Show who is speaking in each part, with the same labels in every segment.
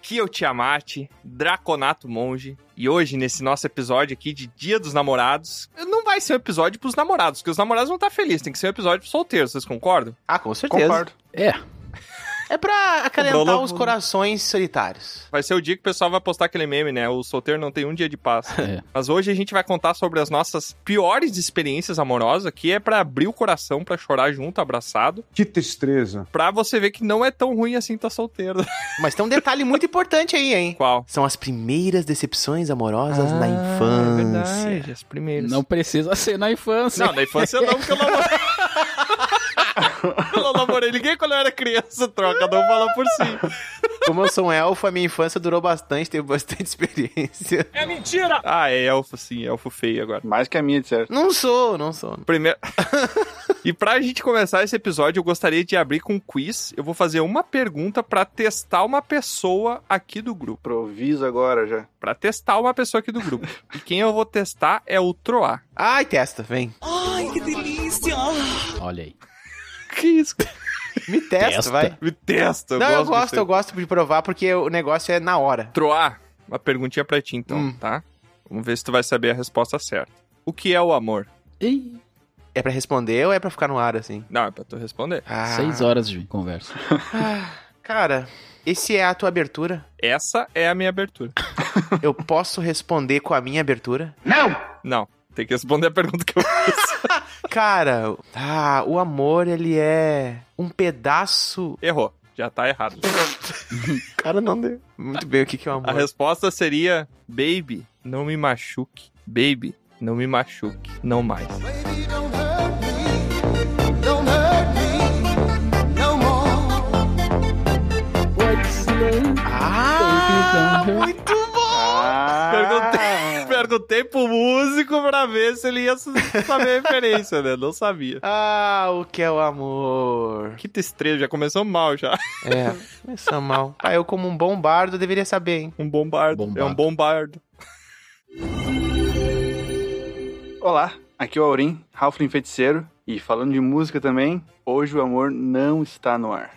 Speaker 1: Kiel é Tiamat, Draconato Monge. E hoje, nesse nosso episódio aqui de Dia dos Namorados, não vai ser um episódio pros namorados, porque os namorados vão estar felizes. Tem que ser um episódio pros solteiros, vocês concordam?
Speaker 2: Ah, com certeza.
Speaker 3: Concordo.
Speaker 2: É. É pra acalentar
Speaker 1: Bruno-
Speaker 2: os corações solitários.
Speaker 1: Vai ser o dia que o pessoal vai postar aquele meme, né? O solteiro não tem um dia de paz.
Speaker 3: É.
Speaker 1: Mas hoje a gente vai contar sobre as nossas piores experiências amorosas, que é pra abrir o coração, pra chorar junto, abraçado,
Speaker 3: Que tristeza.
Speaker 1: pra você ver que não é tão ruim assim tá solteiro.
Speaker 2: Mas tem um detalhe muito importante aí, hein?
Speaker 1: Qual?
Speaker 2: São as primeiras decepções amorosas na infância.
Speaker 1: Ah, É verdade, as primeiras.
Speaker 4: Não precisa ser na infância.
Speaker 1: Não, na infância não, porque eu namorei. eu namorei ninguém quando eu era criança, troca, não fala por si.
Speaker 2: Como eu sou um elfo, a minha infância durou bastante, teve bastante experiência.
Speaker 1: Ah, é elfo sim, elfo feio agora.
Speaker 3: Mais que a minha, de certo.
Speaker 2: Não sou, não sou.
Speaker 1: Primeiro. e pra gente começar esse episódio, eu gostaria de abrir com um quiz. Eu vou fazer uma pergunta pra testar uma pessoa aqui do grupo.
Speaker 3: Improviso agora já.
Speaker 1: Pra testar uma pessoa aqui do grupo. e quem eu vou testar é o Troá.
Speaker 2: Ai, testa, vem.
Speaker 4: Olha aí.
Speaker 1: Que isso?
Speaker 2: Me testa,
Speaker 4: Testa?
Speaker 2: vai.
Speaker 1: Me testa, eu
Speaker 2: não,
Speaker 1: gosto.
Speaker 2: eu gosto, eu gosto de provar, porque o negócio é na hora.
Speaker 1: Troá, uma perguntinha pra ti então,
Speaker 2: Hum.
Speaker 1: tá? Vamos ver se tu vai saber a resposta certa. O que é o amor?
Speaker 4: Ih,
Speaker 2: É pra responder ou é pra ficar no ar, assim?
Speaker 1: Não, é pra tu responder.
Speaker 2: Ah,
Speaker 4: Seis horas de conversa.
Speaker 2: Cara, esse é a tua abertura?
Speaker 1: Essa é a minha abertura.
Speaker 2: Eu posso responder com a minha abertura?
Speaker 1: Não, tem que responder a pergunta que eu fiz.
Speaker 2: Cara, ah, o amor, ele é um pedaço...
Speaker 1: Errou. Já tá errado.
Speaker 2: Cara, não deu. Muito bem, o que que é o
Speaker 1: A
Speaker 2: amor?
Speaker 1: resposta seria: Baby, não me machuque. Baby, não me machuque. Não mais.
Speaker 2: Ah, muito bom!
Speaker 3: Ah,
Speaker 1: Perguntei, perguntei pro músico pra ver se ele ia saber a referência, né? Não sabia.
Speaker 2: Ah, o que é o amor?
Speaker 1: Que tristeza, já começou mal já.
Speaker 2: É, começa mal. Ah, eu como um bom bardo deveria saber, hein?
Speaker 1: Um bombardo.
Speaker 4: Bombardo.
Speaker 1: É um bombardo.
Speaker 3: Olá, aqui é o Aurim, Halfling Feiticeiro. E falando de música também, hoje o amor não está no ar.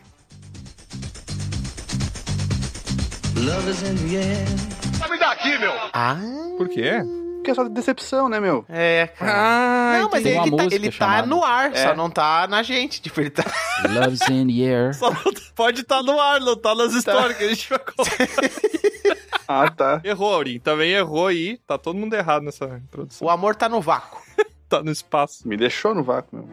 Speaker 2: Ah,
Speaker 1: Por quê?
Speaker 3: Porque é só decepção, né, meu?
Speaker 2: é, cara.
Speaker 1: Ah,
Speaker 2: não, mas
Speaker 4: entendi.
Speaker 2: ele,
Speaker 4: Tem uma
Speaker 2: tá,
Speaker 4: música
Speaker 2: ele tá
Speaker 4: chamada.
Speaker 2: no ar,
Speaker 3: É.
Speaker 2: só não tá na gente. Tipo, ele tá...
Speaker 4: Loves in the air.
Speaker 1: só não- pode estar no ar, não tá nas histórias que a gente vai contar.
Speaker 3: Ah, tá.
Speaker 1: Errou, Aurim. Também errou aí. Tá todo mundo errado nessa introdução.
Speaker 2: O amor tá no vácuo.
Speaker 1: Tá no espaço.
Speaker 3: Me deixou no vácuo, meu.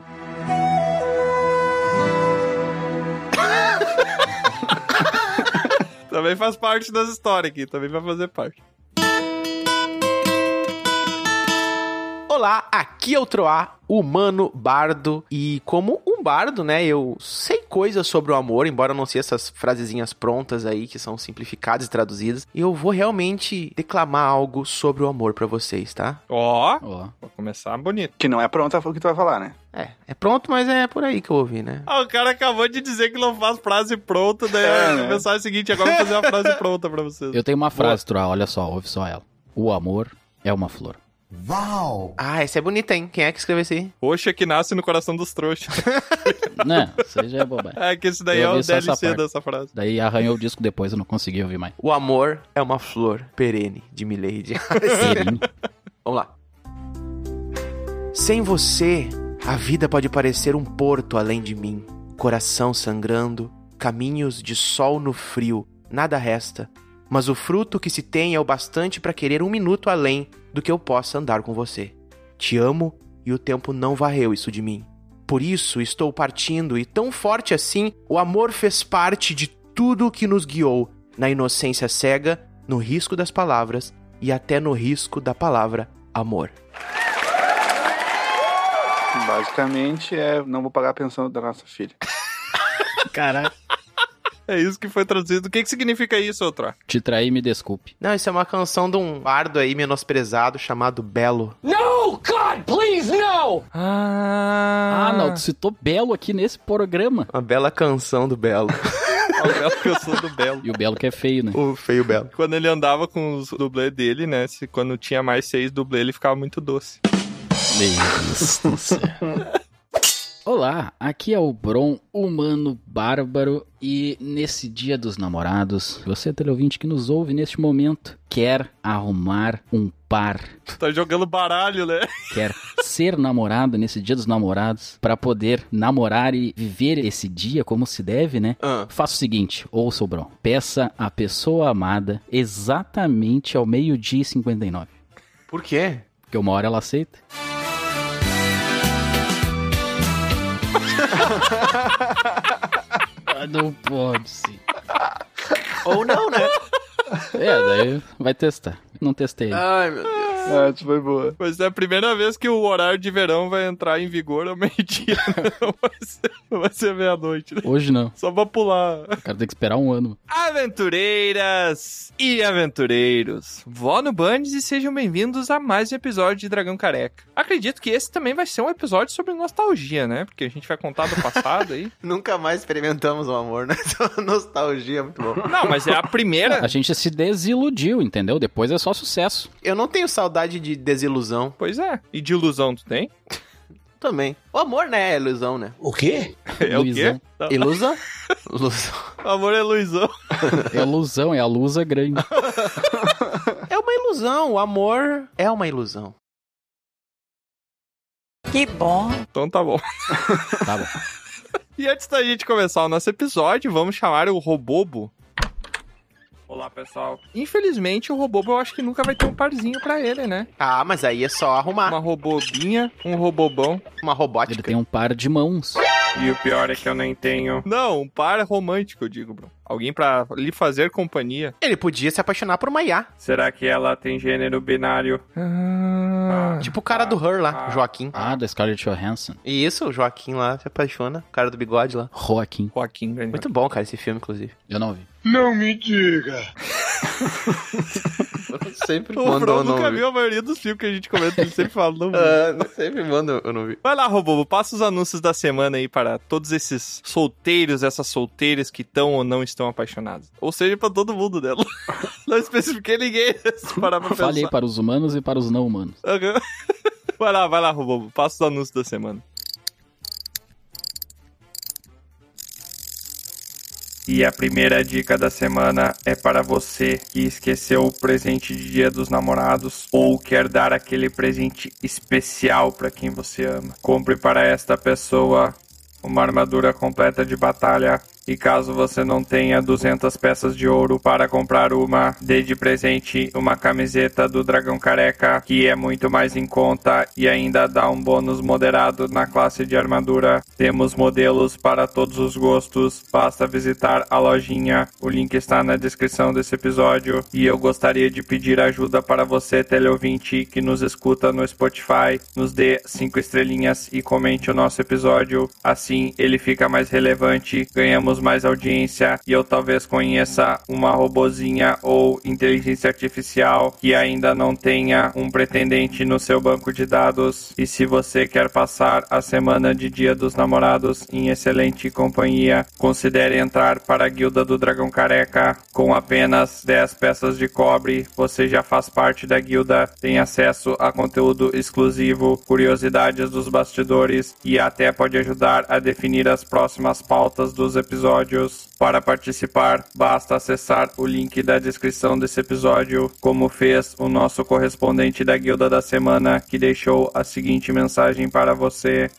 Speaker 1: Também faz parte das histórias aqui, também vai fazer parte.
Speaker 2: Olá, aqui é o Troá, humano bardo. E como um bardo, né, eu sei coisas sobre o amor, embora eu não sei essas frasezinhas prontas aí que são simplificadas e traduzidas. E eu vou realmente declamar algo sobre o amor pra vocês, tá?
Speaker 1: Ó,
Speaker 4: Ó.
Speaker 1: vai começar bonito.
Speaker 3: Que não é pronta o que tu vai falar, né?
Speaker 2: É, é pronto, mas é por aí que eu ouvi, né?
Speaker 1: Ah, o cara acabou de dizer que não faz frase pronta, daí
Speaker 3: É,
Speaker 1: eu
Speaker 3: né?
Speaker 1: vou pensar o seguinte, agora eu vou fazer uma frase pronta pra vocês.
Speaker 4: Eu tenho uma frase, Troá, olha só, ouve só ela. O amor é uma flor.
Speaker 2: Ah, essa é bonita, hein? Quem é que escreveu isso aí?
Speaker 1: Roxa que nasce no coração dos trouxas.
Speaker 4: Não, Né? seja bobagem.
Speaker 1: É que esse daí
Speaker 4: Eu
Speaker 1: é o
Speaker 4: vi só essa
Speaker 1: DLC
Speaker 4: parte.
Speaker 1: dessa frase.
Speaker 4: Daí arranhou o disco depois, eu não consegui ouvir mais.
Speaker 2: O amor é uma flor perene de Milady.
Speaker 4: Sim.
Speaker 2: Vamos lá. Sem você, a vida pode parecer um porto além de mim. Coração sangrando, caminhos de sol no frio, nada resta. Mas o fruto que se tem é o bastante para querer um minuto além do que eu possa andar com você. Te amo e o tempo não varreu isso de mim. Por isso estou partindo e tão forte assim, o amor fez parte de tudo que nos guiou, na inocência cega, no risco das palavras e até no risco da palavra amor.
Speaker 3: Basicamente é não vou pagar a pensão da nossa filha.
Speaker 4: Caraca.
Speaker 1: É isso que foi traduzido. O que, que significa isso, outra?
Speaker 4: Te traí, me desculpe.
Speaker 2: Não, isso é uma canção de um bardo aí menosprezado chamado Belo.
Speaker 1: Ah,
Speaker 4: Ah, não, tu citou Belo aqui nesse programa.
Speaker 2: Uma bela canção do Belo.
Speaker 1: O Belo que eu sou do Belo.
Speaker 4: E o Belo que é feio, né?
Speaker 2: o feio Belo.
Speaker 1: Quando ele andava com os dublês dele, né? se- quando tinha mais seis dublês, ele ficava muito doce.
Speaker 4: Meu Deus do céu. Olá, aqui é o Bron, humano bárbaro, e nesse dia dos namorados, você, teleouvinte que nos ouve neste momento, quer arrumar um par,
Speaker 1: Tá jogando baralho, né?
Speaker 4: quer ser namorado nesse dia dos namorados, pra poder namorar e viver esse dia como se deve, né?
Speaker 2: Ah.
Speaker 4: Faça o seguinte, ouça o Bron, peça a pessoa amada exatamente ao meio-dia e 59,
Speaker 2: Por quê?
Speaker 4: porque uma hora ela aceita. Ah, Não pode ser.
Speaker 2: Ou não, né?
Speaker 4: É, daí vai testar. Não testei.
Speaker 2: Ai, meu Deus.
Speaker 3: Ah, essa foi boa.
Speaker 1: Mas é a primeira vez que o horário de verão vai entrar em vigor ao meio-dia. Não vai ser, não vai ser meia-noite, né?
Speaker 4: Hoje não.
Speaker 1: Só pra pular.
Speaker 4: O cara tem que esperar um ano.
Speaker 1: Aventureiras e aventureiros, vó no Bandes e sejam bem-vindos a mais um episódio de Dragão Careca. Acredito que esse também vai ser um episódio sobre nostalgia, né? Porque a gente vai contar do passado aí.
Speaker 2: Nunca mais experimentamos o amor, né? Só nostalgia, muito bom.
Speaker 1: Não, mas é a
Speaker 4: A
Speaker 1: primeira.
Speaker 4: gente se desiludiu, entendeu? Depois é só sucesso.
Speaker 2: Eu não tenho saudade de desilusão
Speaker 1: Pois é. E de ilusão tu tem?
Speaker 2: também. O amor, né, é ilusão, né?
Speaker 5: O quê?
Speaker 1: É o quê?
Speaker 4: Ilusão.
Speaker 1: Não.
Speaker 2: Ilusão? ilusão.
Speaker 1: Amor é ilusão.
Speaker 4: É ilusão, é a lusa grande.
Speaker 2: É uma ilusão, o amor é uma ilusão.
Speaker 6: Que bom.
Speaker 1: Então tá bom.
Speaker 4: Tá bom.
Speaker 1: E antes da gente começar o nosso episódio, vamos chamar o Robobo. Olá, pessoal. Infelizmente, o Robobo eu acho que nunca vai ter um parzinho pra ele, né?
Speaker 2: Ah, mas aí é só arrumar
Speaker 1: Uma robobinha, um robobão.
Speaker 2: uma
Speaker 4: Ele
Speaker 2: robótica.
Speaker 4: tem um par de mãos.
Speaker 1: E o pior é que eu nem tenho. Não, um par romântico, eu digo, bro. Alguém pra lhe fazer companhia.
Speaker 2: Ele podia se apaixonar por uma IA.
Speaker 1: Será que ela tem gênero binário? Ah.
Speaker 2: Tipo o cara do Her lá, Joaquim.
Speaker 4: Ah, da Scarlett Johansson.
Speaker 2: E isso, o Joaquim lá se apaixona, o cara do bigode lá.
Speaker 4: Joaquim.
Speaker 1: Joaquim, velho.
Speaker 2: Muito bom, cara, esse filme, inclusive.
Speaker 4: Eu não vi.
Speaker 5: Não me diga.
Speaker 2: sempre
Speaker 1: O Bruno nunca viu a maioria dos filmes que a gente comenta, ele sempre fala, não vi.
Speaker 2: Ah, sempre manda, eu não vi.
Speaker 1: Vai lá, Robobo, passa os anúncios da semana aí para todos esses solteiros, essas solteiras que estão ou não estão apaixonados. Ou seja, pra todo mundo dela. Não especifiquei ninguém, se parar pra pensar.
Speaker 4: Falei para os humanos e para os não humanos.
Speaker 1: Aham. Vai lá, vai lá, Robobo, passa os anúncios da semana.
Speaker 7: E a primeira dica da semana é para você que esqueceu o presente de Dia dos Namorados ou quer dar aquele presente especial para quem você ama. Compre para esta pessoa uma armadura completa de batalha. E caso você não tenha 200 peças de ouro para comprar uma, dê de presente uma camiseta do Dragão Careca, que é muito mais em conta e ainda dá um bônus moderado na classe de armadura. Temos modelos para todos os gostos, basta visitar a lojinha. O link está na descrição desse episódio. E eu gostaria de pedir ajuda para você, teleouvinte, que nos escuta no Spotify, nos dê cinco estrelinhas e comente o nosso episódio. Assim ele fica mais relevante, ganhamos mais audiência e eu talvez conheça uma robozinha ou inteligência artificial que ainda não tenha um pretendente no seu banco de dados. E se você quer passar a semana de Dia dos Namorados em excelente companhia, considere entrar para a Guilda do Dragão Careca. Com apenas 10 peças de cobre, você já faz parte da guilda, tem acesso a conteúdo exclusivo, curiosidades dos bastidores e até pode ajudar a definir as próximas pautas dos episódios. Para participar, basta acessar o link da descrição desse episódio, como fez o nosso correspondente da Guilda da Semana, que deixou a seguinte mensagem para você.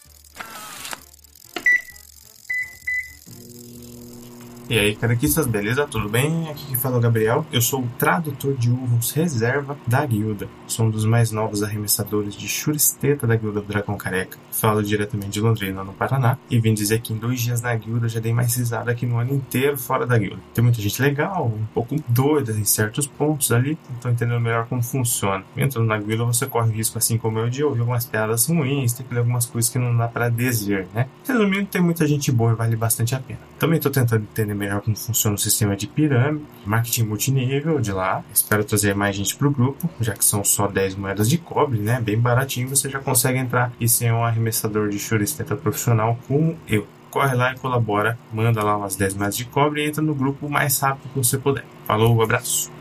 Speaker 8: E aí, caranquistas, beleza? Tudo bem? Aqui que fala é o Gabriel. Eu sou o tradutor de urros reserva da guilda. Sou um dos mais novos arremessadores de churisteta da guilda do Dragão Careca. Falo diretamente de Londrina, no Paraná. E vim dizer que em dois dias na guilda eu já dei mais risada que no ano inteiro fora da guilda. Tem muita gente legal, um pouco doida em certos pontos ali. Não tô entendendo melhor como funciona. Entrando na guilda você corre o risco, assim como eu, de ouvir algumas piadas ruins, tem que ler algumas coisas que não dá pra dizer, né? Resumindo, tem muita gente boa e vale bastante a pena. Também tô tentando entender melhor como funciona o sistema de pirâmide, marketing multinível de lá. Espero trazer mais gente pro grupo, já que são só 10 moedas de cobre, né? Bem baratinho, você já consegue entrar e ser um arremessador de churisteta profissional como eu. Corre lá e colabora, manda lá umas 10 moedas de cobre e entra no grupo o mais rápido que você puder. Falou, um abraço!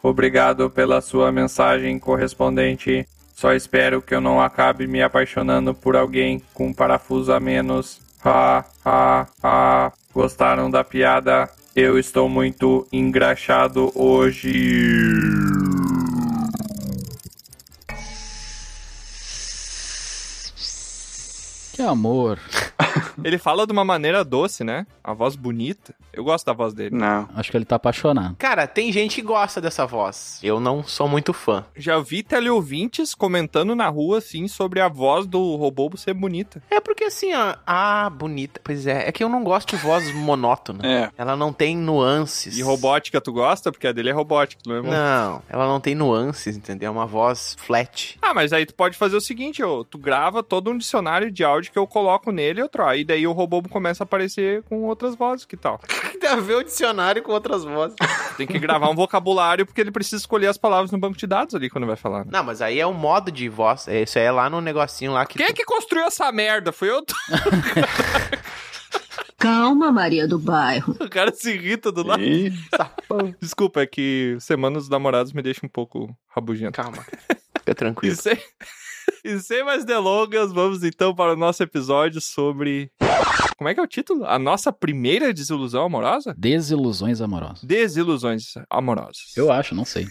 Speaker 7: Obrigado pela sua mensagem correspondente. Só espero que eu não acabe me apaixonando por alguém com um parafuso a menos. Ha, ha, ha. Gostaram da piada? Eu estou muito engraxado hoje.
Speaker 4: Que amor.
Speaker 1: Ele fala de uma maneira doce, né? A voz bonita. Eu gosto da voz dele.
Speaker 3: Não.
Speaker 4: Acho que ele tá apaixonado.
Speaker 2: Cara, tem gente que gosta dessa voz. Eu não sou muito fã.
Speaker 1: Já vi teleouvintes comentando na rua, assim, sobre a voz do Robobo ser bonita.
Speaker 2: É porque assim, ó, ah, bonita. Pois é, é que eu não gosto de voz monótona.
Speaker 3: É.
Speaker 2: Ela não tem nuances.
Speaker 1: E robótica tu gosta? Porque a dele é robótica, não é? irmão?
Speaker 2: Não, ela não tem nuances, entendeu? É uma voz flat.
Speaker 1: Ah, mas aí tu pode fazer o seguinte, ô, tu grava todo um dicionário de áudio que eu coloco nele, eu troco. E daí o Robobo começa a aparecer com outras vozes, que tal?
Speaker 2: Tem a ver o dicionário com outras vozes.
Speaker 1: Tem que gravar um vocabulário, porque ele precisa escolher as palavras no banco de dados ali quando vai falar. né?
Speaker 2: Não, mas aí é o modo de voz. É, Isso aí é lá no negocinho lá que.
Speaker 1: Quem é que construiu essa merda? Foi eu?
Speaker 5: Calma, Maria do Bairro.
Speaker 1: O cara se irrita do lado.
Speaker 3: Ih,
Speaker 1: Desculpa, é que Semana dos Namorados me deixa um pouco rabugento.
Speaker 2: Calma, cara. Fica
Speaker 1: E
Speaker 2: tranquilo.
Speaker 1: sem... e sem mais delongas, vamos então para o nosso episódio sobre. Como é que é o título? A nossa primeira desilusão amorosa?
Speaker 4: Desilusões amorosas.
Speaker 1: Desilusões amorosas.
Speaker 4: Eu acho, não sei.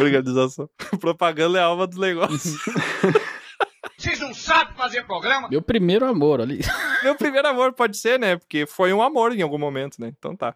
Speaker 1: Organização. Propaganda é a alma do negócio.
Speaker 4: Meu primeiro amor ali.
Speaker 1: Meu primeiro amor pode ser, né? Porque foi um amor em algum momento, né? Então tá.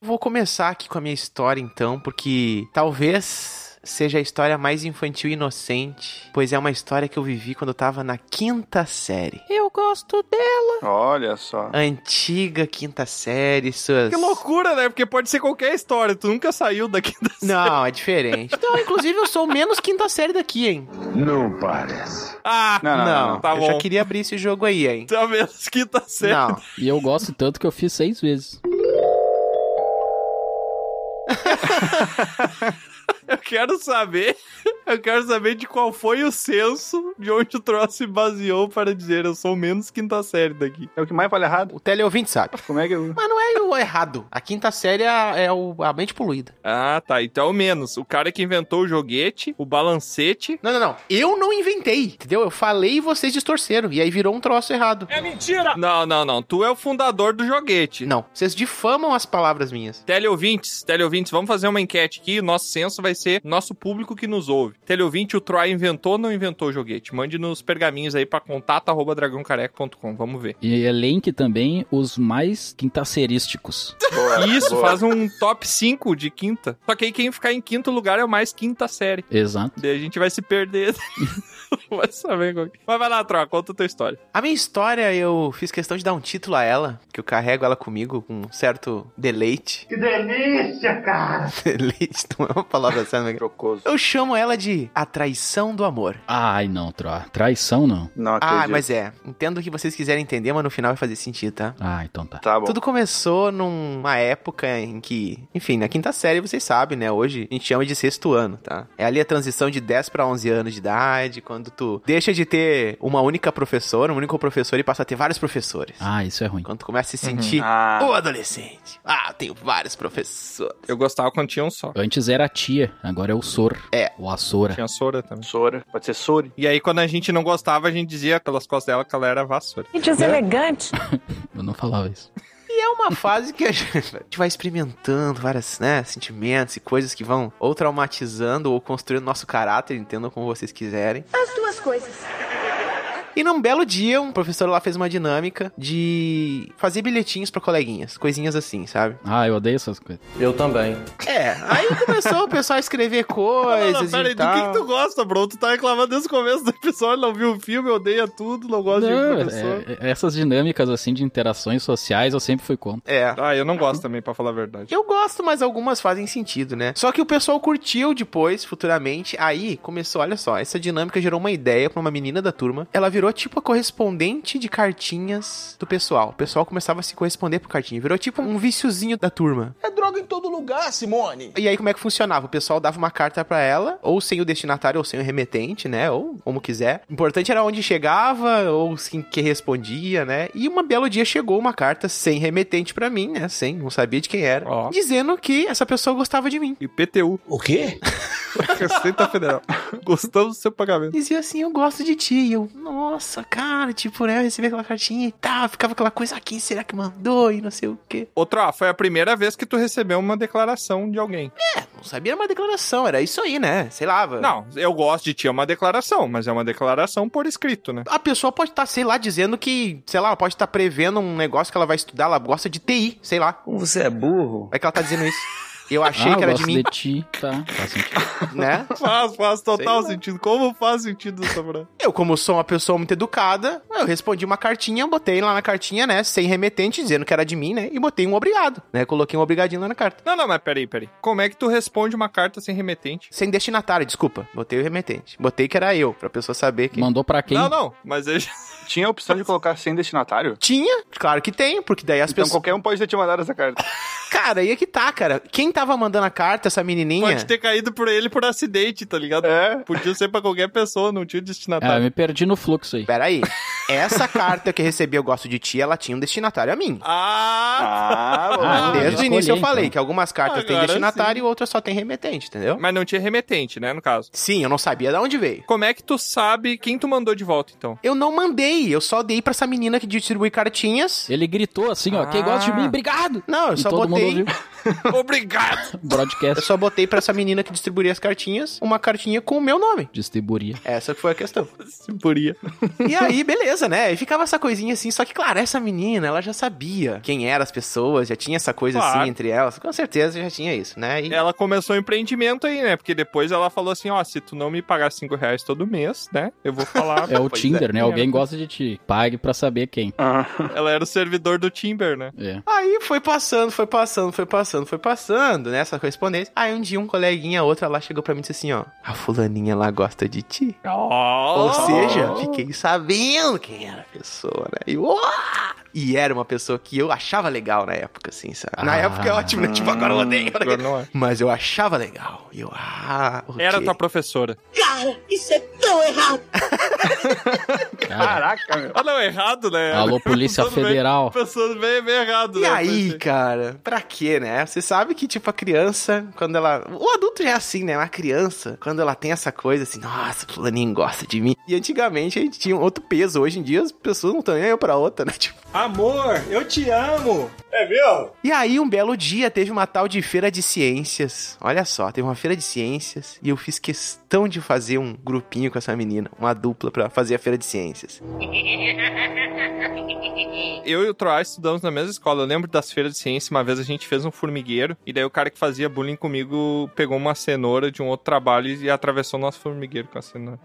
Speaker 2: Vou começar aqui com a minha história, então, porque talvez seja a história mais infantil e inocente, pois é uma história que eu vivi quando eu tava na quinta série. Eu gosto dela.
Speaker 3: Olha só.
Speaker 2: Antiga quinta série, suas...
Speaker 1: Que loucura, né? Porque pode ser qualquer história. Tu nunca saiu daqui da
Speaker 2: Não, é diferente. Não, inclusive eu sou menos quinta série daqui, hein?
Speaker 6: Não parece.
Speaker 1: Ah,
Speaker 3: Não, não, não.
Speaker 1: tá
Speaker 2: eu
Speaker 1: bom.
Speaker 2: já queria abrir esse jogo aí, hein?
Speaker 1: Tá menos quinta série.
Speaker 2: Não,
Speaker 4: E eu gosto tanto que eu fiz seis vezes.
Speaker 1: Eu quero saber. Eu quero saber de qual foi o senso de onde o troço se baseou para dizer eu sou menos quinta série daqui.
Speaker 3: É o que mais vale errado?
Speaker 2: o teleouvinte sabe.
Speaker 3: Como é que eu...
Speaker 2: Mas não é o errado. A quinta série é é o- a mente poluída.
Speaker 1: Ah, tá. Então é o menos. O cara que inventou o joguete, o balancete.
Speaker 2: Não, não, não. Eu não inventei, entendeu? Eu falei e vocês distorceram. E aí virou um troço errado.
Speaker 1: É. Não, não, não. Tu é o fundador do joguete.
Speaker 2: Não, vocês difamam as palavras minhas.
Speaker 1: Teleouvintes, teleouvintes, vamos fazer uma enquete aqui. Nosso senso vai ser nosso público que nos ouve. Teleouvinte, o Troy inventou ou não inventou o joguete? Mande nos pergaminhos aí pra contato.dragãocareca.com. Vamos ver.
Speaker 4: E elenque também os mais quintacerísticos.
Speaker 3: Boa,
Speaker 1: Isso,
Speaker 3: boa.
Speaker 1: faz um top 5 de quinta. Só que aí quem ficar em quinto lugar é o mais quinta série.
Speaker 4: Exato.
Speaker 1: Daí a gente vai se perder. Não vai saber qual que... Mas vai lá, Troa, conta a tua história.
Speaker 2: A minha história, eu fiz questão de dar um título a ela, que eu carrego ela comigo com um certo deleite. Que delícia, cara! Deleite não é uma palavra certa, mas...
Speaker 3: Jocoso.
Speaker 2: Eu chamo ela de a traição do amor.
Speaker 4: Ai, não, Troa. Traição, não.
Speaker 3: Não acredito.
Speaker 2: Ah, mas é. Entendo o que vocês quiserem entender, mas no final vai fazer sentido, tá?
Speaker 4: Ah, então tá.
Speaker 3: Tá bom.
Speaker 2: Tudo começou numa época em que, enfim, na quinta série vocês sabem, né? Hoje a gente chama de sexto ano, tá? É ali a transição de 10 pra 11 anos de idade, quando tu deixa de ter uma única professora, um único professor e passa a ter vários professores.
Speaker 4: Ah, isso é ruim.
Speaker 2: Quando tu começa a se sentir
Speaker 3: Ah,
Speaker 2: o adolescente. Ah, eu tenho vários professores.
Speaker 1: Eu gostava quando tinha um só.
Speaker 4: Antes era a tia, agora é o Sor.
Speaker 2: É.
Speaker 4: Ou a Sora.
Speaker 1: Tinha a Sora também.
Speaker 3: Sora. Pode ser Sori.
Speaker 1: E aí, quando a gente não gostava, a gente dizia pelas costas dela que ela era vassoura.
Speaker 9: Que deselegante.
Speaker 4: Eu não falava isso.
Speaker 2: E é uma fase que a gente a gente vai experimentando vários né, sentimentos e coisas que vão ou traumatizando ou construindo nosso caráter, entendam como vocês quiserem.
Speaker 9: As duas coisas.
Speaker 2: E num belo dia, um professor lá fez uma dinâmica de fazer bilhetinhos pra coleguinhas, coisinhas assim, sabe?
Speaker 4: Ah, eu odeio essas coisas.
Speaker 2: É, aí começou o pessoal a escrever coisas e
Speaker 1: do que,
Speaker 2: tal.
Speaker 1: que tu gosta, bro? Tu tá reclamando desde o começo do episódio, não viu o filme, odeia tudo, não gosta
Speaker 4: Não,
Speaker 1: de professor.
Speaker 4: é- é- essas dinâmicas, assim, de interações sociais, eu sempre fui contra.
Speaker 2: É.
Speaker 1: Ah, eu não gosto também, pra falar a verdade.
Speaker 2: Eu gosto, mas algumas fazem sentido, né? Só que o pessoal curtiu depois, futuramente. Aí começou, olha só, essa dinâmica gerou uma ideia pra uma menina da turma. Ela virou tipo a correspondente de cartinhas do pessoal. O pessoal começava a se corresponder por cartinha. Virou tipo um viciozinho da turma. É droga
Speaker 10: joga em todo lugar, Simone.
Speaker 2: E aí, como é que funcionava? O pessoal dava uma carta pra ela, ou sem o destinatário, ou sem o remetente, né? Ou como quiser. O importante era onde chegava, ou quem que respondia, né? E uma belo dia chegou uma carta sem remetente pra mim, né? Sem, não sabia de quem era.
Speaker 1: Ó.
Speaker 2: Dizendo que essa pessoa gostava de mim.
Speaker 1: E PTU,
Speaker 10: O quê?
Speaker 1: Receita Federal. Gostamos do seu pagamento.
Speaker 2: Dizia assim, eu gosto de ti. E eu, nossa, cara, tipo, né? Eu recebi aquela cartinha e tal, ficava aquela coisa, ah, quem será que mandou? E não sei o quê.
Speaker 1: Outra, ó, foi a primeira vez que tu recebeu uma declaração de alguém.
Speaker 2: Não sabia, era uma declaração, era isso aí, né? Sei lá. va-
Speaker 1: Não, eu gosto de ti é uma declaração, mas é uma declaração por escrito, né?
Speaker 2: A pessoa pode estar, sei lá, dizendo que, sei lá, ela pode estar prevendo um negócio que ela vai estudar, ela gosta de TI, sei lá.
Speaker 10: Como você é burro?
Speaker 2: É que ela tá dizendo isso. Eu achei
Speaker 4: ah,
Speaker 2: que era
Speaker 4: eu
Speaker 2: de
Speaker 4: gosto
Speaker 2: mim,
Speaker 4: de ti, tá? Faz sentido.
Speaker 2: né?
Speaker 1: Faz, faz total
Speaker 2: Sei lá.
Speaker 1: sentido. Como faz sentido, Samurai?
Speaker 2: Eu, como sou uma pessoa muito educada, eu respondi uma cartinha, botei lá na cartinha, né? Sem remetente, dizendo que era de mim, né? E botei um obrigado, né? Coloquei um obrigadinho lá na carta.
Speaker 1: Não, não, mas peraí, peraí. Como é que tu responde uma carta sem remetente?
Speaker 2: Sem destinatário, desculpa. Botei o remetente. Botei que era eu, pra pessoa saber que.
Speaker 4: Mandou pra quem?
Speaker 1: Não, não, mas eu...
Speaker 3: Tinha a opção de colocar sem destinatário?
Speaker 2: Tinha, claro que tem, porque daí as
Speaker 3: Então
Speaker 2: pessoas.
Speaker 3: qualquer um pode ter te mandado essa carta.
Speaker 2: Cara, aí é que tá, cara. Quem tava mandando a carta, essa menininha.
Speaker 1: pode ter caído por ele por acidente, tá ligado?
Speaker 3: É.
Speaker 1: Podia ser pra qualquer pessoa, não tinha
Speaker 2: tá.
Speaker 4: Ah, eu
Speaker 1: destinatário.
Speaker 4: me perdi no fluxo aí.
Speaker 2: Peraí. Essa carta que eu recebi, eu gosto de ti, ela tinha um destinatário a mim.
Speaker 1: Ah!
Speaker 3: Ah, bom.
Speaker 4: Ah,
Speaker 2: Desde o
Speaker 4: escolhi,
Speaker 2: início eu falei
Speaker 4: então.
Speaker 2: que algumas cartas têm
Speaker 1: Agora
Speaker 2: destinatário e outras só têm remetente, entendeu?
Speaker 1: Mas não tinha remetente, né, no caso.
Speaker 2: Sim, eu não sabia de onde veio.
Speaker 1: Como é que tu sabe quem tu mandou de volta, então?
Speaker 2: Eu não mandei, eu só dei pra essa menina que distribui cartinhas.
Speaker 4: Ele gritou assim, ó, quem
Speaker 1: Ah.
Speaker 4: gosta de mim, obrigado!
Speaker 2: Não, eu
Speaker 4: e
Speaker 2: só
Speaker 4: todo mundo
Speaker 2: botei.
Speaker 4: ouviu
Speaker 1: Obrigado!
Speaker 2: Eu
Speaker 4: broadcast
Speaker 2: só botei pra essa menina que distribuía as cartinhas uma cartinha com o meu nome.
Speaker 4: distribuiria.
Speaker 2: Essa que foi a questão.
Speaker 1: Simpuria.
Speaker 2: E aí, beleza, né? E ficava essa coisinha assim, só que, claro, essa menina, ela já sabia quem eram as pessoas, já tinha essa coisa
Speaker 1: Claro.
Speaker 2: assim entre elas. Com certeza já tinha isso, né? E-
Speaker 1: Ela começou o empreendimento aí, né? Porque depois ela falou assim, ó, se tu não me pagar cinco reais todo mês, né? Eu vou falar...
Speaker 4: É o
Speaker 1: Pois
Speaker 4: Tinder, né? Alguém
Speaker 1: É.
Speaker 4: gosta de ti. Pague pra saber quem.
Speaker 3: Ah,
Speaker 1: Ela era o servidor do Timber, né?
Speaker 4: É.
Speaker 2: Aí foi passando, foi passando, foi passando, foi passando, né? Essa correspondência. Aí um dia um coleguinha, outra lá, chegou pra mim e disse assim, ó. A fulaninha lá gosta de ti.
Speaker 1: Oh.
Speaker 2: Ou seja, fiquei sabendo quem era a pessoa, né? E, "Uá!" e era uma pessoa que eu achava legal na época, assim, sabe? Na
Speaker 4: Ah.
Speaker 2: época é ótimo, né? Tipo, agora eu odeio.
Speaker 1: Agora não é.
Speaker 2: Mas eu achava legal. E eu, ah, ok.
Speaker 1: Era tua professora.
Speaker 10: Cara, isso é tão errado.
Speaker 4: Cara,
Speaker 3: caraca, meu.
Speaker 1: Ah, não, errado, né?
Speaker 4: alô, Polícia
Speaker 1: Tudo bem.
Speaker 4: Federal.
Speaker 1: Pessoas bem, bem errado,
Speaker 2: E
Speaker 1: né?
Speaker 2: aí, cara, pra quê, né? Você sabe que, tipo, a criança, quando ela. O adulto já é assim, né? Mas a criança, quando ela tem essa coisa assim, nossa, fulaninho gosta de mim. E antigamente a gente tinha um outro peso. Hoje em dia as pessoas não estão nem aí pra outra, né? Tipo.
Speaker 10: Amor, eu te amo.
Speaker 2: E aí, um belo dia, teve uma tal de feira de ciências. Olha só, teve uma feira de ciências e eu fiz questão de fazer um grupinho com essa menina, uma dupla pra fazer a feira de ciências.
Speaker 1: Eu e o Troá estudamos na mesma escola. Eu lembro das feiras de ciência. Uma vez a gente fez um formigueiro. E daí o cara que fazia bullying comigo pegou uma cenoura de um outro trabalho e atravessou o nosso formigueiro com a cenoura.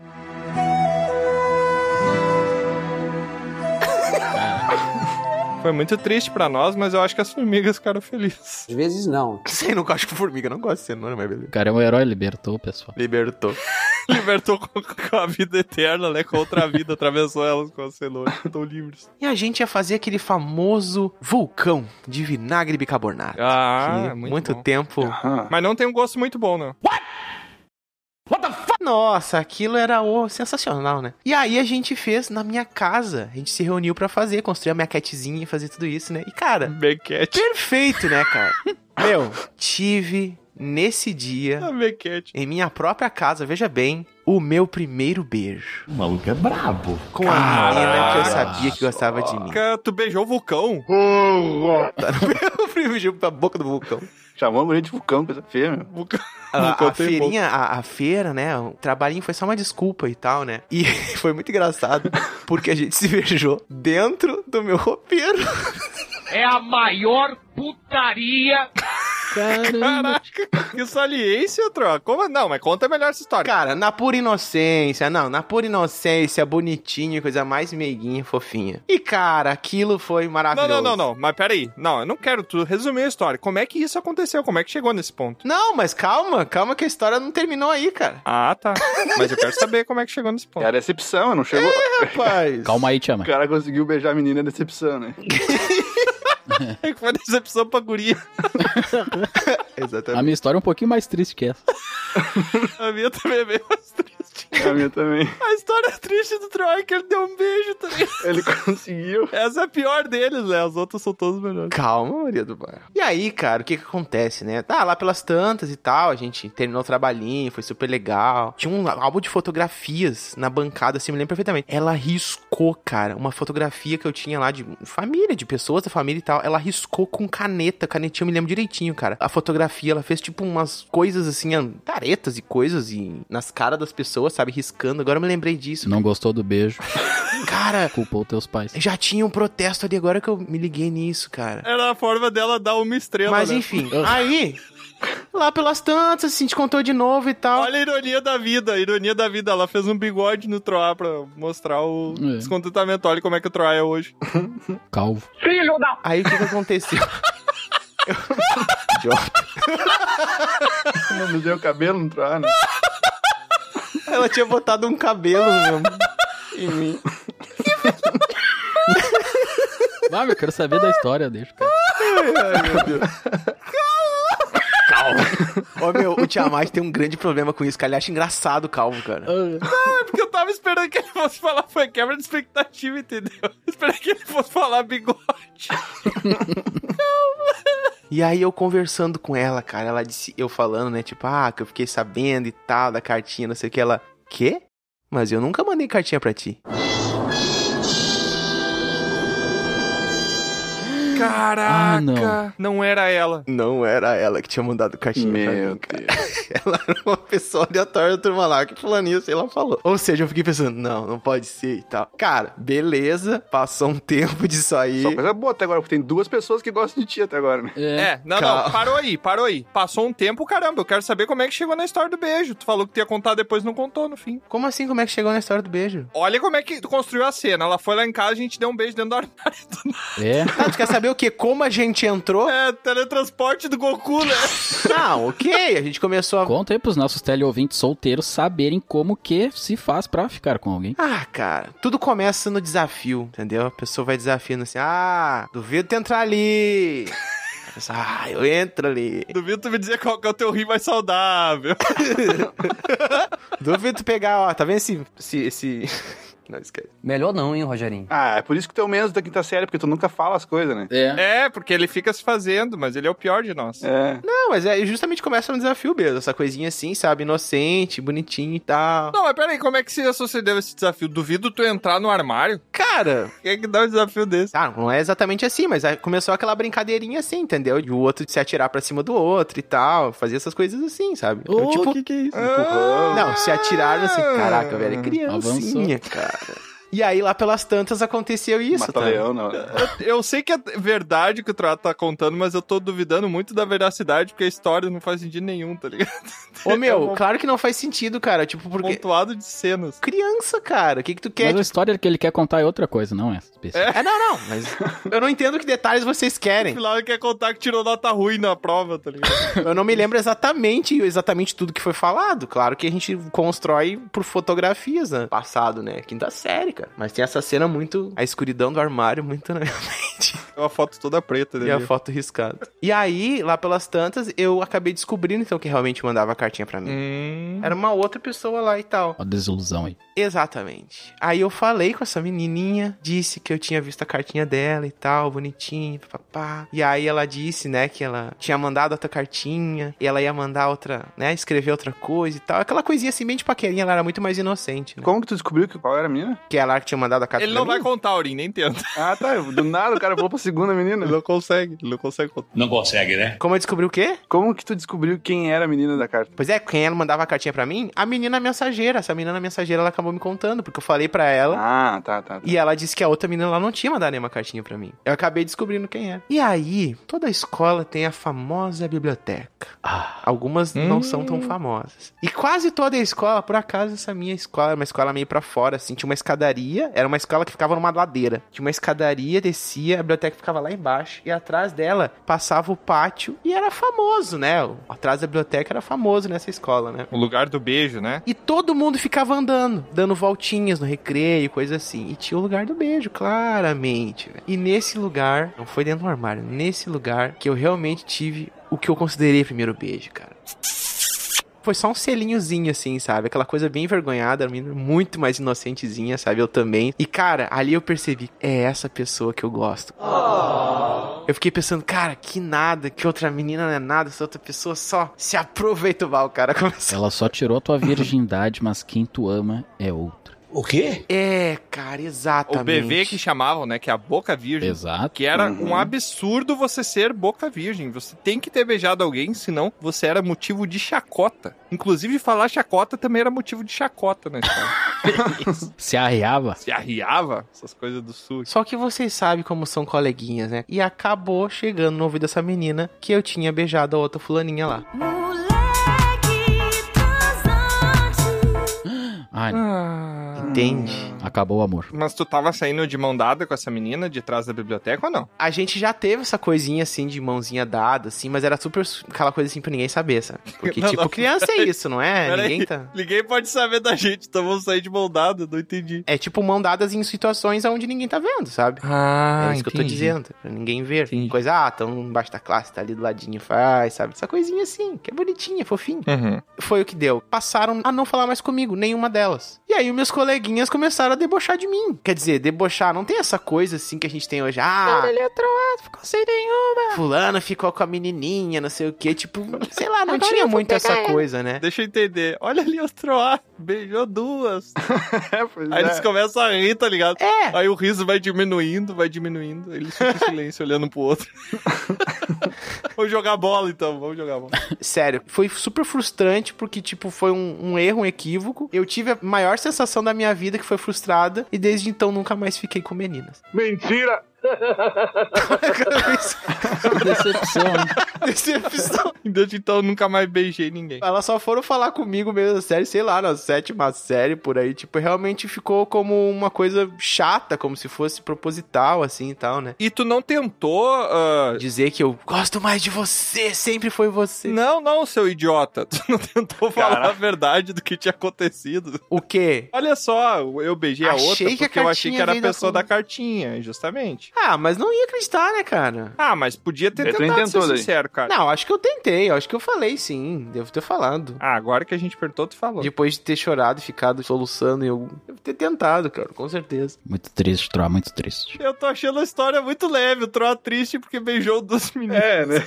Speaker 1: Foi muito triste pra nós, mas eu acho que as formigas ficaram felizes.
Speaker 10: Às vezes não.
Speaker 2: Sei, não gosto de formiga, não gosto de cenoura, mas beleza.
Speaker 4: O cara é um herói, libertou o pessoal.
Speaker 2: Libertou.
Speaker 1: Libertou com, com a vida eterna, né? Com outra vida, atravessou elas com a cenoura. Estão livres.
Speaker 2: E a gente ia fazer aquele famoso vulcão de vinagre bicarbonato.
Speaker 1: Ah,
Speaker 2: que
Speaker 1: muito,
Speaker 2: muito
Speaker 1: bom.
Speaker 2: tempo.
Speaker 3: Aham.
Speaker 1: Mas não tem um gosto muito bom, não.
Speaker 2: Nossa, aquilo era o sensacional, né? E aí a gente fez na minha casa. A gente se reuniu pra fazer, construir a maquetezinha e fazer tudo isso, né? E cara,
Speaker 1: Bequete.
Speaker 2: perfeito, né, cara? Meu, tive nesse dia
Speaker 1: A Bequete.
Speaker 2: em minha própria casa, veja bem, o meu primeiro beijo
Speaker 6: O maluco é brabo.
Speaker 2: com a menina que eu
Speaker 1: Caraca.
Speaker 2: sabia que gostava de mim.
Speaker 1: Cara, tu beijou o vulcão?
Speaker 2: O primeiro beijo pra boca do vulcão.
Speaker 3: Chamou a mulher de vulcão, coisa tipo feia, meu.
Speaker 1: Vulcão. Não
Speaker 2: A, a
Speaker 1: contei
Speaker 2: feirinha, a, a feira, né? O trabalhinho foi só uma desculpa e tal, né? E foi muito engraçado, porque a gente se beijou dentro do meu roupeiro.
Speaker 4: Caramba!
Speaker 1: Que saliência, troca. Como? Não, mas conta melhor essa história.
Speaker 2: Cara, na pura inocência, não, na pura inocência, bonitinho, coisa mais meiguinha, fofinha. E, cara, aquilo foi
Speaker 1: não,
Speaker 2: maravilhoso.
Speaker 1: não, não, não. Mas peraí. Não, eu não quero. Tu resumiu a história. Como é que isso aconteceu? Como é que chegou nesse ponto?
Speaker 2: Não, mas calma, calma que a história não terminou aí, cara.
Speaker 1: Ah, tá. Mas eu quero saber como é que chegou nesse ponto.
Speaker 3: É a decepção, não chegou.
Speaker 2: Rapaz.
Speaker 4: Calma aí,
Speaker 3: O
Speaker 4: Tiamat.
Speaker 3: cara conseguiu beijar a menina, é decepção, né?
Speaker 1: É que foi decepção pra guria.
Speaker 4: A minha história é um pouquinho mais triste que essa.
Speaker 1: A minha também é meio mais triste.
Speaker 3: É A minha também.
Speaker 1: A história triste do Troy é que ele deu um beijo também.
Speaker 3: Ele conseguiu.
Speaker 1: Essa é a pior deles, né? As outras são todas melhores.
Speaker 2: Calma, Maria do Bairro. E aí, cara, o que que acontece, né? Tá lá pelas tantas e tal, a gente terminou o trabalhinho, foi super legal. Tinha um álbum de fotografias na bancada, assim, me lembro perfeitamente. Ela riscou, cara, uma fotografia que eu tinha lá de família, de pessoas da família e tal. Ela riscou com caneta, canetinha, eu me lembro direitinho, cara. A fotografia, ela fez tipo umas coisas assim, an- taretas e coisas e nas caras das pessoas, sabe? Riscando. Agora eu me lembrei disso.
Speaker 4: Não gostou do beijo,
Speaker 2: Cara,
Speaker 4: culpou teus pais.
Speaker 2: já tinha um protesto ali agora que eu me liguei nisso, cara.
Speaker 1: Era a forma dela dar uma estrela,
Speaker 2: Mas
Speaker 1: né?
Speaker 2: enfim, aí, lá pelas tantas, assim, te contou de novo e tal.
Speaker 1: Olha a ironia da vida, a ironia da vida. Ela fez um bigode no Troá pra mostrar o
Speaker 4: É.
Speaker 1: descontentamento. Olha como é que o Troá é hoje.
Speaker 4: Calvo.
Speaker 2: Aí o que, que aconteceu? Idiota.
Speaker 3: Não me deu cabelo no troar, né?
Speaker 2: Ela tinha botado um cabelo mesmo.
Speaker 4: Ah, eu quero saber da história, deixa, cara.
Speaker 2: Ó, meu, o Tiamat tem um grande problema com isso, cara. Ele acha engraçado o calvo, cara.
Speaker 1: É porque eu tava esperando que ele fosse falar. Foi quebra de expectativa, entendeu? Esperei que ele fosse falar bigode.
Speaker 2: E aí eu conversando com ela, cara, ela disse, eu falando, né, tipo, ah, que eu fiquei sabendo e tal, da cartinha, não sei o que. Ela, quê? Mas eu nunca mandei cartinha pra ti.
Speaker 1: Caraca!
Speaker 4: Ah, não.
Speaker 1: não era ela.
Speaker 2: Não era ela que tinha mandado cartinha pra mim,
Speaker 3: Meu
Speaker 2: cara.
Speaker 3: Deus.
Speaker 2: Ela era uma pessoa aleatória da turma lá, que fulano isso, e ela falou. Ou seja, eu fiquei pensando, não, não pode ser e tal. Cara, beleza, passou um tempo disso aí.
Speaker 3: Só coisa boa até agora, porque tem duas pessoas que gostam de ti até agora, né?
Speaker 4: É.
Speaker 1: É, não,
Speaker 2: Calma.
Speaker 1: não, parou aí, parou aí. Passou um tempo, caramba, eu quero saber como é que chegou na história do beijo. Tu falou que tu ia contar depois, não contou no fim.
Speaker 2: Como assim, como é que chegou na história do beijo?
Speaker 1: Olha como é que tu construiu a cena. Ela foi lá em casa, a gente deu um beijo dentro do armário.
Speaker 4: É.
Speaker 2: Ah, tu quer saber o quê? Como a gente entrou?
Speaker 1: É, teletransporte do Goku, né?
Speaker 2: Não, ok, a gente começou a...
Speaker 4: Conta aí pros nossos teleouvintes solteiros saberem como que se faz pra ficar com alguém.
Speaker 2: Ah, cara, tudo começa no desafio, entendeu? A pessoa vai desafiando assim, ah, duvido tu entrar ali. A pessoa, ah, eu entro ali.
Speaker 1: Duvido tu me dizer qual que é o teu rim mais saudável.
Speaker 2: Duvido tu pegar, ó, tá vendo esse... esse, esse... Não, esquece.
Speaker 11: Melhor não, hein, Rogerinho?
Speaker 3: Ah, é por isso que tu é o menos da quinta série, porque tu nunca fala as coisas, né?
Speaker 4: É.
Speaker 1: É, porque ele fica se fazendo, mas ele é o pior de nós.
Speaker 3: É.
Speaker 2: Não, mas é justamente começa no desafio mesmo. Essa coisinha assim, sabe? Inocente, bonitinho e tal.
Speaker 1: Não, mas peraí, como é que se sucedeu esse desafio? Duvido tu entrar no armário?
Speaker 2: Cara,
Speaker 1: Quem é que dá um desafio desse?
Speaker 2: ah, não é exatamente assim, mas aí começou aquela brincadeirinha assim, entendeu? De o outro se atirar pra cima do outro e tal. Fazer essas coisas assim, sabe? Eu, tipo,
Speaker 4: que Ah! é isso?
Speaker 2: não, se atiraram assim. Caraca, velho, é criancinha,
Speaker 4: Avançou.
Speaker 2: cara. E aí lá pelas tantas aconteceu isso,
Speaker 3: Mata
Speaker 2: tá?
Speaker 3: leão, não.
Speaker 1: Eu sei que é verdade o que o Trato tá contando, mas eu tô duvidando muito da veracidade, porque a história não faz sentido nenhum, tá ligado?
Speaker 2: Ô,
Speaker 1: É
Speaker 2: meu,
Speaker 1: um
Speaker 2: claro que não faz sentido, cara. Tipo, porque.
Speaker 1: Pontuado de cenas.
Speaker 2: Criança, cara, o que que tu quer?
Speaker 4: Mas a história que ele quer contar é outra coisa, não essa. específica.
Speaker 2: É, não, não, mas eu não entendo que detalhes vocês querem.
Speaker 1: Afinal, ele quer contar é que tirou nota ruim na prova, tá ligado?
Speaker 2: Eu não me lembro exatamente exatamente tudo que foi falado. Claro que a gente constrói por fotografias, né? Passado, né? Quinta série, cara. Mas tem essa cena muito. A escuridão do armário, muito na minha mente.
Speaker 1: É uma foto toda preta
Speaker 2: E a
Speaker 1: dele.
Speaker 2: foto riscada. E aí, lá pelas tantas, eu acabei descobrindo então que realmente mandava a cartinha pra mim.
Speaker 1: Hum.
Speaker 2: Era uma outra pessoa lá e tal.
Speaker 4: Ó, desilusão aí.
Speaker 2: Exatamente. Aí eu falei com essa menininha, disse que eu tinha visto a cartinha dela e tal, bonitinho, papapá. E aí ela disse, né, que ela tinha mandado outra cartinha, e ela ia mandar outra, né, escrever outra coisa e tal. Aquela coisinha assim, bem de paquerinha, ela era muito mais inocente, né?
Speaker 3: Como que tu descobriu que qual era a menina?
Speaker 2: Que ela que tinha mandado a carta
Speaker 1: Ele não
Speaker 2: pra
Speaker 1: vai
Speaker 2: mim.
Speaker 1: contar, Aurim, nem tenta.
Speaker 3: Ah, tá. Do nada o cara falou pra segunda menina.
Speaker 1: Ele não consegue, ele não consegue contar.
Speaker 11: Não consegue, né?
Speaker 2: Como eu descobri o quê?
Speaker 3: Como que tu descobriu quem era a menina da carta?
Speaker 2: Pois é, quem ela mandava a cartinha pra mim? A menina mensageira. Essa menina mensageira, ela acabou me contando, porque eu falei pra ela.
Speaker 3: Ah, tá, tá. tá.
Speaker 2: E ela disse que a outra menina lá não tinha mandado nenhuma cartinha pra mim. Eu acabei descobrindo quem é. E aí, toda escola tem a famosa biblioteca.
Speaker 4: Ah.
Speaker 2: Algumas não
Speaker 1: Hum.
Speaker 2: são tão famosas. E quase toda a escola, por acaso, essa minha escola, era uma escola meio pra fora, assim, tinha uma escadaria, era uma escola que ficava numa ladeira. Tinha uma escadaria, descia, a biblioteca ficava lá embaixo, e atrás dela passava o pátio, e era famoso, né? O- Atrás da biblioteca era famoso nessa escola, né?
Speaker 1: O lugar do beijo, né?
Speaker 2: E todo mundo ficava andando, dando voltinhas no recreio, coisa assim. E tinha o lugar do beijo, claramente. velho. E nesse lugar, não foi dentro do armário, nesse lugar que eu realmente tive o que eu considerei primeiro beijo, cara. Foi só um selinhozinho, assim, sabe? Aquela coisa bem envergonhada, a menina muito mais inocentezinha, sabe? Eu também. E, cara, ali eu percebi, é essa pessoa que eu gosto. Eu fiquei pensando, cara, que nada, que outra menina não é nada, essa outra pessoa só se aproveita o mal, cara. Começou
Speaker 4: Ela só tirou a tua virgindade, mas quem tu ama é outro.
Speaker 2: O quê? É, cara, exatamente.
Speaker 1: O BV que chamavam, né? Que é a boca virgem.
Speaker 4: Exato.
Speaker 1: Que era
Speaker 2: Uhum.
Speaker 1: um absurdo você ser boca virgem. Você tem que ter beijado alguém, senão você era motivo de chacota. Inclusive, falar chacota também era motivo de chacota na escola.
Speaker 4: Se arreava.
Speaker 1: Se arriava, essas coisas do sul.
Speaker 2: Só que vocês sabem como são coleguinhas, né? E acabou chegando no ouvido dessa menina que eu tinha beijado a outra fulaninha lá.
Speaker 4: Ai,
Speaker 2: Entende?
Speaker 1: Uhum.
Speaker 4: acabou o amor.
Speaker 1: Ah. Mas tu tava saindo de mão dada com essa menina de trás da biblioteca ou não?
Speaker 2: A gente já teve essa coisinha assim de mãozinha dada, assim, mas era super su- aquela coisa assim pra ninguém saber, sabe? Porque,
Speaker 1: Não,
Speaker 2: tipo,
Speaker 1: não,
Speaker 2: criança é
Speaker 1: peraí.
Speaker 2: isso, não é?
Speaker 1: Peraí.
Speaker 2: Ninguém tá.
Speaker 1: Ninguém pode saber da gente, então vamos sair de mão dada, não entendi.
Speaker 2: É tipo mão dadas em situações onde ninguém tá vendo, sabe?
Speaker 1: Ah,
Speaker 2: é isso que eu tô dizendo, pra ninguém ver. Coisa, ah, tão embaixo da classe, tá ali do ladinho, faz, sabe? Essa coisinha assim, que é bonitinha, fofinha.
Speaker 1: Uhum.
Speaker 2: Foi o que deu. Passaram a não falar mais comigo, nenhuma delas. E aí, meus coleguinhas começaram a debochar de mim. Quer dizer, debochar, não tem essa coisa assim que a gente tem hoje. Ah,
Speaker 10: ele é troado, ficou sem nenhuma.
Speaker 2: fulano ficou com a menininha, não sei o quê. Tipo, sei lá, não tinha muito essa coisa, né?
Speaker 1: Deixa eu entender. Olha ali os troar. Beijou duas.
Speaker 3: É, pois
Speaker 1: Aí
Speaker 3: é.
Speaker 1: eles começam a rir, tá ligado?
Speaker 2: É.
Speaker 1: Aí o riso vai diminuindo, vai diminuindo. Eles ficam em silêncio olhando pro outro. vamos jogar bola então, vamos jogar bola.
Speaker 2: Sério, foi super frustrante porque, tipo, foi um, um erro, um equívoco. Eu tive a maior sensação da minha vida que foi frustrada e desde então nunca mais fiquei com meninas.
Speaker 6: Mentira!
Speaker 4: Decepção.
Speaker 2: Decepção.
Speaker 1: Desde então eu nunca mais beijei ninguém.
Speaker 2: Tipo, Elas só foram falar comigo mesmo, sério, sei lá, na sétima série por aí. Tipo, realmente ficou como uma coisa chata, como se fosse proposital, assim e tal, né?
Speaker 1: E tu não tentou. ah,
Speaker 2: Dizer que eu gosto mais de você, sempre foi você.
Speaker 1: Não, não, seu idiota. Tu não tentou falar
Speaker 3: Cara.
Speaker 1: a verdade do que tinha acontecido.
Speaker 2: O quê?
Speaker 1: Olha só, eu beijei a
Speaker 2: Achei
Speaker 1: outra
Speaker 2: que a
Speaker 1: porque eu achei
Speaker 2: cartinha
Speaker 1: que era a
Speaker 2: veio da
Speaker 1: pessoa
Speaker 2: fuga.
Speaker 1: da cartinha, justamente.
Speaker 2: Ah, mas não ia acreditar, né, cara?
Speaker 1: Ah, mas podia ter
Speaker 3: Eu tô
Speaker 1: tentado, ser
Speaker 3: entendendo aí.
Speaker 1: sincero, cara.
Speaker 2: Não, acho que eu tentei, acho que eu falei sim, devo ter falado.
Speaker 1: Ah, agora que a gente apertou, tu falou.
Speaker 2: Depois de ter chorado e ficado soluçando, eu devo ter tentado, cara, com certeza.
Speaker 4: Muito triste, Troa, muito triste.
Speaker 1: Eu tô achando a história muito leve. O Troa triste porque beijou duas meninas.
Speaker 3: É, né?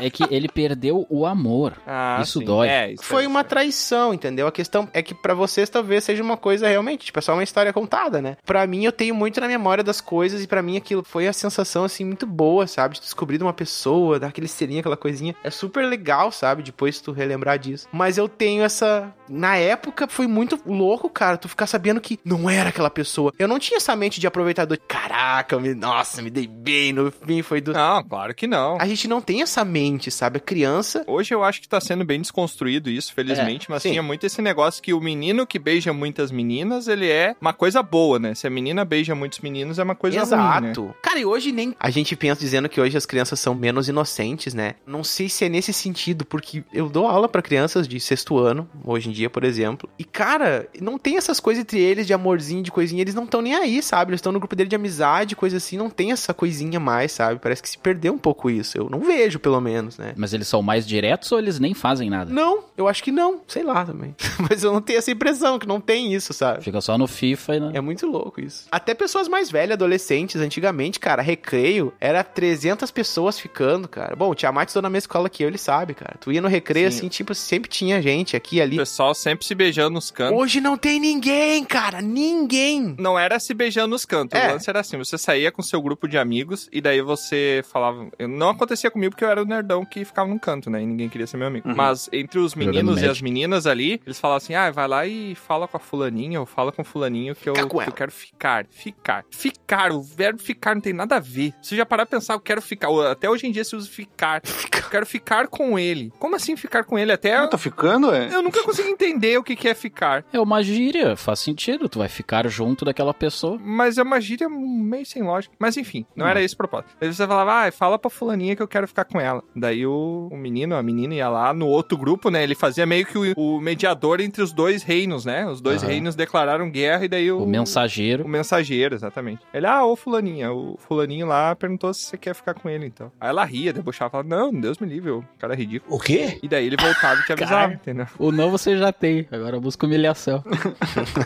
Speaker 4: É que ele perdeu o amor.
Speaker 1: Ah,
Speaker 4: Isso dói.
Speaker 1: É, isso
Speaker 2: Foi
Speaker 1: é,
Speaker 2: uma
Speaker 1: isso
Speaker 2: traição, entendeu? A questão é que pra vocês talvez seja uma coisa realmente, tipo, é só uma história contada, né? Pra mim, eu tenho muito na memória das coisas e pra mim aquilo foi a sensação, assim, muito boa, sabe? De descobrir de uma pessoa, dar aquele selinho, aquela coisinha. É super legal, sabe? Depois tu relembrar disso. Mas eu tenho essa. Na época foi muito louco, cara, tu ficar sabendo que não era aquela pessoa. Eu não tinha essa mente de aproveitador. Caraca, eu me... nossa, me dei bem, no fim foi do.
Speaker 1: Não, claro que não.
Speaker 2: A gente não tem essa mente, sabe? A criança.
Speaker 1: Hoje eu acho que tá sendo bem desconstruído isso, felizmente, mas
Speaker 2: sim.
Speaker 1: tinha muito esse negócio que o menino que beija muitas meninas, ele é uma coisa boa, né? Se a menina beija muitos meninos, é uma coisa ruim, né?
Speaker 2: Exato. Cara, e hoje nem. A gente pensa dizendo que hoje as crianças são menos inocentes, né? Não sei se é nesse sentido, porque eu dou aula pra crianças de sexto ano, hoje em dia, por exemplo. E, cara, não tem essas coisas entre eles de amorzinho, de coisinha. Eles não estão nem aí, sabe? Eles estão no grupo dele de amizade, coisa assim. Não tem essa coisinha mais, sabe? Parece que se perdeu um pouco isso. Eu não vejo, pelo menos, né?
Speaker 4: Mas eles são mais diretos ou eles nem fazem nada?
Speaker 2: Não, eu acho que não. Sei lá também. Mas eu não tenho essa impressão que não tem isso, sabe?
Speaker 4: Fica só no FIFA e na...
Speaker 2: É muito louco isso. Até pessoas mais velhas, adolescentes, antigamente, cara, recreio, era 300 pessoas ficando, cara. Bom, o Tiamat estudou na mesma escola que eu, ele sabe, cara. Tu ia no recreio,
Speaker 1: Sim.
Speaker 2: assim, tipo, sempre tinha gente aqui e
Speaker 1: O
Speaker 2: ali.
Speaker 1: pessoal sempre se beijando nos cantos.
Speaker 2: Hoje não tem ninguém, cara, ninguém.
Speaker 1: Não era se beijando nos cantos.
Speaker 2: É.
Speaker 1: O lance era assim: você saía com seu grupo de amigos e daí você falava. Não acontecia comigo porque eu era o nerdão que ficava num canto, né? E ninguém queria ser meu amigo.
Speaker 3: Uhum.
Speaker 1: Mas entre os meninos e
Speaker 4: médico.
Speaker 1: as meninas ali, eles falam assim: ah, vai lá e fala com a fulaninha ou fala com fulaninho que eu,
Speaker 2: com
Speaker 1: que eu
Speaker 2: ela.
Speaker 1: quero ficar. Ficar. Ficar, o verbo ficar não tem nada a ver. Você já parar pra pensar, eu quero ficar. ou Até hoje em dia se usa ficar. Eu quero ficar com ele. Como assim ficar com ele? Até.
Speaker 3: Tá ficando, é?
Speaker 1: Eu nunca consegui entender o que que é ficar.
Speaker 4: É uma gíria, faz sentido, tu vai ficar junto daquela pessoa.
Speaker 1: Mas é uma gíria meio sem lógica. Mas enfim, não
Speaker 4: Hum.
Speaker 1: era esse o propósito. Aí você falava, ah, fala pra fulaninha que eu quero ficar com ela. Daí o, o menino, a menina ia lá no outro grupo, né? Ele fazia meio que o, o mediador entre os dois reinos, né? Os dois
Speaker 4: Aham.
Speaker 1: reinos declararam guerra e daí o...
Speaker 4: O mensageiro.
Speaker 1: o mensageiro, exatamente. Ele, ah, ô fulaninha, o fulaninho lá perguntou se você quer ficar com ele, então. Aí ela ria, debochava, falava, não, Deus me livre, o cara é ridículo.
Speaker 12: O quê?
Speaker 1: E daí ele voltava e te avisava,
Speaker 4: Cara.
Speaker 1: entendeu?
Speaker 4: O não você já tem, agora busca humilhação.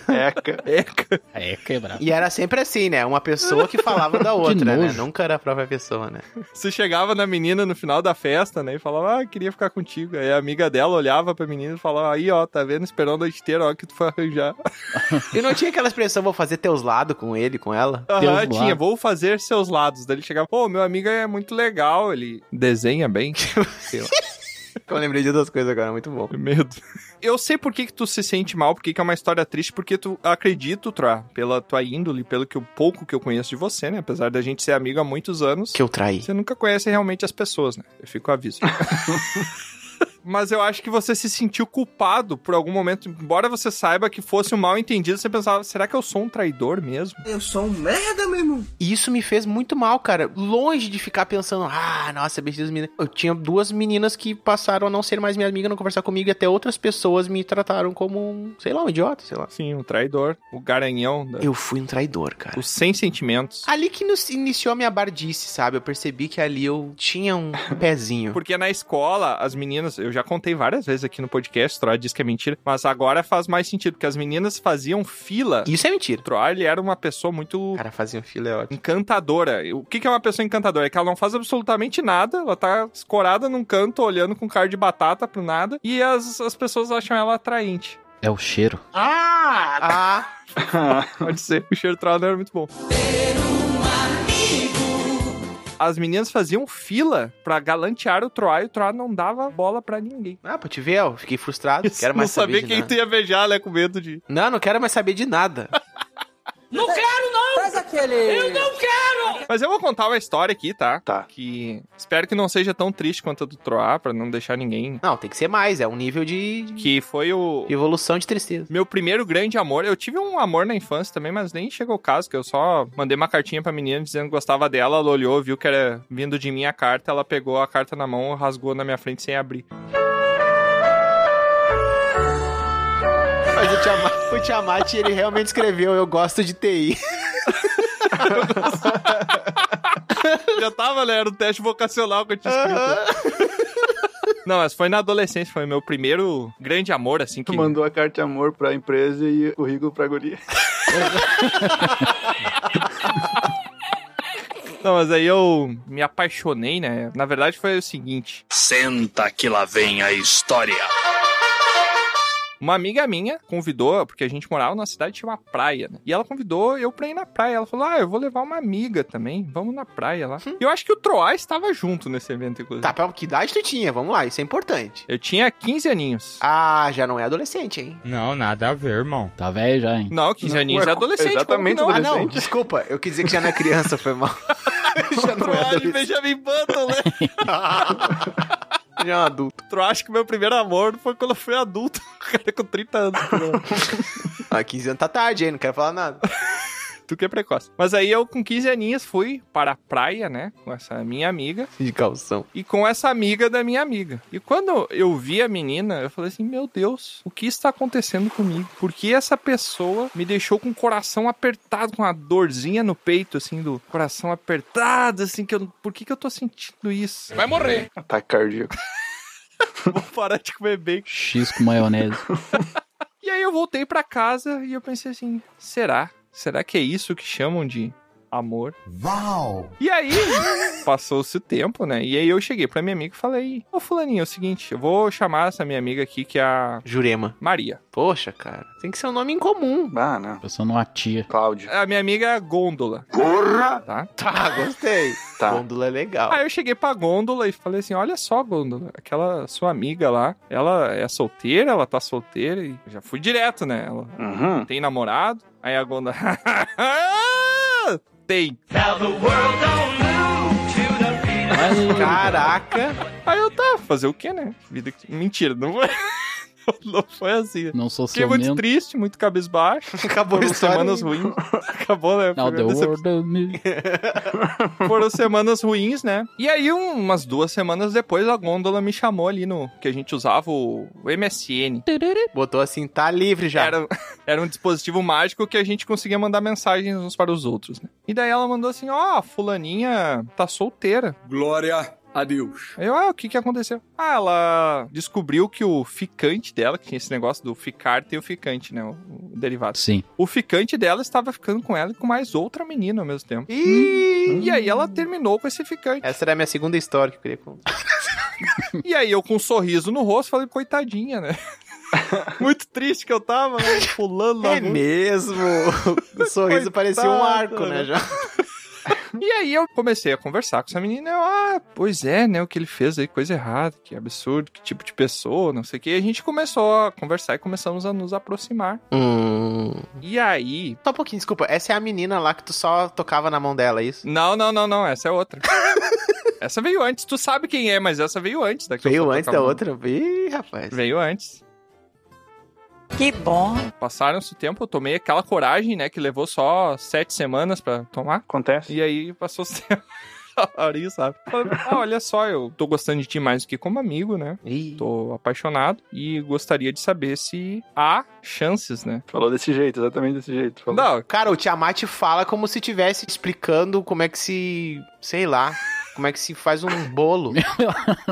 Speaker 3: Eca.
Speaker 1: Eca.
Speaker 4: É quebrado.
Speaker 2: E era sempre assim, né? Uma pessoa que falava da outra, né?
Speaker 4: nojo.
Speaker 2: Nunca era a própria pessoa, né?
Speaker 1: Você chegava na menina no final da festa, né? E falava, ah, queria ficar contigo. Aí a amiga dela olhava pra menina e falava, aí, ó, tá vendo? Esperando a noite inteira, ó, que tu foi arranjar.
Speaker 2: E não tinha aquela expressão, vou fazer teus lados com ele, com ela?
Speaker 1: Aham, Ah, tinha, vou fazer seus lados. Daí ele chegava, pô, meu amigo é muito legal, ele desenha bem. Sei lá.
Speaker 2: Eu lembrei de duas coisas agora, muito bom.
Speaker 1: Medo. Eu sei por que, que tu se sente mal, porque que é uma história triste, porque tu acredito, Troa, pela tua índole, pelo que o pouco que eu conheço de você, né? Apesar da gente ser amigo há muitos anos.
Speaker 2: Que eu traí.
Speaker 1: Você nunca conhece realmente as pessoas, né? Eu fico aviso. Mas eu acho que você se sentiu culpado por algum momento, embora você saiba que fosse um mal entendido, você pensava, será que eu sou um traidor mesmo?
Speaker 2: Eu sou um merda, meu irmão. E isso me fez muito mal, cara. Longe de ficar pensando, ah, nossa, beijo das meninas. Eu tinha duas meninas que passaram a não ser mais minha amiga, não conversar comigo, e até outras pessoas me trataram como um, sei lá, um idiota, sei lá.
Speaker 1: Sim, um traidor, o garanhão, da-
Speaker 2: Eu Ah, fui um traidor, cara.
Speaker 1: os sem sentimentos.
Speaker 2: Ali que nos iniciou a minha bardice, sabe? Eu percebi que ali eu tinha um pezinho.
Speaker 1: Porque na escola, as meninas, eu já contei várias vezes aqui no podcast, o Troy diz que é mentira, mas agora faz mais sentido, porque as meninas faziam fila.
Speaker 2: Isso é mentira.
Speaker 1: O Troy, ele era uma pessoa muito
Speaker 2: Cara, fazia um filé ótimo.
Speaker 1: encantadora. O que que é uma pessoa encantadora? É que ela não faz absolutamente nada, ela tá escorada num canto, olhando com cara de batata pro nada, e as, as pessoas acham ela atraente.
Speaker 4: É o cheiro.
Speaker 2: Ah,
Speaker 1: Pode ser, o cheiro do Troy não era muito bom. As meninas faziam fila pra galantear o Troy, e o Troy não dava bola pra ninguém.
Speaker 2: ah, pra te ver, eu fiquei frustrado. Quero mais
Speaker 1: não saber
Speaker 2: de
Speaker 1: quem
Speaker 2: nada.
Speaker 1: tu ia beijar, né? Com medo de.
Speaker 2: Não, não quero mais saber de nada.
Speaker 10: Não quero, não! Faz aquele. Eu não quero!
Speaker 1: Mas eu vou contar uma história aqui, tá?
Speaker 3: Tá.
Speaker 1: Que espero que não seja tão triste quanto a do Troá, pra não deixar ninguém.
Speaker 2: Não, tem que ser mais. É um nível de
Speaker 1: Que foi o.
Speaker 2: evolução de tristeza.
Speaker 1: Meu primeiro grande amor, eu tive um amor na infância também, mas nem chegou o caso, que eu só mandei uma cartinha pra menina dizendo que gostava dela, ela olhou, viu que era vindo de mim a carta, ela pegou a carta na mão, rasgou na minha frente sem abrir.
Speaker 2: Mas o Tiamat, o Tiamat, ele realmente escreveu, eu gosto de TI.
Speaker 1: Já tava, né? Era um teste vocacional que eu tinha escrito. Não, mas foi na adolescência, foi meu primeiro grande amor, assim, que...
Speaker 3: Tu mandou a carta de amor pra empresa e o currículo pra guria.
Speaker 1: Não, mas aí eu me apaixonei, né? Na verdade foi o seguinte,
Speaker 13: Senta que lá vem a história.
Speaker 1: Uma amiga minha convidou, porque a gente morava numa cidade que tinha uma praia, né? E ela convidou eu pra ir na praia. Ela falou: Ah, eu vou levar uma amiga também, vamos na praia lá. E eu acho que o Troá estava junto nesse evento, inclusive.
Speaker 2: Tá, pra que idade tu tinha? Vamos lá, isso é importante.
Speaker 1: Eu tinha 15 aninhos.
Speaker 2: Ah, já não é adolescente, hein?
Speaker 12: Não, nada a ver, irmão.
Speaker 4: Tá velho já, hein?
Speaker 1: Não, 15 aninhos
Speaker 3: Ué,
Speaker 1: é adolescente. como
Speaker 3: exatamente
Speaker 1: que não?
Speaker 2: Ah, não,
Speaker 3: Adolescente?
Speaker 2: desculpa, eu quis dizer que já não é criança, foi mal. já não
Speaker 1: Ah, Troá
Speaker 2: é
Speaker 1: de
Speaker 2: adolescente,
Speaker 1: Benjamin Button, né?
Speaker 2: já é um adulto.
Speaker 1: Troá, acho que meu primeiro amor foi quando eu fui adulto. Cara, com 30 anos.
Speaker 2: Ah, 15 anos tá tarde, hein? Não quero falar nada.
Speaker 1: tu que é precoce. Mas aí eu, com 15 aninhos, fui para a praia, né? Com essa minha amiga.
Speaker 2: De calção.
Speaker 1: e com essa amiga da minha amiga. E quando eu vi a menina, eu falei assim: Meu Deus, o que está acontecendo comigo? Por que essa pessoa me deixou com o coração apertado, com uma dorzinha no peito, assim, do coração apertado, assim, que eu. Por que, que eu tô sentindo isso? Vai morrer!
Speaker 3: Ataque cardíaco.
Speaker 1: Vou parar de comer bacon.
Speaker 4: X com maionese.
Speaker 1: E aí eu voltei pra casa e eu pensei assim: será? Será que é isso que chamam de amor. Uau! E aí, passou-se o tempo, né? E aí eu cheguei pra minha amiga e falei: Ô, Fulaninho, é o seguinte, eu vou chamar essa minha amiga aqui que é a.
Speaker 2: Jurema.
Speaker 1: Maria.
Speaker 2: Poxa, cara. Tem que ser um nome em comum.
Speaker 3: Ah, não.
Speaker 4: Eu sou uma tia.
Speaker 3: Cláudio.
Speaker 1: A minha amiga Gôndola.
Speaker 3: Porra!
Speaker 1: Tá?
Speaker 2: Tá, gostei.
Speaker 3: Tá.
Speaker 2: Gôndola é legal.
Speaker 1: Aí eu cheguei pra Gôndola e falei assim: olha só, Gôndola, aquela sua amiga lá, ela é solteira, ela tá solteira e já fui direto, né? Ela
Speaker 3: Uhum.
Speaker 1: tem namorado. Aí a Gôndola. "Ah, tem.
Speaker 2: Caraca.
Speaker 1: Aí eu tá, fazer o quê, né? Vida que... Mentira, não foi. Não foi assim.
Speaker 4: Não sou
Speaker 1: Fiquei muito
Speaker 4: ciumento.
Speaker 1: triste, muito cabisbaixo.
Speaker 2: Acabou a
Speaker 1: Foram
Speaker 2: história.
Speaker 1: semanas ruins. Acabou, né?
Speaker 4: Now
Speaker 1: Foi
Speaker 4: the
Speaker 1: uma decepção.
Speaker 4: world of me.
Speaker 1: Foram semanas ruins, né? E aí, um- umas duas semanas depois, a gôndola me chamou ali no. Que a gente usava o, o MSN.
Speaker 2: Botou assim, tá livre já.
Speaker 1: Era, era um dispositivo mágico que a gente conseguia mandar mensagens uns para os outros, né? E daí ela mandou assim: ó, fulaninha tá solteira.
Speaker 12: Glória a Deus.
Speaker 1: Aí eu, ah, o que que aconteceu? Ah, ela descobriu que o ficante dela, que tinha esse negócio do ficar, tem o ficante, né? O, o derivado.
Speaker 4: Sim.
Speaker 1: O ficante dela estava ficando com ela e com mais outra menina ao mesmo tempo.
Speaker 2: Ih!
Speaker 1: E aí ela terminou com esse ficante.
Speaker 2: Essa era a minha segunda história que eu queria contar.
Speaker 1: E aí eu com um sorriso no rosto falei, coitadinha, né? Muito triste que eu tava, né? Pulando na
Speaker 2: É
Speaker 1: rua.
Speaker 2: mesmo? O
Speaker 1: Coitado,
Speaker 2: sorriso parecia um arco, né?
Speaker 1: né?
Speaker 2: Já.
Speaker 1: E aí eu comecei a conversar com essa menina. Eu, ah, pois é, né? O que ele fez aí, coisa errada, que absurdo, que tipo de pessoa, não sei o quê. E a gente começou a conversar e começamos a nos aproximar.
Speaker 2: Hum.
Speaker 1: E aí.
Speaker 2: Só um pouquinho, desculpa. Essa é a menina lá que tu só tocava na mão dela, é isso?
Speaker 1: Não, não, não, não, essa é outra. essa veio antes, tu sabe quem é, mas essa veio antes da que eu
Speaker 2: Veio
Speaker 1: só
Speaker 2: antes
Speaker 1: tocava
Speaker 2: da
Speaker 1: no-
Speaker 2: outra? Ih, rapaz.
Speaker 1: Veio antes.
Speaker 10: Que bom.
Speaker 1: Passaram-se o tempo, eu tomei aquela coragem, né? Que levou só sete semanas pra tomar.
Speaker 3: Acontece.
Speaker 1: E aí passou Ari, sabe? Falei, Ah, olha só, eu tô gostando de ti mais do que como amigo, né?
Speaker 2: Ih.
Speaker 1: Tô apaixonado e gostaria de saber se há chances, né?
Speaker 3: Falou desse jeito, exatamente desse jeito. Falou.
Speaker 1: Não,
Speaker 2: Cara, o Tiamat fala como se estivesse explicando como é que se. sei lá. Como é que se faz um bolo.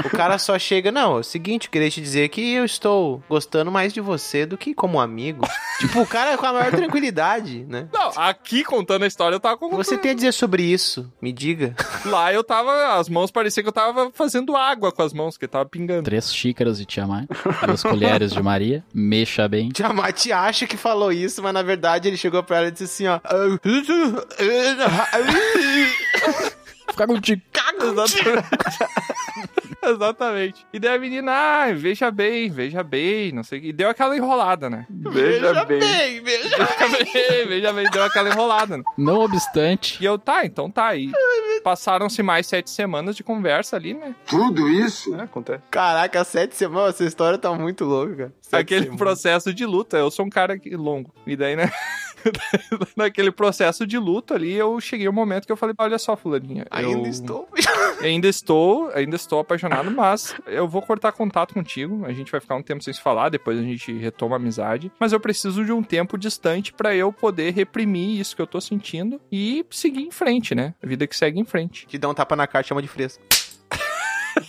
Speaker 2: o cara só chega, não, é o seguinte, eu queria te dizer que eu estou gostando mais de você do que como amigo. tipo, o cara com a maior tranquilidade, né?
Speaker 1: não, aqui contando a história eu tava com.
Speaker 2: Você tem a dizer sobre isso? Me diga.
Speaker 1: Lá eu tava. As mãos pareciam que eu tava fazendo água com as mãos, que tava pingando.
Speaker 4: Três xícaras de Tiamat, duas colheres de Maria, mexa bem.
Speaker 2: O Tiamat acha que falou isso, mas na verdade ele chegou pra ela e disse assim, ó. ah,
Speaker 4: Fica contigo.
Speaker 1: Exatamente. Exatamente. E daí a menina, ah, veja bem, veja bem, não sei o que. E deu aquela enrolada, né?
Speaker 3: Veja bem.
Speaker 1: Veja bem, veja bem, deu aquela enrolada, né?
Speaker 4: Não obstante,
Speaker 1: E eu, tá, então tá aí. Passaram-se mais sete semanas de conversa ali, né?
Speaker 6: Tudo isso?
Speaker 3: É, acontece.
Speaker 2: Caraca, sete semanas, essa história tá muito louca, cara. Sete
Speaker 1: Aquele
Speaker 2: semanas.
Speaker 1: processo de luta. Eu sou um cara que- longo. E daí, né? Naquele processo de luta ali, eu cheguei um momento que eu falei: Olha só, Fulaninha.
Speaker 2: Ainda
Speaker 1: eu
Speaker 2: estou.
Speaker 1: Ainda estou, ainda estou apaixonado, mas eu vou cortar contato contigo. A gente vai ficar um tempo sem se falar, depois a gente retoma a amizade. Mas eu preciso de um tempo distante pra eu poder reprimir isso que eu tô sentindo e seguir em frente, né? A vida que segue em frente.
Speaker 2: Te dá um tapa na cara, chama de fresco.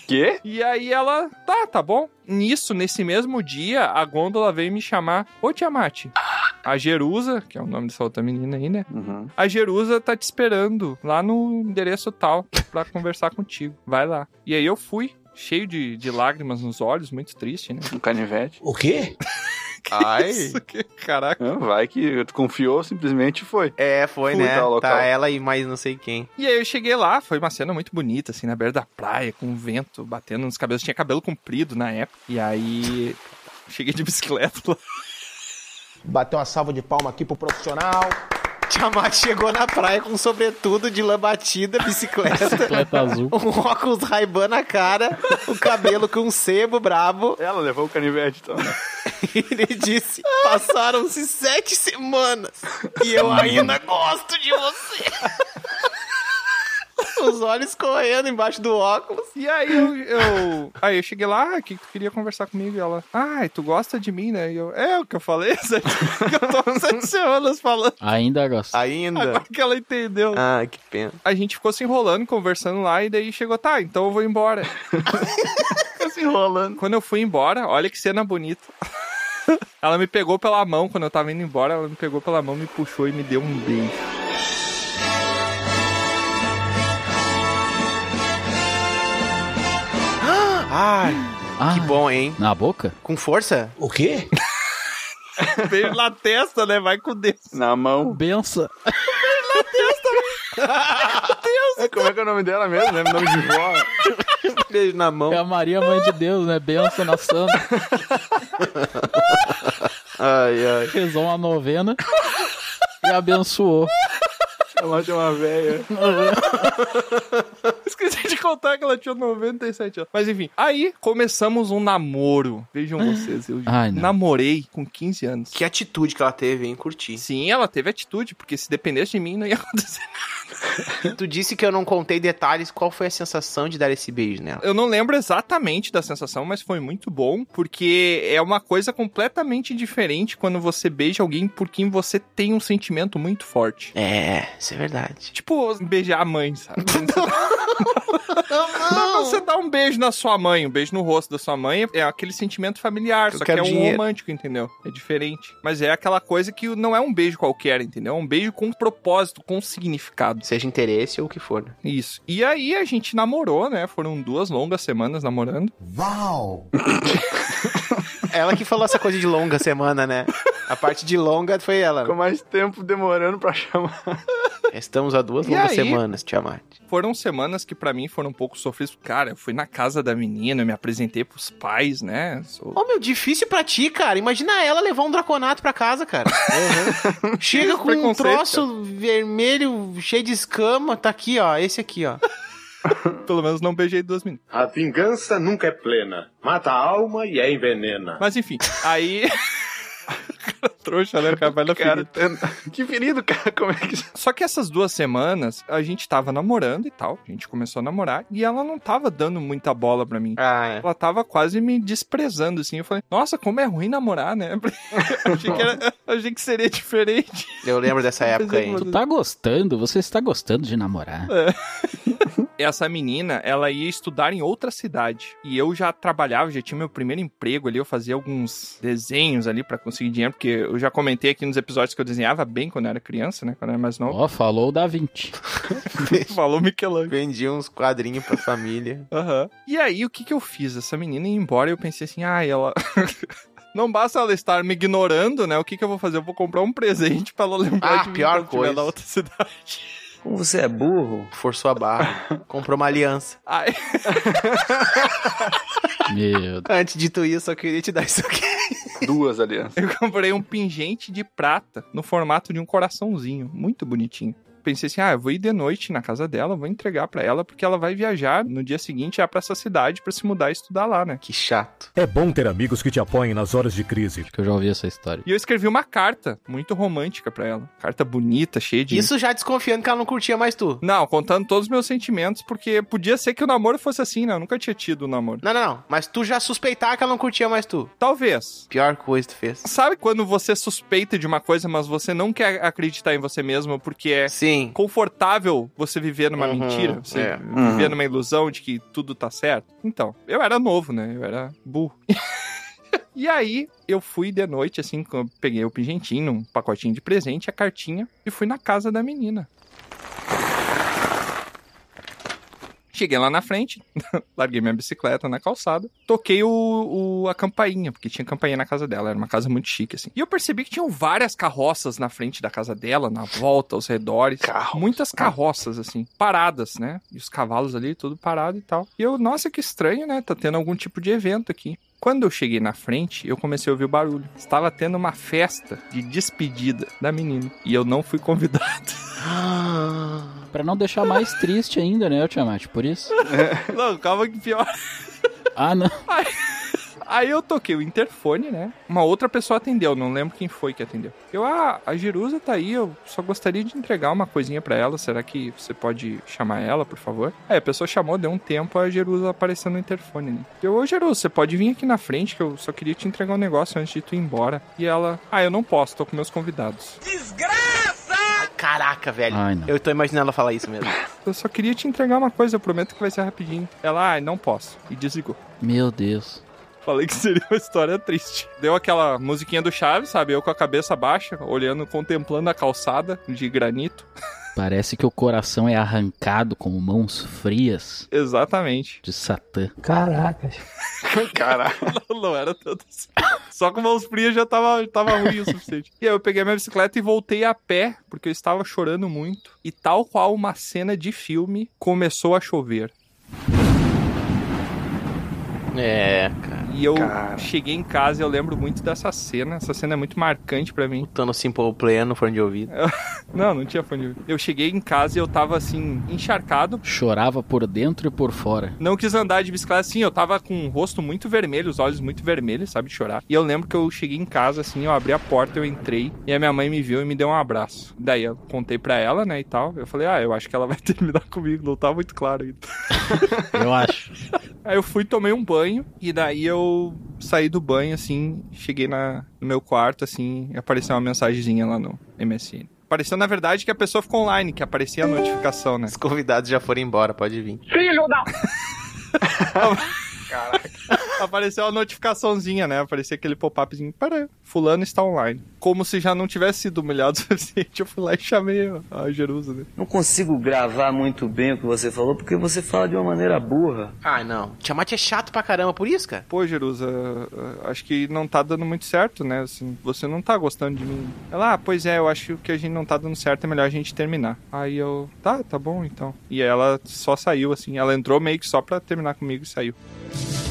Speaker 3: Quê?
Speaker 1: E aí ela, tá, tá bom. Nisso, nesse mesmo dia, a gôndola veio me chamar, ô Tiamat, a Jerusa, que é o nome dessa outra menina aí, né?
Speaker 3: Uhum.
Speaker 1: A Jerusa tá te esperando lá no endereço tal pra conversar contigo. Vai lá. E aí eu fui, cheio de, de lágrimas nos olhos, muito triste, né?
Speaker 3: Um canivete.
Speaker 12: O quê?
Speaker 2: Ai.
Speaker 1: Isso que, caraca.
Speaker 3: Ah, Vai que tu confiou, simplesmente foi.
Speaker 2: É, foi,
Speaker 3: Fui
Speaker 2: né?
Speaker 3: tal local.
Speaker 2: Tá ela e mais não sei quem.
Speaker 1: E aí eu cheguei lá, foi uma cena muito bonita, assim, na beira da praia, com o vento batendo nos cabelos. Tinha cabelo comprido na época. E aí. Cheguei de bicicleta lá.
Speaker 14: Bateu uma salva de palma aqui pro profissional.
Speaker 2: Tiamat chegou na praia com um sobretudo de lã batida, bicicleta,
Speaker 4: bicicleta azul.
Speaker 2: um óculos ray na cara, o cabelo com um sebo brabo.
Speaker 3: Ela levou o canivete, então.
Speaker 2: E ele disse: Passaram-se sete semanas e eu ainda gosto de você. Os olhos correndo embaixo do óculos.
Speaker 1: E aí eu, eu- Aí eu cheguei lá, ah, que tu queria conversar comigo? E ela, ai, tu gosta de mim, né? E eu, é o que eu falei, isso aqui que eu tô há sete semanas falando.
Speaker 4: Ainda gosto.
Speaker 2: Ainda?
Speaker 1: Agora que ela entendeu.
Speaker 2: Ah, que pena.
Speaker 1: A gente ficou se enrolando, conversando lá, e daí chegou, tá, então eu vou embora.
Speaker 3: Fica se enrolando.
Speaker 1: Quando eu fui embora, olha que cena bonita. Ela me pegou pela mão quando eu tava indo embora, ela me pegou pela mão, me puxou e me deu um beijo.
Speaker 2: Ah, que bom, hein?
Speaker 4: Na boca?
Speaker 2: Com força?
Speaker 14: O quê?
Speaker 1: Beijo na testa, né? Vai com Deus.
Speaker 3: Na mão.
Speaker 4: Benção.
Speaker 1: Na testa. Meu Deus.
Speaker 3: É, como é que é o nome dela mesmo? É o nome de vó.
Speaker 2: Beijo na mão.
Speaker 4: É a Maria, mãe de Deus, né? Benção na santa.
Speaker 2: Ai, ai.
Speaker 4: Rezou uma novena e abençoou.
Speaker 3: Ela tinha uma velha.
Speaker 1: Esqueci de contar que ela tinha 97 anos. Mas enfim, aí começamos um namoro. Vejam vocês, eu
Speaker 4: Ah. Ai, não.
Speaker 1: namorei com 15 anos.
Speaker 2: Que atitude que ela teve, hein? Curti.
Speaker 1: Sim, ela teve atitude, porque se dependesse de mim, não ia acontecer
Speaker 2: tu disse que eu não contei detalhes. Qual foi a sensação de dar esse beijo nela?
Speaker 1: Eu não lembro exatamente da sensação, mas foi muito bom, porque é uma coisa completamente diferente quando você beija alguém por quem você tem um sentimento muito forte.
Speaker 2: É, isso é verdade.
Speaker 1: Tipo, beijar a mãe, sabe? Quando você- Quando você dá um beijo na sua mãe, um beijo no rosto da sua mãe, é aquele sentimento familiar,
Speaker 2: Eu
Speaker 1: só que é
Speaker 2: quero
Speaker 1: um
Speaker 2: dinheiro.
Speaker 1: romântico, entendeu? É diferente. Mas é aquela coisa que não é um beijo qualquer, entendeu? É um beijo com propósito, com significado.
Speaker 2: Seja interesse ou o que for. né?
Speaker 1: Isso. E aí a gente namorou, né? Foram duas longas semanas namorando.
Speaker 6: Uau!
Speaker 2: Ela que falou essa coisa de longa semana, né? A parte de longa foi ela. né?
Speaker 3: Ficou mais tempo demorando pra chamar.
Speaker 2: Estamos a duas
Speaker 1: E
Speaker 2: longas
Speaker 1: aí?
Speaker 2: semanas, Tiamat.
Speaker 1: Foram semanas que pra mim foram um pouco sofridas. Cara, eu fui na casa da menina, eu me apresentei pros pais, né? Sou-
Speaker 2: Ô, meu, difícil pra ti, cara. Imagina ela levar um draconato pra casa, cara. Chega com um
Speaker 1: Preconceito,
Speaker 2: troço vermelho, cheio de escama. Tá aqui, ó. Esse aqui, ó.
Speaker 1: Pelo menos não beijei duas meninas.
Speaker 6: A vingança nunca é plena. Mata a alma e a envenena.
Speaker 1: Mas enfim, aí. Cara, Trouxa, né? O cara vai na
Speaker 3: Cara,
Speaker 1: ferida.
Speaker 3: tenta- que ferido, cara. Como é que.
Speaker 1: Só que essas duas semanas a gente tava namorando e tal. A gente começou a namorar e ela não tava dando muita bola pra mim.
Speaker 2: Ah, é.
Speaker 1: Ela tava quase me desprezando, assim. Eu falei, nossa, como é ruim namorar, né? achei, que era- achei que seria diferente.
Speaker 2: Eu lembro dessa época aí.
Speaker 1: Mas é eu-
Speaker 4: Tá gostando? Você está gostando de namorar?
Speaker 2: É.
Speaker 1: essa menina, ela ia estudar em outra cidade. E eu já trabalhava, já tinha meu primeiro emprego ali, eu fazia alguns desenhos ali pra conseguir dinheiro, porque eu já comentei aqui nos episódios que eu desenhava bem quando eu era criança, né? Quando eu era mais novo.
Speaker 4: Ó, falou da 20.
Speaker 1: Falou Michelangelo.
Speaker 2: Vendi uns quadrinhos pra família.
Speaker 1: Aham. E aí, o que que eu fiz? Essa menina ia embora e eu pensei assim, ah, ela... Não basta ela estar me ignorando, né? O que que eu vou fazer? Eu vou comprar um presente pra ela lembrar
Speaker 2: Ah,
Speaker 1: de mim
Speaker 2: pior
Speaker 1: quando estiver
Speaker 2: coisa.
Speaker 1: na outra cidade.
Speaker 11: Como você é burro.
Speaker 2: Forçou a barra. Comprou uma aliança.
Speaker 1: Aí,
Speaker 4: Meu Deus.
Speaker 2: Antes de tu ir, eu só queria te dar isso aqui.
Speaker 3: Duas alianças.
Speaker 1: Eu comprei um pingente de prata no formato de um coraçãozinho, muito bonitinho. Pensei assim, ah, eu vou ir de noite na casa dela, vou entregar pra ela porque ela vai viajar no dia seguinte já pra essa cidade pra se mudar e estudar lá, né?
Speaker 2: Que chato.
Speaker 15: É bom ter amigos que te apoiem nas horas de crise.
Speaker 4: Acho que eu já ouvi essa história.
Speaker 1: E eu escrevi uma carta muito romântica pra ela, carta bonita, cheia de
Speaker 2: Isso já desconfiando que ela não curtia mais tu.
Speaker 1: Não, contando todos os meus sentimentos, porque podia ser que o namoro fosse assim, né? Eu nunca tinha tido um namoro.
Speaker 2: Não, não, não. Mas tu já suspeitar que ela não curtia mais tu.
Speaker 1: Talvez.
Speaker 2: Pior coisa tu fez.
Speaker 1: Sabe quando você suspeita de uma coisa, mas você não quer acreditar em você mesmo porque é
Speaker 2: Sim.
Speaker 1: confortável você viver numa
Speaker 2: Uhum,
Speaker 1: mentira, você
Speaker 2: é.
Speaker 1: viver
Speaker 3: Uhum.
Speaker 1: numa ilusão de que tudo tá certo. Então, eu era novo, né? Eu era burro. E aí, eu fui de noite, assim, com- peguei o pingentinho, um pacotinho de presente, a cartinha, e fui na casa da menina. Cheguei lá na frente, larguei minha bicicleta na calçada, toquei o, o- a campainha, porque tinha campainha na casa dela, era uma casa muito chique, assim. E eu percebi que tinham várias carroças na frente da casa dela, na volta, aos redores.
Speaker 3: Carro.
Speaker 1: Muitas carroças, assim, paradas, né? E os cavalos ali, tudo parado e tal. E eu, nossa, que estranho, né? Tá tendo algum tipo de evento aqui. Quando eu cheguei na frente, eu comecei a ouvir o barulho. Estava tendo uma festa de despedida da menina. E eu não fui convidado.
Speaker 2: Ah.
Speaker 4: Pra não deixar mais triste ainda, né, Tiamat? Por isso.
Speaker 1: Não, calma que pior.
Speaker 4: Ah, não.
Speaker 1: Aí eu toquei o interfone, né? Uma outra pessoa atendeu, não lembro quem foi que atendeu. Eu, ah, a Jerusa tá aí, eu só gostaria de entregar uma coisinha pra ela. Será que você pode chamar ela, por favor? Aí a pessoa chamou, deu um tempo, a Jerusa apareceu no interfone, né? Eu, ô Jerusa, você pode vir aqui na frente que eu só queria te entregar um negócio antes de tu ir embora. E ela, ah, eu não posso, tô com meus convidados.
Speaker 2: Caraca, velho.
Speaker 4: Ai, não.
Speaker 2: Eu tô imaginando ela falar isso mesmo.
Speaker 1: Eu só queria te entregar uma coisa, eu prometo que vai ser rapidinho. Ela, ah, não posso. E desligou.
Speaker 4: Meu Deus.
Speaker 1: Falei que seria uma história triste. Deu aquela musiquinha do Chaves, sabe? Eu com a cabeça baixa, olhando, contemplando a calçada de granito.
Speaker 4: Parece que o coração é arrancado com mãos frias.
Speaker 1: Exatamente.
Speaker 4: De Satã.
Speaker 1: Caracas.
Speaker 3: Caraca.
Speaker 1: Não, não era tanto assim. Só com mãos frias já tava, tava ruim o suficiente. E aí eu peguei a minha bicicleta e voltei a pé, porque eu estava chorando muito. E tal qual uma cena de filme, começou a chover.
Speaker 2: É, cara.
Speaker 1: E eu cheguei em casa e eu lembro muito dessa cena. Essa cena é muito marcante pra mim.
Speaker 2: Lutando Simple Plan assim no fone de ouvido.
Speaker 1: não, não tinha fone de ouvido. Eu cheguei em casa e eu tava assim, encharcado.
Speaker 4: Chorava por dentro e por fora.
Speaker 1: Não quis andar de bicicleta assim, eu tava com o rosto muito vermelho, os olhos muito vermelhos, sabe, de chorar. E eu lembro que eu cheguei em casa assim, eu abri a porta, eu entrei e a minha mãe me viu e me deu um abraço. Daí eu contei pra ela, né, e tal. Eu falei, ah, eu acho que ela vai terminar comigo, não tá muito claro ainda.
Speaker 4: eu acho.
Speaker 1: Aí eu fui, tomei um banho e daí eu saí do banho, assim, cheguei na, no meu quarto, assim, e apareceu uma mensagenzinha lá no MSN. Apareceu, na verdade, que a pessoa ficou online, que aparecia a notificação, né?
Speaker 2: Os convidados já foram embora, pode vir.
Speaker 10: Filho da...
Speaker 1: Caraca. Apareceu a notificaçãozinha, né? Aparecia aquele pop-upzinho. Para, fulano está online. Como se já não tivesse sido humilhado o suficiente, eu fui lá e chamei a Jerusa, né?
Speaker 16: Não consigo gravar muito bem o que você falou, porque você fala de uma maneira burra.
Speaker 2: Ah, não. Tiamat é chato pra caramba, por isso, cara.
Speaker 1: Pô, Jerusa, acho que não tá dando muito certo, né? Assim, você não tá gostando de mim. Ela, ah, pois é, eu acho que a gente não tá dando certo, é melhor a gente terminar. Aí eu, tá, tá bom então. E ela só saiu, assim, ela entrou meio que só pra terminar comigo e saiu.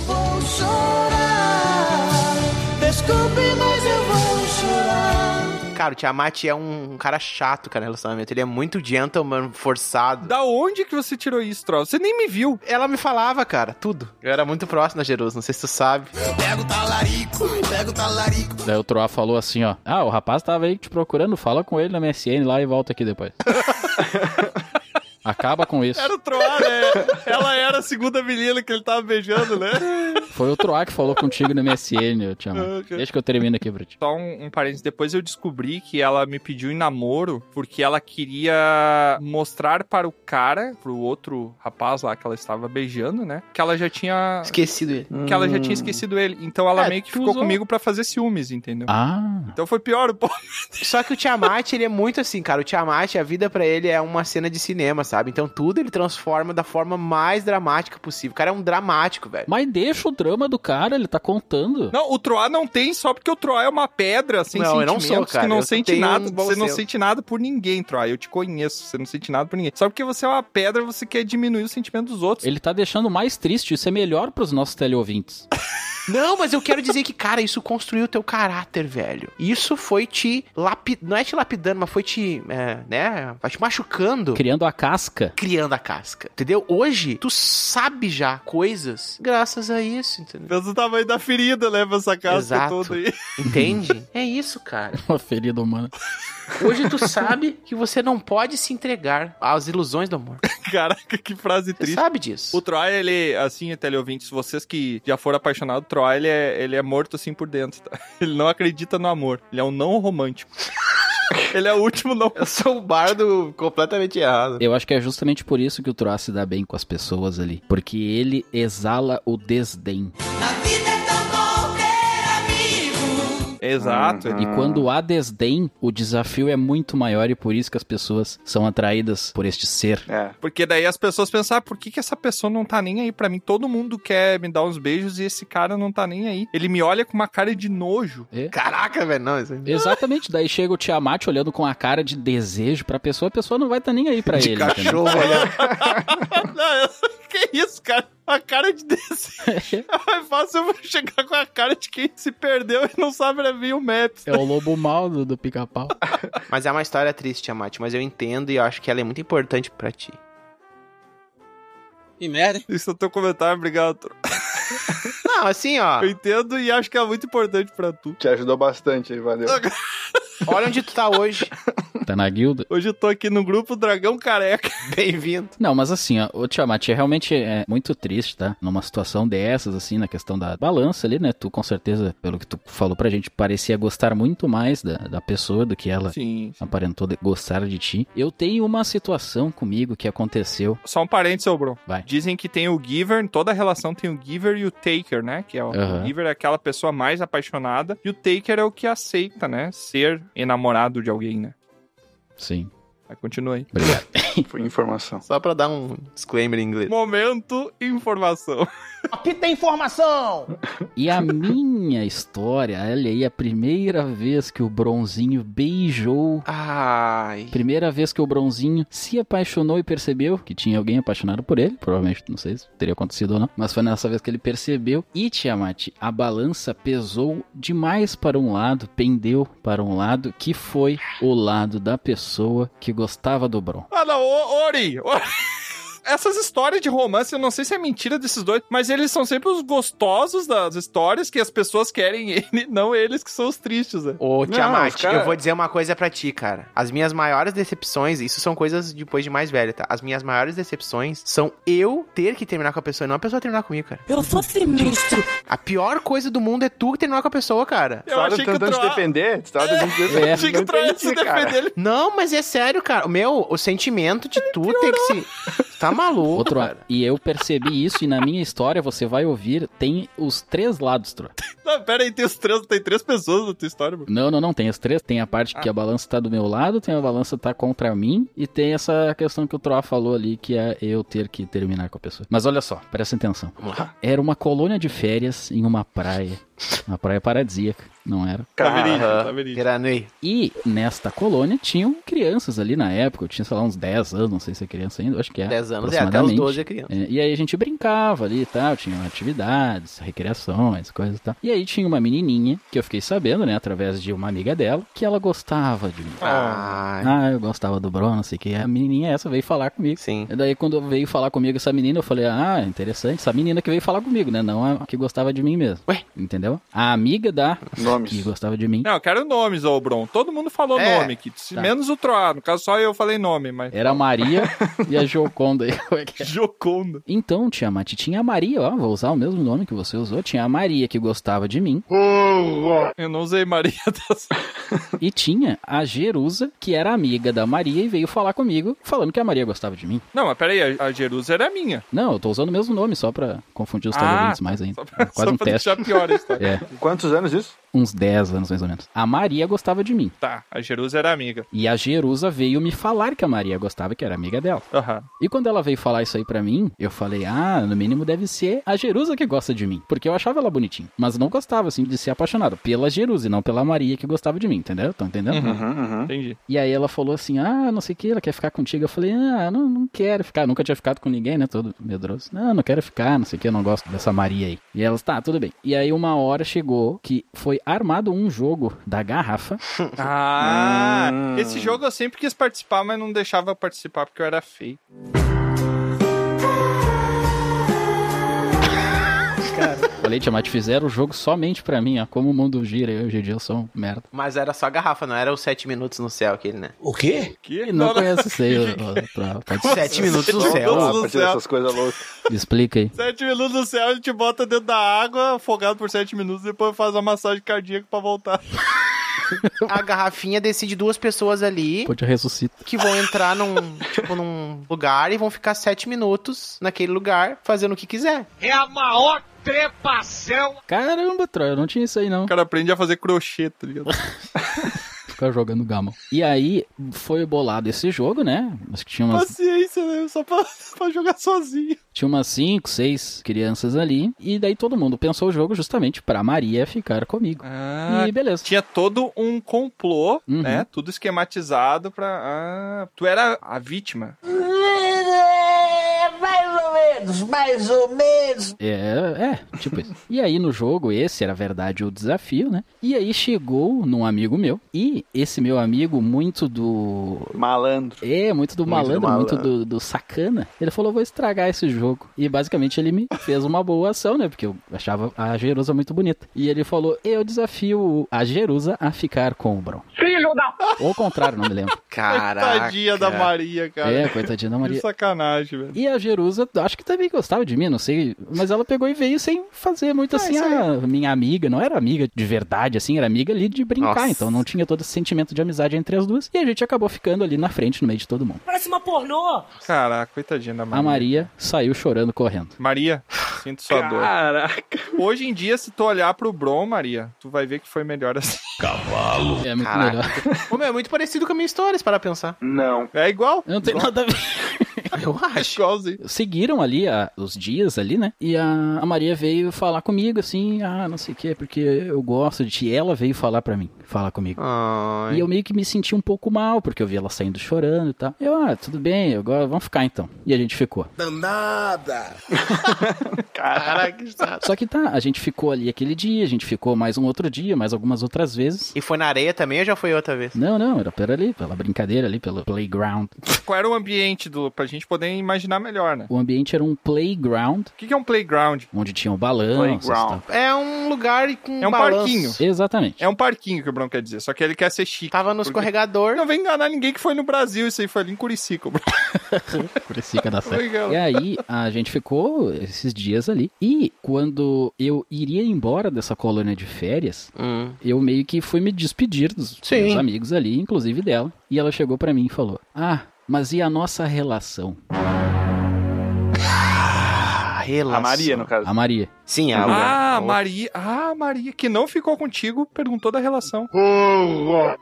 Speaker 10: Vou chorar. Desculpe, mas eu vou chorar.
Speaker 2: Cara, o Tiamat é um, um cara chato, cara, no relacionamento. Ele é muito gentleman, forçado.
Speaker 1: Da onde que você tirou isso, troço? Você nem me viu.
Speaker 2: Ela me falava, cara, tudo. Eu era muito próximo da Jerusa, não sei se tu sabe.
Speaker 10: Eu pego talarico, eu pego talarico.
Speaker 4: Daí o Troá falou assim, ó. Ah, o rapaz tava aí te procurando, fala com ele na MSN lá e volta aqui depois. Acaba com isso.
Speaker 1: Era o Troá, né? Ela era a segunda menina que ele tava beijando, né?
Speaker 4: Foi o Troá que falou contigo no MSN, eu te
Speaker 1: Ah,
Speaker 4: amo. Deixa que eu termino aqui pra ti.
Speaker 1: Só um, um parênteses. Depois eu descobri que ela me pediu em namoro porque ela queria mostrar para o cara, pro outro rapaz lá que ela estava beijando, né? Que ela já tinha...
Speaker 2: Ah. Esquecido ele.
Speaker 3: Hum.
Speaker 1: Que ela já
Speaker 4: Hum.
Speaker 1: tinha esquecido ele. Então ela
Speaker 2: É,
Speaker 1: meio que
Speaker 2: tu
Speaker 1: ficou
Speaker 2: usou.
Speaker 1: comigo pra fazer ciúmes, entendeu?
Speaker 4: Ah.
Speaker 1: Então foi pior o ponto.
Speaker 2: Só que o Tiamat, ele é muito assim, cara. O Tiamat, a vida pra ele é uma cena de cinema, sabe? Então tudo ele transforma da forma mais dramática possível. O cara é um dramático, velho.
Speaker 4: Mas deixa o drama do cara, ele tá contando.
Speaker 1: Não, o Troá não tem só porque o Troá é uma pedra sem
Speaker 2: Não, eu não
Speaker 1: sentimentos,
Speaker 2: sou, cara.
Speaker 1: que não
Speaker 2: Eu
Speaker 1: sente
Speaker 2: tenho
Speaker 1: nada,
Speaker 2: um bom
Speaker 1: você não
Speaker 2: senso.
Speaker 1: sente nada por ninguém, Troá. Eu te conheço, você não sente nada por ninguém. Só porque você é uma pedra, você quer diminuir o sentimento dos outros.
Speaker 4: Ele tá deixando mais triste, isso é melhor pros nossos teleouvintes.
Speaker 2: Não, mas eu quero dizer que, cara, isso construiu o teu caráter, velho. Isso foi te lapidando. Não é te lapidando, mas foi te. é, né? Vai te machucando.
Speaker 4: Criando a casca.
Speaker 2: Criando a casca. Entendeu? Hoje, tu sabe já coisas graças a isso, entendeu?
Speaker 1: Pensa o tamanho da ferida, né? pra Essa casca
Speaker 2: Exato.
Speaker 1: toda aí.
Speaker 2: Entende? É isso, cara.
Speaker 4: Uma ferida humana.
Speaker 2: Hoje tu sabe que você não pode se entregar às ilusões do amor.
Speaker 1: Caraca, que frase
Speaker 2: Você
Speaker 1: triste.
Speaker 2: sabe disso.
Speaker 1: O Troá, ele, assim, teleouvintes, vocês que já foram apaixonados, o Troá, ele é, ele é morto assim por dentro, tá? Ele não acredita no amor. Ele é um não romântico. ele é o último não.
Speaker 2: Eu sou um bardo completamente errado.
Speaker 4: Eu acho que é justamente por isso que o Troá se dá bem com as pessoas ali. Porque ele exala o desdém.
Speaker 10: A vida é tão bom ter amigo.
Speaker 1: Exato. ele-
Speaker 4: E
Speaker 2: Ah.
Speaker 4: quando há desdém, o desafio é muito maior e por isso que as pessoas são atraídas por este ser.
Speaker 3: É.
Speaker 1: Porque daí as pessoas pensam, ah, por que, que essa pessoa não tá nem aí pra mim? Todo mundo quer me dar uns beijos e esse cara não tá nem aí. Ele me olha com uma cara de nojo.
Speaker 2: Caraca, velho, não, isso aí.
Speaker 4: Exatamente, daí chega o Tiamat olhando com a cara de desejo pra pessoa, a pessoa não vai estar nem aí pra
Speaker 2: De
Speaker 4: ele.
Speaker 2: cachorro, olha.
Speaker 1: Ah, não, eu... que isso, cara? A cara de desse.
Speaker 4: entendeu?
Speaker 1: É mais fácil eu chegar com a cara de quem se perdeu e não sabe abrir o Maps.
Speaker 4: É o lobo mal do, do pica-pau.
Speaker 2: Mas é uma história triste, Amate, mas eu entendo e eu acho que ela é muito importante pra ti.
Speaker 16: Que merda, hein?
Speaker 1: Isso é o teu comentário, obrigado. Tro.
Speaker 2: Não, assim, ó.
Speaker 1: Eu entendo e acho que é muito importante pra tu.
Speaker 3: Te ajudou bastante aí, valeu.
Speaker 2: Olha onde tu tá hoje.
Speaker 4: Tá na guilda.
Speaker 1: Hoje eu tô aqui no grupo Dragão Careca.
Speaker 2: Bem-vindo.
Speaker 4: Não, mas assim, ó, o Tiamat é realmente é muito triste, tá? Numa situação dessas, assim, na questão da balança ali, né? Tu, com certeza, pelo que tu falou pra gente, parecia gostar muito mais da, da pessoa do que ela
Speaker 1: Sim.
Speaker 4: aparentou de- gostar de ti. Eu tenho uma situação comigo que aconteceu.
Speaker 1: Só um parênteses, ô, Bruno.
Speaker 4: Vai.
Speaker 1: Dizem que tem o giver, em toda relação tem o giver e o taker, né? Que é o,
Speaker 4: Aham.
Speaker 1: o giver é aquela pessoa mais apaixonada e o taker é o que aceita, né? Ser enamorado de alguém, né?
Speaker 4: Sim.
Speaker 1: Mas continua aí.
Speaker 4: Obrigado.
Speaker 3: Foi informação.
Speaker 2: Só pra dar um disclaimer em inglês.
Speaker 1: Momento informação.
Speaker 14: Aqui tem informação!
Speaker 4: E a minha história, olha aí, a primeira vez que o Bronzinho beijou.
Speaker 2: Ai.
Speaker 4: Primeira vez que o Bronzinho se apaixonou e percebeu que tinha alguém apaixonado por ele. Provavelmente, não sei se teria acontecido ou não. Mas foi nessa vez que ele percebeu. E, Tiamat, a balança pesou demais para um lado, pendeu para um lado, que foi o lado da pessoa que gostava do Bron.
Speaker 1: Ah, não, ô, Ori! Ori. Essas histórias de romance, eu não sei se é mentira desses dois, mas eles são sempre os gostosos das histórias que as pessoas querem ele, não eles que são os tristes, né?
Speaker 2: Ô,
Speaker 1: Não,
Speaker 2: Tiamat,
Speaker 1: cara-
Speaker 2: eu vou dizer uma coisa pra ti, cara. As minhas maiores decepções, isso são coisas depois de mais velho, tá? As minhas maiores decepções são eu ter que terminar com a pessoa e não a pessoa terminar comigo, cara.
Speaker 10: Eu sou sinistro.
Speaker 2: A pior coisa do mundo é tu terminar com a pessoa, cara.
Speaker 3: Eu tava tentando te defender. É, Tu tava tentando te defender.
Speaker 1: É, achei que o Troia se defender. ele-
Speaker 2: Não, mas é sério, cara. O Meu, o sentimento de tu ter que se. Tá maluco?
Speaker 4: Ô, Troa, e eu percebi isso, e na minha história, você vai ouvir, tem os três lados, Troa.
Speaker 1: Não, pera aí, tem, os três, tem três pessoas na tua história, mano.
Speaker 4: Não, não, não, tem as três. Tem a parte
Speaker 2: Ah.
Speaker 4: que a balança tá do meu lado, tem a balança tá contra mim, e tem essa questão que o Troa falou ali, que é eu ter que terminar com a pessoa. Mas olha só, presta atenção.
Speaker 2: Vamos lá.
Speaker 4: Era uma colônia de férias em uma praia. Uma praia paradisíaca, não era?
Speaker 2: Aham.
Speaker 1: Tá verídico.
Speaker 2: Piranui.
Speaker 4: E nesta colônia tinham crianças ali na época. Eu tinha, sei lá, uns 10 anos, não sei se é criança ainda, eu acho que é.
Speaker 2: 10 anos, é, até os
Speaker 4: aproximadamente.
Speaker 2: 12 é criança.
Speaker 4: É, e aí a gente brincava ali e tal, tinha atividades, recreações, coisas e tal. E aí tinha uma menininha, que eu fiquei sabendo, né, através de uma amiga dela, que ela gostava de mim.
Speaker 2: Ah.
Speaker 4: Ah, eu gostava do Bruno, não sei o que. A menininha essa veio falar comigo.
Speaker 2: Sim.
Speaker 4: E daí quando veio falar comigo essa menina, eu falei, ah, interessante. Essa menina que veio falar comigo, né, não a que gostava de mim mesmo. Ué? Entendeu? A amiga da...
Speaker 3: Nomes.
Speaker 4: Que gostava de mim.
Speaker 1: Não, eu quero nomes, ô Bron. Todo mundo falou
Speaker 4: É,
Speaker 1: nome aqui. se-
Speaker 4: tá.
Speaker 1: Menos o Troá. No caso, só eu falei nome, mas.
Speaker 4: Era a Maria e a Joconda. aí, Como é que é?
Speaker 1: Joconda.
Speaker 4: Então, Tiamat, tinha a Maria, ó, vou usar o mesmo nome que você usou. Tinha a Maria que gostava de mim.
Speaker 1: Eu não usei Maria das...
Speaker 4: E tinha a Jerusa, que era amiga da Maria e veio falar comigo, falando que a Maria gostava de mim.
Speaker 1: Não, mas pera aí, a, a Jerusa era minha.
Speaker 4: Não, eu tô usando o mesmo nome só pra confundir os
Speaker 1: Ah,
Speaker 4: televintes mais ainda. É Quase
Speaker 1: só
Speaker 4: um
Speaker 1: pra
Speaker 4: teste.
Speaker 1: deixar pior a história.
Speaker 4: É,
Speaker 3: Quantos anos isso?
Speaker 4: uns 10 anos mais ou menos. A Maria gostava de mim.
Speaker 1: Tá, a Jerusa era amiga.
Speaker 4: E a Jerusa veio me falar que a Maria gostava, que era amiga dela.
Speaker 1: Aham.
Speaker 4: E quando ela veio falar isso aí pra mim, eu falei, ah, no mínimo deve ser a Jerusa que gosta de mim. Porque eu achava ela bonitinha. Mas não gostava, assim, de ser apaixonado pela Jerusa e não pela Maria que gostava de mim, entendeu? Tão
Speaker 3: Uhum,
Speaker 4: entendendo?
Speaker 1: Entendi.
Speaker 4: E aí ela falou assim, ah, não sei o que, ela quer ficar contigo. Eu falei, ah, não, não quero ficar. Nunca tinha ficado com ninguém, né? Todo medroso. Não, não quero ficar, não sei o que, eu não gosto dessa Maria aí. E elas, tá, tudo bem. E aí uma hora chegou que foi armado um jogo da garrafa.
Speaker 1: Ah,
Speaker 2: Hum.
Speaker 1: esse jogo eu sempre quis participar, mas não deixava participar porque eu era feio.
Speaker 4: Olha aí, Tiamat, fizeram o jogo somente pra mim, ó. Como o mundo gira, eu, hoje em dia eu sou um merda.
Speaker 2: Mas era só a garrafa, não era os 7 minutos no céu aquele, né?
Speaker 4: O quê?
Speaker 1: Que? né?
Speaker 4: Não, assim? conheço isso aí, ô, ô, pra- pode-
Speaker 2: Sete minutos no
Speaker 1: Sete
Speaker 2: céu. Ah,
Speaker 1: minutos no
Speaker 3: Partir
Speaker 1: céu. Ah,
Speaker 3: dessas coisas loucas.
Speaker 4: Me explica aí.
Speaker 1: Sete minutos no céu, ele te bota dentro da água, afogado por sete minutos, depois faz uma massagem cardíaca pra voltar.
Speaker 2: A garrafinha decide duas pessoas ali
Speaker 4: Pô, te ressuscita.
Speaker 2: que vão entrar num, tipo, num lugar e vão ficar sete minutos naquele lugar fazendo o que quiser.
Speaker 10: É a maior trepação.
Speaker 4: Caramba, Troia, eu não tinha isso aí, não.
Speaker 1: O cara aprende a fazer crochê, tá ligado?
Speaker 4: Ficar jogando gamão. E aí, foi bolado esse jogo, né? Acho que tinha umas
Speaker 1: Paciência, né? Só pra, pra jogar sozinho.
Speaker 4: Tinha umas 5, 6 crianças ali. E daí todo mundo pensou o jogo justamente pra Maria ficar comigo.
Speaker 1: Ah,
Speaker 4: E beleza.
Speaker 1: Tinha todo um complô,
Speaker 2: Uhum.
Speaker 1: né? Tudo esquematizado pra. Ah, tu era a vítima.
Speaker 10: Mais ou menos, mais ou menos.
Speaker 4: É, é, tipo isso. E aí no jogo, esse era verdade o desafio, né? E aí chegou num amigo meu. E esse meu amigo, muito do.
Speaker 3: Malandro.
Speaker 4: É, muito do
Speaker 3: Muito do
Speaker 4: malandro, muito
Speaker 3: malandro.
Speaker 4: do, do sacana. Ele falou: vou estragar esse jogo. E basicamente ele me fez uma boa ação, né? Porque eu achava a Jerusa muito bonita. E ele falou: eu desafio a Jerusa a ficar com o Bron.
Speaker 10: Filho da...
Speaker 4: Ou ao contrário, não me lembro.
Speaker 1: Tadinha da Maria, cara.
Speaker 4: É, coitadinha da Maria.
Speaker 1: Que sacanagem, velho.
Speaker 4: E a Jerusa, acho que também gostava de mim, não sei. Mas ela pegou e veio sem fazer muito assim, ah, minha amiga. Não era amiga de verdade, assim, era amiga ali de brincar.
Speaker 10: Nossa.
Speaker 4: Então não tinha todo esse sentimento de amizade entre as duas. E a gente acabou ficando ali na frente, no meio de todo mundo.
Speaker 10: Parece uma pornô.
Speaker 1: Caraca, coitadinha da Maria.
Speaker 4: A Maria saiu chorando, correndo.
Speaker 1: Maria, Sinto sua dor.
Speaker 3: Caraca.
Speaker 1: Hoje em dia, se tu olhar pro Bron, Maria, tu vai ver que foi melhor assim.
Speaker 11: Cavalo.
Speaker 4: É muito
Speaker 2: Caraca.
Speaker 4: melhor.
Speaker 2: Ô, meu, é muito parecido com a minha história, se parar pra pensar.
Speaker 3: Não.
Speaker 1: É igual. é
Speaker 4: Eu não tenho nada a ver.
Speaker 2: Eu acho.
Speaker 1: Igualzinho.
Speaker 4: Seguiram ali a- os dias ali, né? E a, a Maria veio falar comigo, assim, ah, não sei o que, porque eu gosto de ti. Ela veio falar pra mim, falar comigo. E eu meio que me senti um pouco mal, porque eu vi ela saindo chorando e tal. Eu, ah, tudo bem, agora vamos ficar então. E a gente ficou.
Speaker 14: Danada!
Speaker 2: Caraca,
Speaker 4: Só que tá, a gente ficou ali aquele dia, a gente ficou mais um outro dia, mais algumas outras vezes.
Speaker 2: E foi na areia também ou já foi outra vez?
Speaker 4: Não, não, era pela ali, pela brincadeira ali, pelo playground.
Speaker 1: Qual era o ambiente do pra gente poder imaginar melhor, né?
Speaker 4: O ambiente era um playground,
Speaker 1: O que, que é um playground?
Speaker 4: onde tinha um balanço.
Speaker 1: Playground.
Speaker 2: É um lugar com
Speaker 1: É um
Speaker 2: balanço.
Speaker 1: parquinho.
Speaker 4: Exatamente.
Speaker 1: É um parquinho que o Bron quer dizer, só que ele quer ser chique.
Speaker 2: Tava no
Speaker 1: Porque-
Speaker 2: escorregador.
Speaker 1: Não vem enganar ninguém que foi no Brasil, isso aí foi ali em Curicica. Bron.
Speaker 4: Curicica da Sé.
Speaker 1: Obrigado.
Speaker 4: E aí, a gente ficou esses dias ali. E quando eu iria embora dessa colônia de férias,
Speaker 2: Hum.
Speaker 4: eu meio que fui me despedir dos
Speaker 2: Sim.
Speaker 4: meus amigos ali, inclusive dela. E ela chegou pra mim e falou: Ah, mas e a nossa relação?
Speaker 2: A Ah, relação.
Speaker 3: A Maria, no caso.
Speaker 4: A Maria.
Speaker 2: Sim, a
Speaker 1: Ah, Maria. Ah, Maria, que não ficou contigo, perguntou da relação.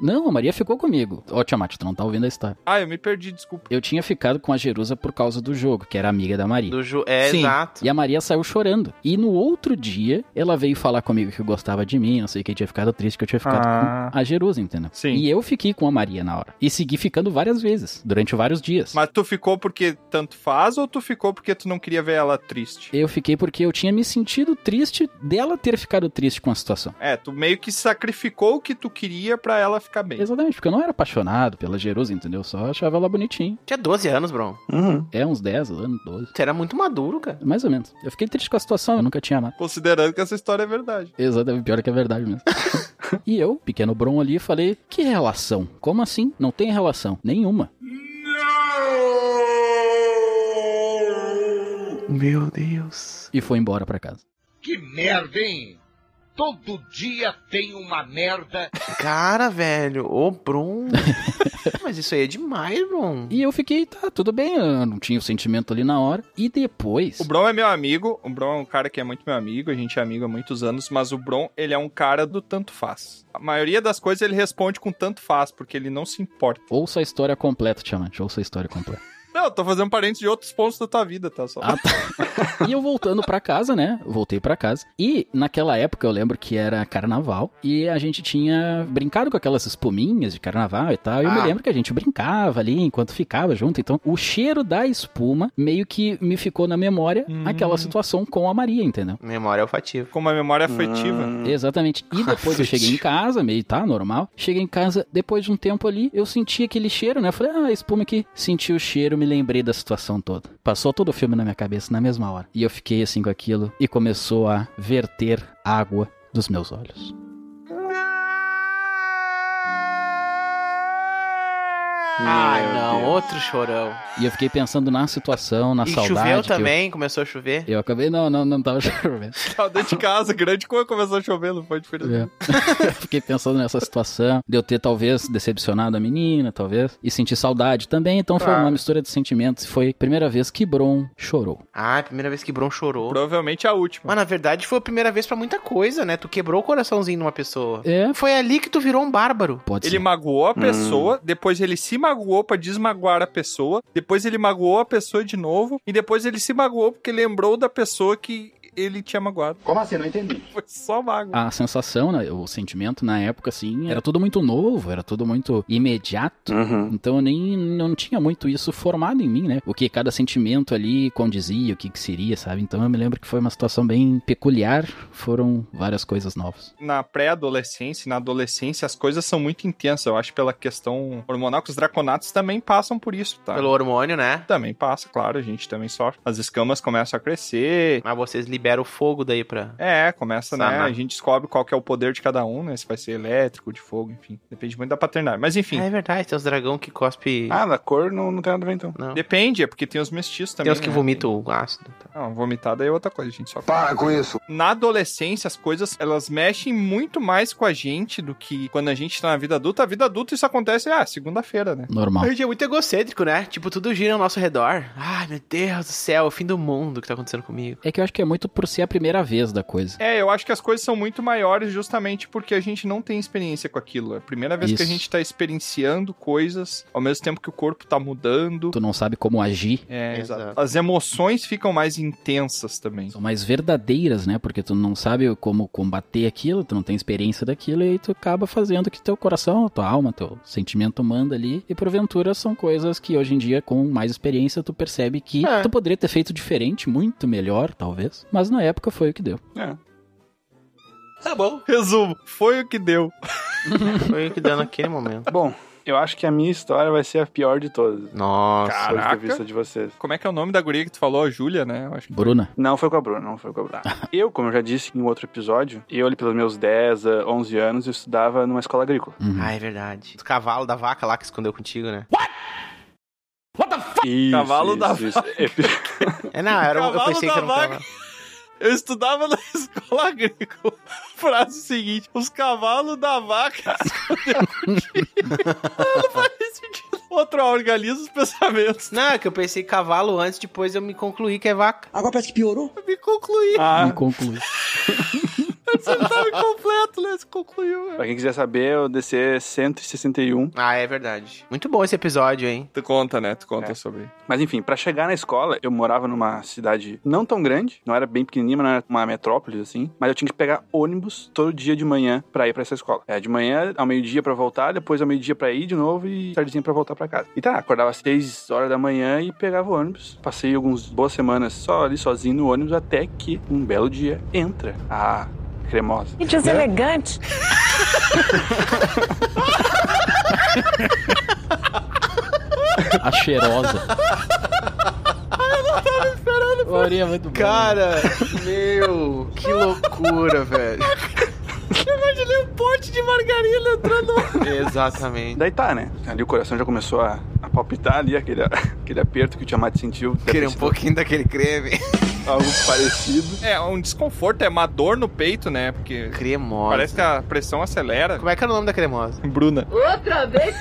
Speaker 4: Não, a Maria ficou comigo. Ó, Tiamat, tu não tá ouvindo a história.
Speaker 1: Ah, eu me perdi, desculpa.
Speaker 4: Eu tinha ficado com a Jerusa por causa do jogo, que era amiga da Maria.
Speaker 2: Do ju... É,
Speaker 4: Sim.
Speaker 2: exato.
Speaker 4: E a Maria saiu chorando. E no outro dia, ela veio falar comigo que gostava de mim, não sei que tinha ficado triste, que eu tinha ficado
Speaker 1: Ah.
Speaker 4: com a Jerusa, entendeu?
Speaker 1: Sim.
Speaker 4: E eu fiquei com a Maria na hora. E segui ficando várias vezes, durante vários dias.
Speaker 1: Mas tu ficou porque tanto faz ou tu ficou porque tu não queria ver ela triste?
Speaker 4: Eu fiquei porque eu tinha me sentido triste dela ter ficado triste com a situação.
Speaker 1: É, tu meio que sacrificou o que tu queria pra ela ficar bem.
Speaker 4: Exatamente, porque eu não era apaixonado pela Jerusa, entendeu? Só achava ela bonitinha.
Speaker 2: Tinha 12 anos, Bron.
Speaker 3: Uhum.
Speaker 4: É uns 10 anos, 12.
Speaker 2: Você era muito maduro, cara.
Speaker 4: Mais ou menos. Eu fiquei triste com a situação, eu nunca tinha amado.
Speaker 1: Considerando que essa história é verdade.
Speaker 4: Exatamente, pior que é verdade mesmo. e eu, pequeno Bron ali, falei: que relação? Como assim? Não tem relação nenhuma.
Speaker 2: Meu Deus.
Speaker 4: E foi embora pra casa.
Speaker 17: Que merda, hein? Todo dia tem uma merda.
Speaker 2: Cara, velho. Ô, Bron. Mas isso aí é demais, Bron.
Speaker 4: E eu fiquei, tá, tudo bem, eu não tinha o sentimento ali na hora. E depois.
Speaker 1: O Bron é meu amigo, o Bron é um cara que é muito meu amigo, a gente é amigo há muitos anos, mas o Bron, ele é um cara do tanto faz. A maioria das coisas ele responde com tanto faz, porque ele não se importa.
Speaker 4: Ouça a história completa, Tiamante, ouça a história completa.
Speaker 1: Não, eu tô fazendo parênteses de outros pontos da tua vida, tá? Só.
Speaker 4: Ah, e eu voltando pra casa, né? Voltei pra casa. E naquela época eu lembro que era carnaval e a gente tinha brincado com aquelas espuminhas de carnaval e tal. E eu me
Speaker 2: Ah.
Speaker 4: lembro que a gente brincava ali enquanto ficava junto. Então o cheiro da espuma meio que me ficou na memória aquela situação com a Maria, entendeu?
Speaker 2: Memória olfativa.
Speaker 1: Como a memória afetiva.
Speaker 2: Hum.
Speaker 4: Exatamente. E depois eu cheguei em casa, meio tá, normal. Cheguei em casa, depois de um tempo ali, eu senti aquele cheiro, né? Falei, ah, espuma aqui. Senti o cheiro, me lembrei da situação toda. Passou todo o filme na minha cabeça na mesma hora. E eu fiquei assim com aquilo e começou a verter água dos meus olhos.
Speaker 2: Ai, não. Outro chorão.
Speaker 4: E eu fiquei pensando na situação, na
Speaker 2: e
Speaker 4: saudade.
Speaker 2: choveu
Speaker 4: que eu-
Speaker 2: também, começou a chover.
Speaker 4: Eu acabei, não, não, não tava chovendo.
Speaker 1: Tá dentro de casa, grande coisa, começou a chover, não foi diferente.
Speaker 4: É. Fiquei pensando nessa situação, de eu ter talvez decepcionado a menina, talvez, e sentir saudade também, então foi
Speaker 1: Claro.
Speaker 4: uma mistura de sentimentos, e foi a primeira vez que Bron chorou.
Speaker 2: Ah, é a primeira vez que Bron chorou.
Speaker 1: Provavelmente a última.
Speaker 2: Mas na verdade foi a primeira vez pra muita coisa, né? Tu quebrou o coraçãozinho de uma pessoa.
Speaker 4: É,
Speaker 2: Foi ali que tu virou um bárbaro.
Speaker 4: pode
Speaker 1: Ele
Speaker 4: ser.
Speaker 1: magoou a
Speaker 2: Hum.
Speaker 1: pessoa, depois ele se magoou pra desmagoar a pessoa, depois ele magoou a pessoa de novo, e depois ele se magoou porque lembrou da pessoa que ele tinha magoado.
Speaker 12: Como assim? Não entendi.
Speaker 1: Foi só mago.
Speaker 4: A sensação, né, o sentimento na época, assim, era tudo muito novo, era tudo muito imediato.
Speaker 3: Uhum.
Speaker 4: Então eu nem não tinha muito isso formado em mim, né? O que cada sentimento ali condizia, o que, que seria, sabe? Então eu me lembro que foi uma situação bem peculiar, foram várias coisas novas.
Speaker 1: Na pré-adolescência, e na adolescência, as coisas são muito intensas. Eu acho pela questão hormonal que os draconatos também passam por isso, tá?
Speaker 2: Pelo hormônio, né?
Speaker 1: Também passa, claro, a gente também sofre. As escamas começam a crescer.
Speaker 2: Mas vocês liberam o fogo daí pra.
Speaker 1: É, começa, né?
Speaker 2: Sanar.
Speaker 1: A gente descobre qual que é o poder de cada um, né? Se vai ser elétrico, de fogo, enfim. Depende muito da paternidade. Mas enfim,
Speaker 2: Ah, é verdade, tem os dragão que cospe.
Speaker 3: Ah, da cor não, não tem nada a ver então.
Speaker 2: não.
Speaker 1: depende, é porque tem os mestiços também.
Speaker 2: Tem os que
Speaker 1: né?
Speaker 2: vomitam o ácido. tá?
Speaker 1: Não, vomitada é outra coisa, gente. Só
Speaker 12: Para com isso.
Speaker 1: Na adolescência, as coisas elas mexem muito mais com a gente do que quando a gente tá na vida adulta. A vida adulta isso acontece, ah, segunda-feira, né?
Speaker 4: Normal.
Speaker 2: A gente é muito egocêntrico, né? Tipo, tudo gira ao nosso redor. Ai, meu Deus do céu, é o fim do mundo que tá acontecendo comigo.
Speaker 4: É que eu acho que é muito por ser a primeira vez da coisa.
Speaker 1: É, eu acho que as coisas são muito maiores justamente porque a gente não tem experiência com aquilo. É a primeira vez que a
Speaker 4: Isso.
Speaker 1: gente tá experienciando coisas ao mesmo tempo que o corpo tá mudando.
Speaker 4: Tu não sabe como agir.
Speaker 1: É, exato. As emoções ficam mais intensas também.
Speaker 4: São mais verdadeiras, né? Porque tu não sabe como combater aquilo, tu não tem experiência daquilo, e aí tu acaba fazendo o que teu coração, tua alma, teu sentimento manda ali. E porventura são coisas que hoje em dia, com mais experiência, tu percebe que
Speaker 1: É.
Speaker 4: tu poderia ter feito diferente, muito melhor, talvez. Mas na época foi o que deu.
Speaker 1: É. Tá bom. Resumo, foi o que deu.
Speaker 2: Foi o que deu naquele momento.
Speaker 3: Bom, eu acho que a minha história vai ser a pior de todas.
Speaker 2: Nossa.
Speaker 3: Caraca. Sob a vista de vocês.
Speaker 1: Como é que é o nome da guria que tu falou? A Júlia, né? Eu acho que...
Speaker 4: Bruna.
Speaker 3: Não foi com a Bruna, não foi com a Bruna. eu, como eu já disse em um outro episódio, eu ali pelos meus 10, a 11 anos, eu estudava numa escola agrícola.
Speaker 2: Ah, é verdade. Os cavalos da vaca lá que escondeu contigo, né?
Speaker 3: Isso,
Speaker 1: Cavalo da
Speaker 3: isso, isso.
Speaker 2: É, não, era um- eu
Speaker 1: Cavalo
Speaker 2: pensei
Speaker 1: da
Speaker 2: que era um
Speaker 1: vaca.
Speaker 2: cavalo.
Speaker 1: Eu estudava na escola agrícola. Frase seguinte: os cavalos da vaca. Não faz sentido. Outra organiza os pensamentos.
Speaker 2: Não, é que eu pensei cavalo antes, depois eu me concluí que é vaca.
Speaker 10: Agora parece que piorou.
Speaker 1: Me concluí.
Speaker 3: Ah,
Speaker 4: Me conclui.
Speaker 1: Você não tava incompleto, né? Você concluiu.
Speaker 3: pra quem quiser saber, eu descer 161.
Speaker 2: Ah, é verdade. Muito bom esse episódio, hein?
Speaker 1: Tu conta, né? Tu conta sobre.
Speaker 3: Mas enfim, pra chegar na escola, eu morava numa cidade não tão grande, não era bem pequenininha, mas não era uma metrópole assim, mas eu tinha que pegar ônibus todo dia de manhã pra ir pra essa escola. É, de manhã ao meio-dia pra voltar, depois ao meio-dia pra ir de novo e tardezinha pra voltar pra casa. E tá, acordava às 6 horas da manhã e pegava o ônibus. Passei algumas boas semanas só ali sozinho no ônibus até que um belo dia entra a cremosa.
Speaker 10: Que deselegante.
Speaker 4: A cheirosa.
Speaker 1: Eu não tava esperando.
Speaker 4: Glorinha é muito boa.
Speaker 2: Cara, meu, que loucura, velho.
Speaker 1: Eu imaginei um pote de margarina entrando.
Speaker 2: Exatamente.
Speaker 3: Daí tá, né? Ali o coração já começou a, a palpitar ali, aquele, aquele aperto que o Tiamat sentiu.
Speaker 2: Queria um pouquinho daquele creme.
Speaker 3: Algo parecido.
Speaker 1: É, um desconforto, é uma dor no peito, né? Porque.
Speaker 2: Cremosa.
Speaker 1: Parece que a pressão acelera.
Speaker 2: Como é que era o nome da cremosa?
Speaker 1: Bruna.
Speaker 10: Outra vez.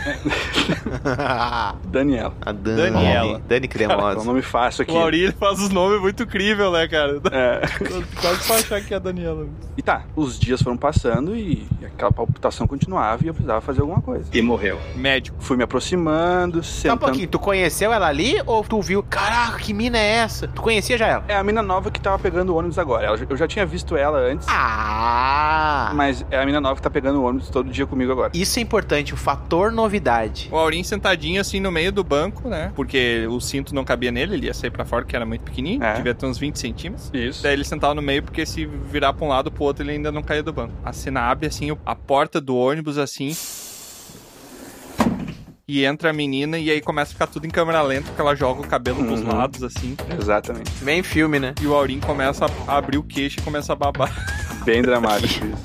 Speaker 3: Daniela.
Speaker 2: A Dan...
Speaker 1: Daniela.
Speaker 2: Dani
Speaker 3: É um
Speaker 2: Cremosa.
Speaker 3: nome fácil aqui.
Speaker 1: O Aurílio faz os nomes muito incríveis, né, cara?
Speaker 3: É.
Speaker 1: Quase pra achar que é a Daniela.
Speaker 3: E tá, os dias foram passando e aquela palpitação continuava e eu precisava fazer alguma coisa.
Speaker 12: E morreu.
Speaker 1: Médico.
Speaker 3: Fui me aproximando,
Speaker 2: Só um
Speaker 3: sentando.
Speaker 2: pouquinho, tu conheceu ela ali ou tu viu? Caraca, que mina é essa? Tu conhecia já ela?
Speaker 3: É a mina nova que tava pegando o ônibus agora. Ela- Eu já tinha visto ela antes.
Speaker 2: Ah!
Speaker 3: Mas é a mina nova que tá pegando o ônibus todo dia comigo agora.
Speaker 2: Isso é importante, o fator novidade.
Speaker 1: O Aurim sentadinho assim no meio do banco, né? Porque o cinto não cabia nele, ele ia sair pra fora, que era muito pequenininho,
Speaker 3: É.
Speaker 1: devia ter uns 20 centímetros.
Speaker 3: Isso.
Speaker 1: Daí ele sentava no meio, porque se virar pra um lado ou pro outro, ele ainda não caía do banco. A cena abre assim, a porta do ônibus assim. E entra a menina, e aí começa a ficar tudo em câmera lenta, porque ela joga o cabelo pros
Speaker 3: Uhum.
Speaker 1: lados assim.
Speaker 3: Exatamente.
Speaker 2: Bem filme, né?
Speaker 1: E o Aurim começa a abrir o queixo e começa a babar.
Speaker 3: Bem dramático isso.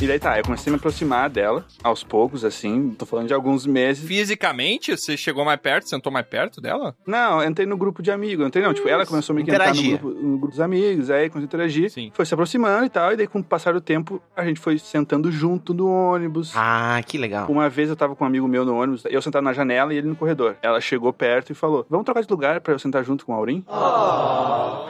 Speaker 3: E daí tá, eu comecei a me aproximar dela, aos poucos, assim, tô falando de alguns meses.
Speaker 1: Fisicamente, você chegou mais perto, sentou mais perto dela?
Speaker 3: Não, eu entrei no grupo de amigos, entrei não, tipo, ela começou a me entrar no
Speaker 2: Interagia.
Speaker 3: grupo, no grupo dos amigos, aí começou a interagir,
Speaker 1: Sim.
Speaker 3: foi se aproximando e tal, e daí com o passar do tempo, a gente foi sentando junto no ônibus.
Speaker 2: Ah, que legal.
Speaker 3: Uma vez eu tava com um amigo meu no ônibus, eu sentado na janela e ele no corredor. Ela chegou perto e falou: Vamos trocar de lugar pra eu sentar junto com o Aurim?
Speaker 1: Oh.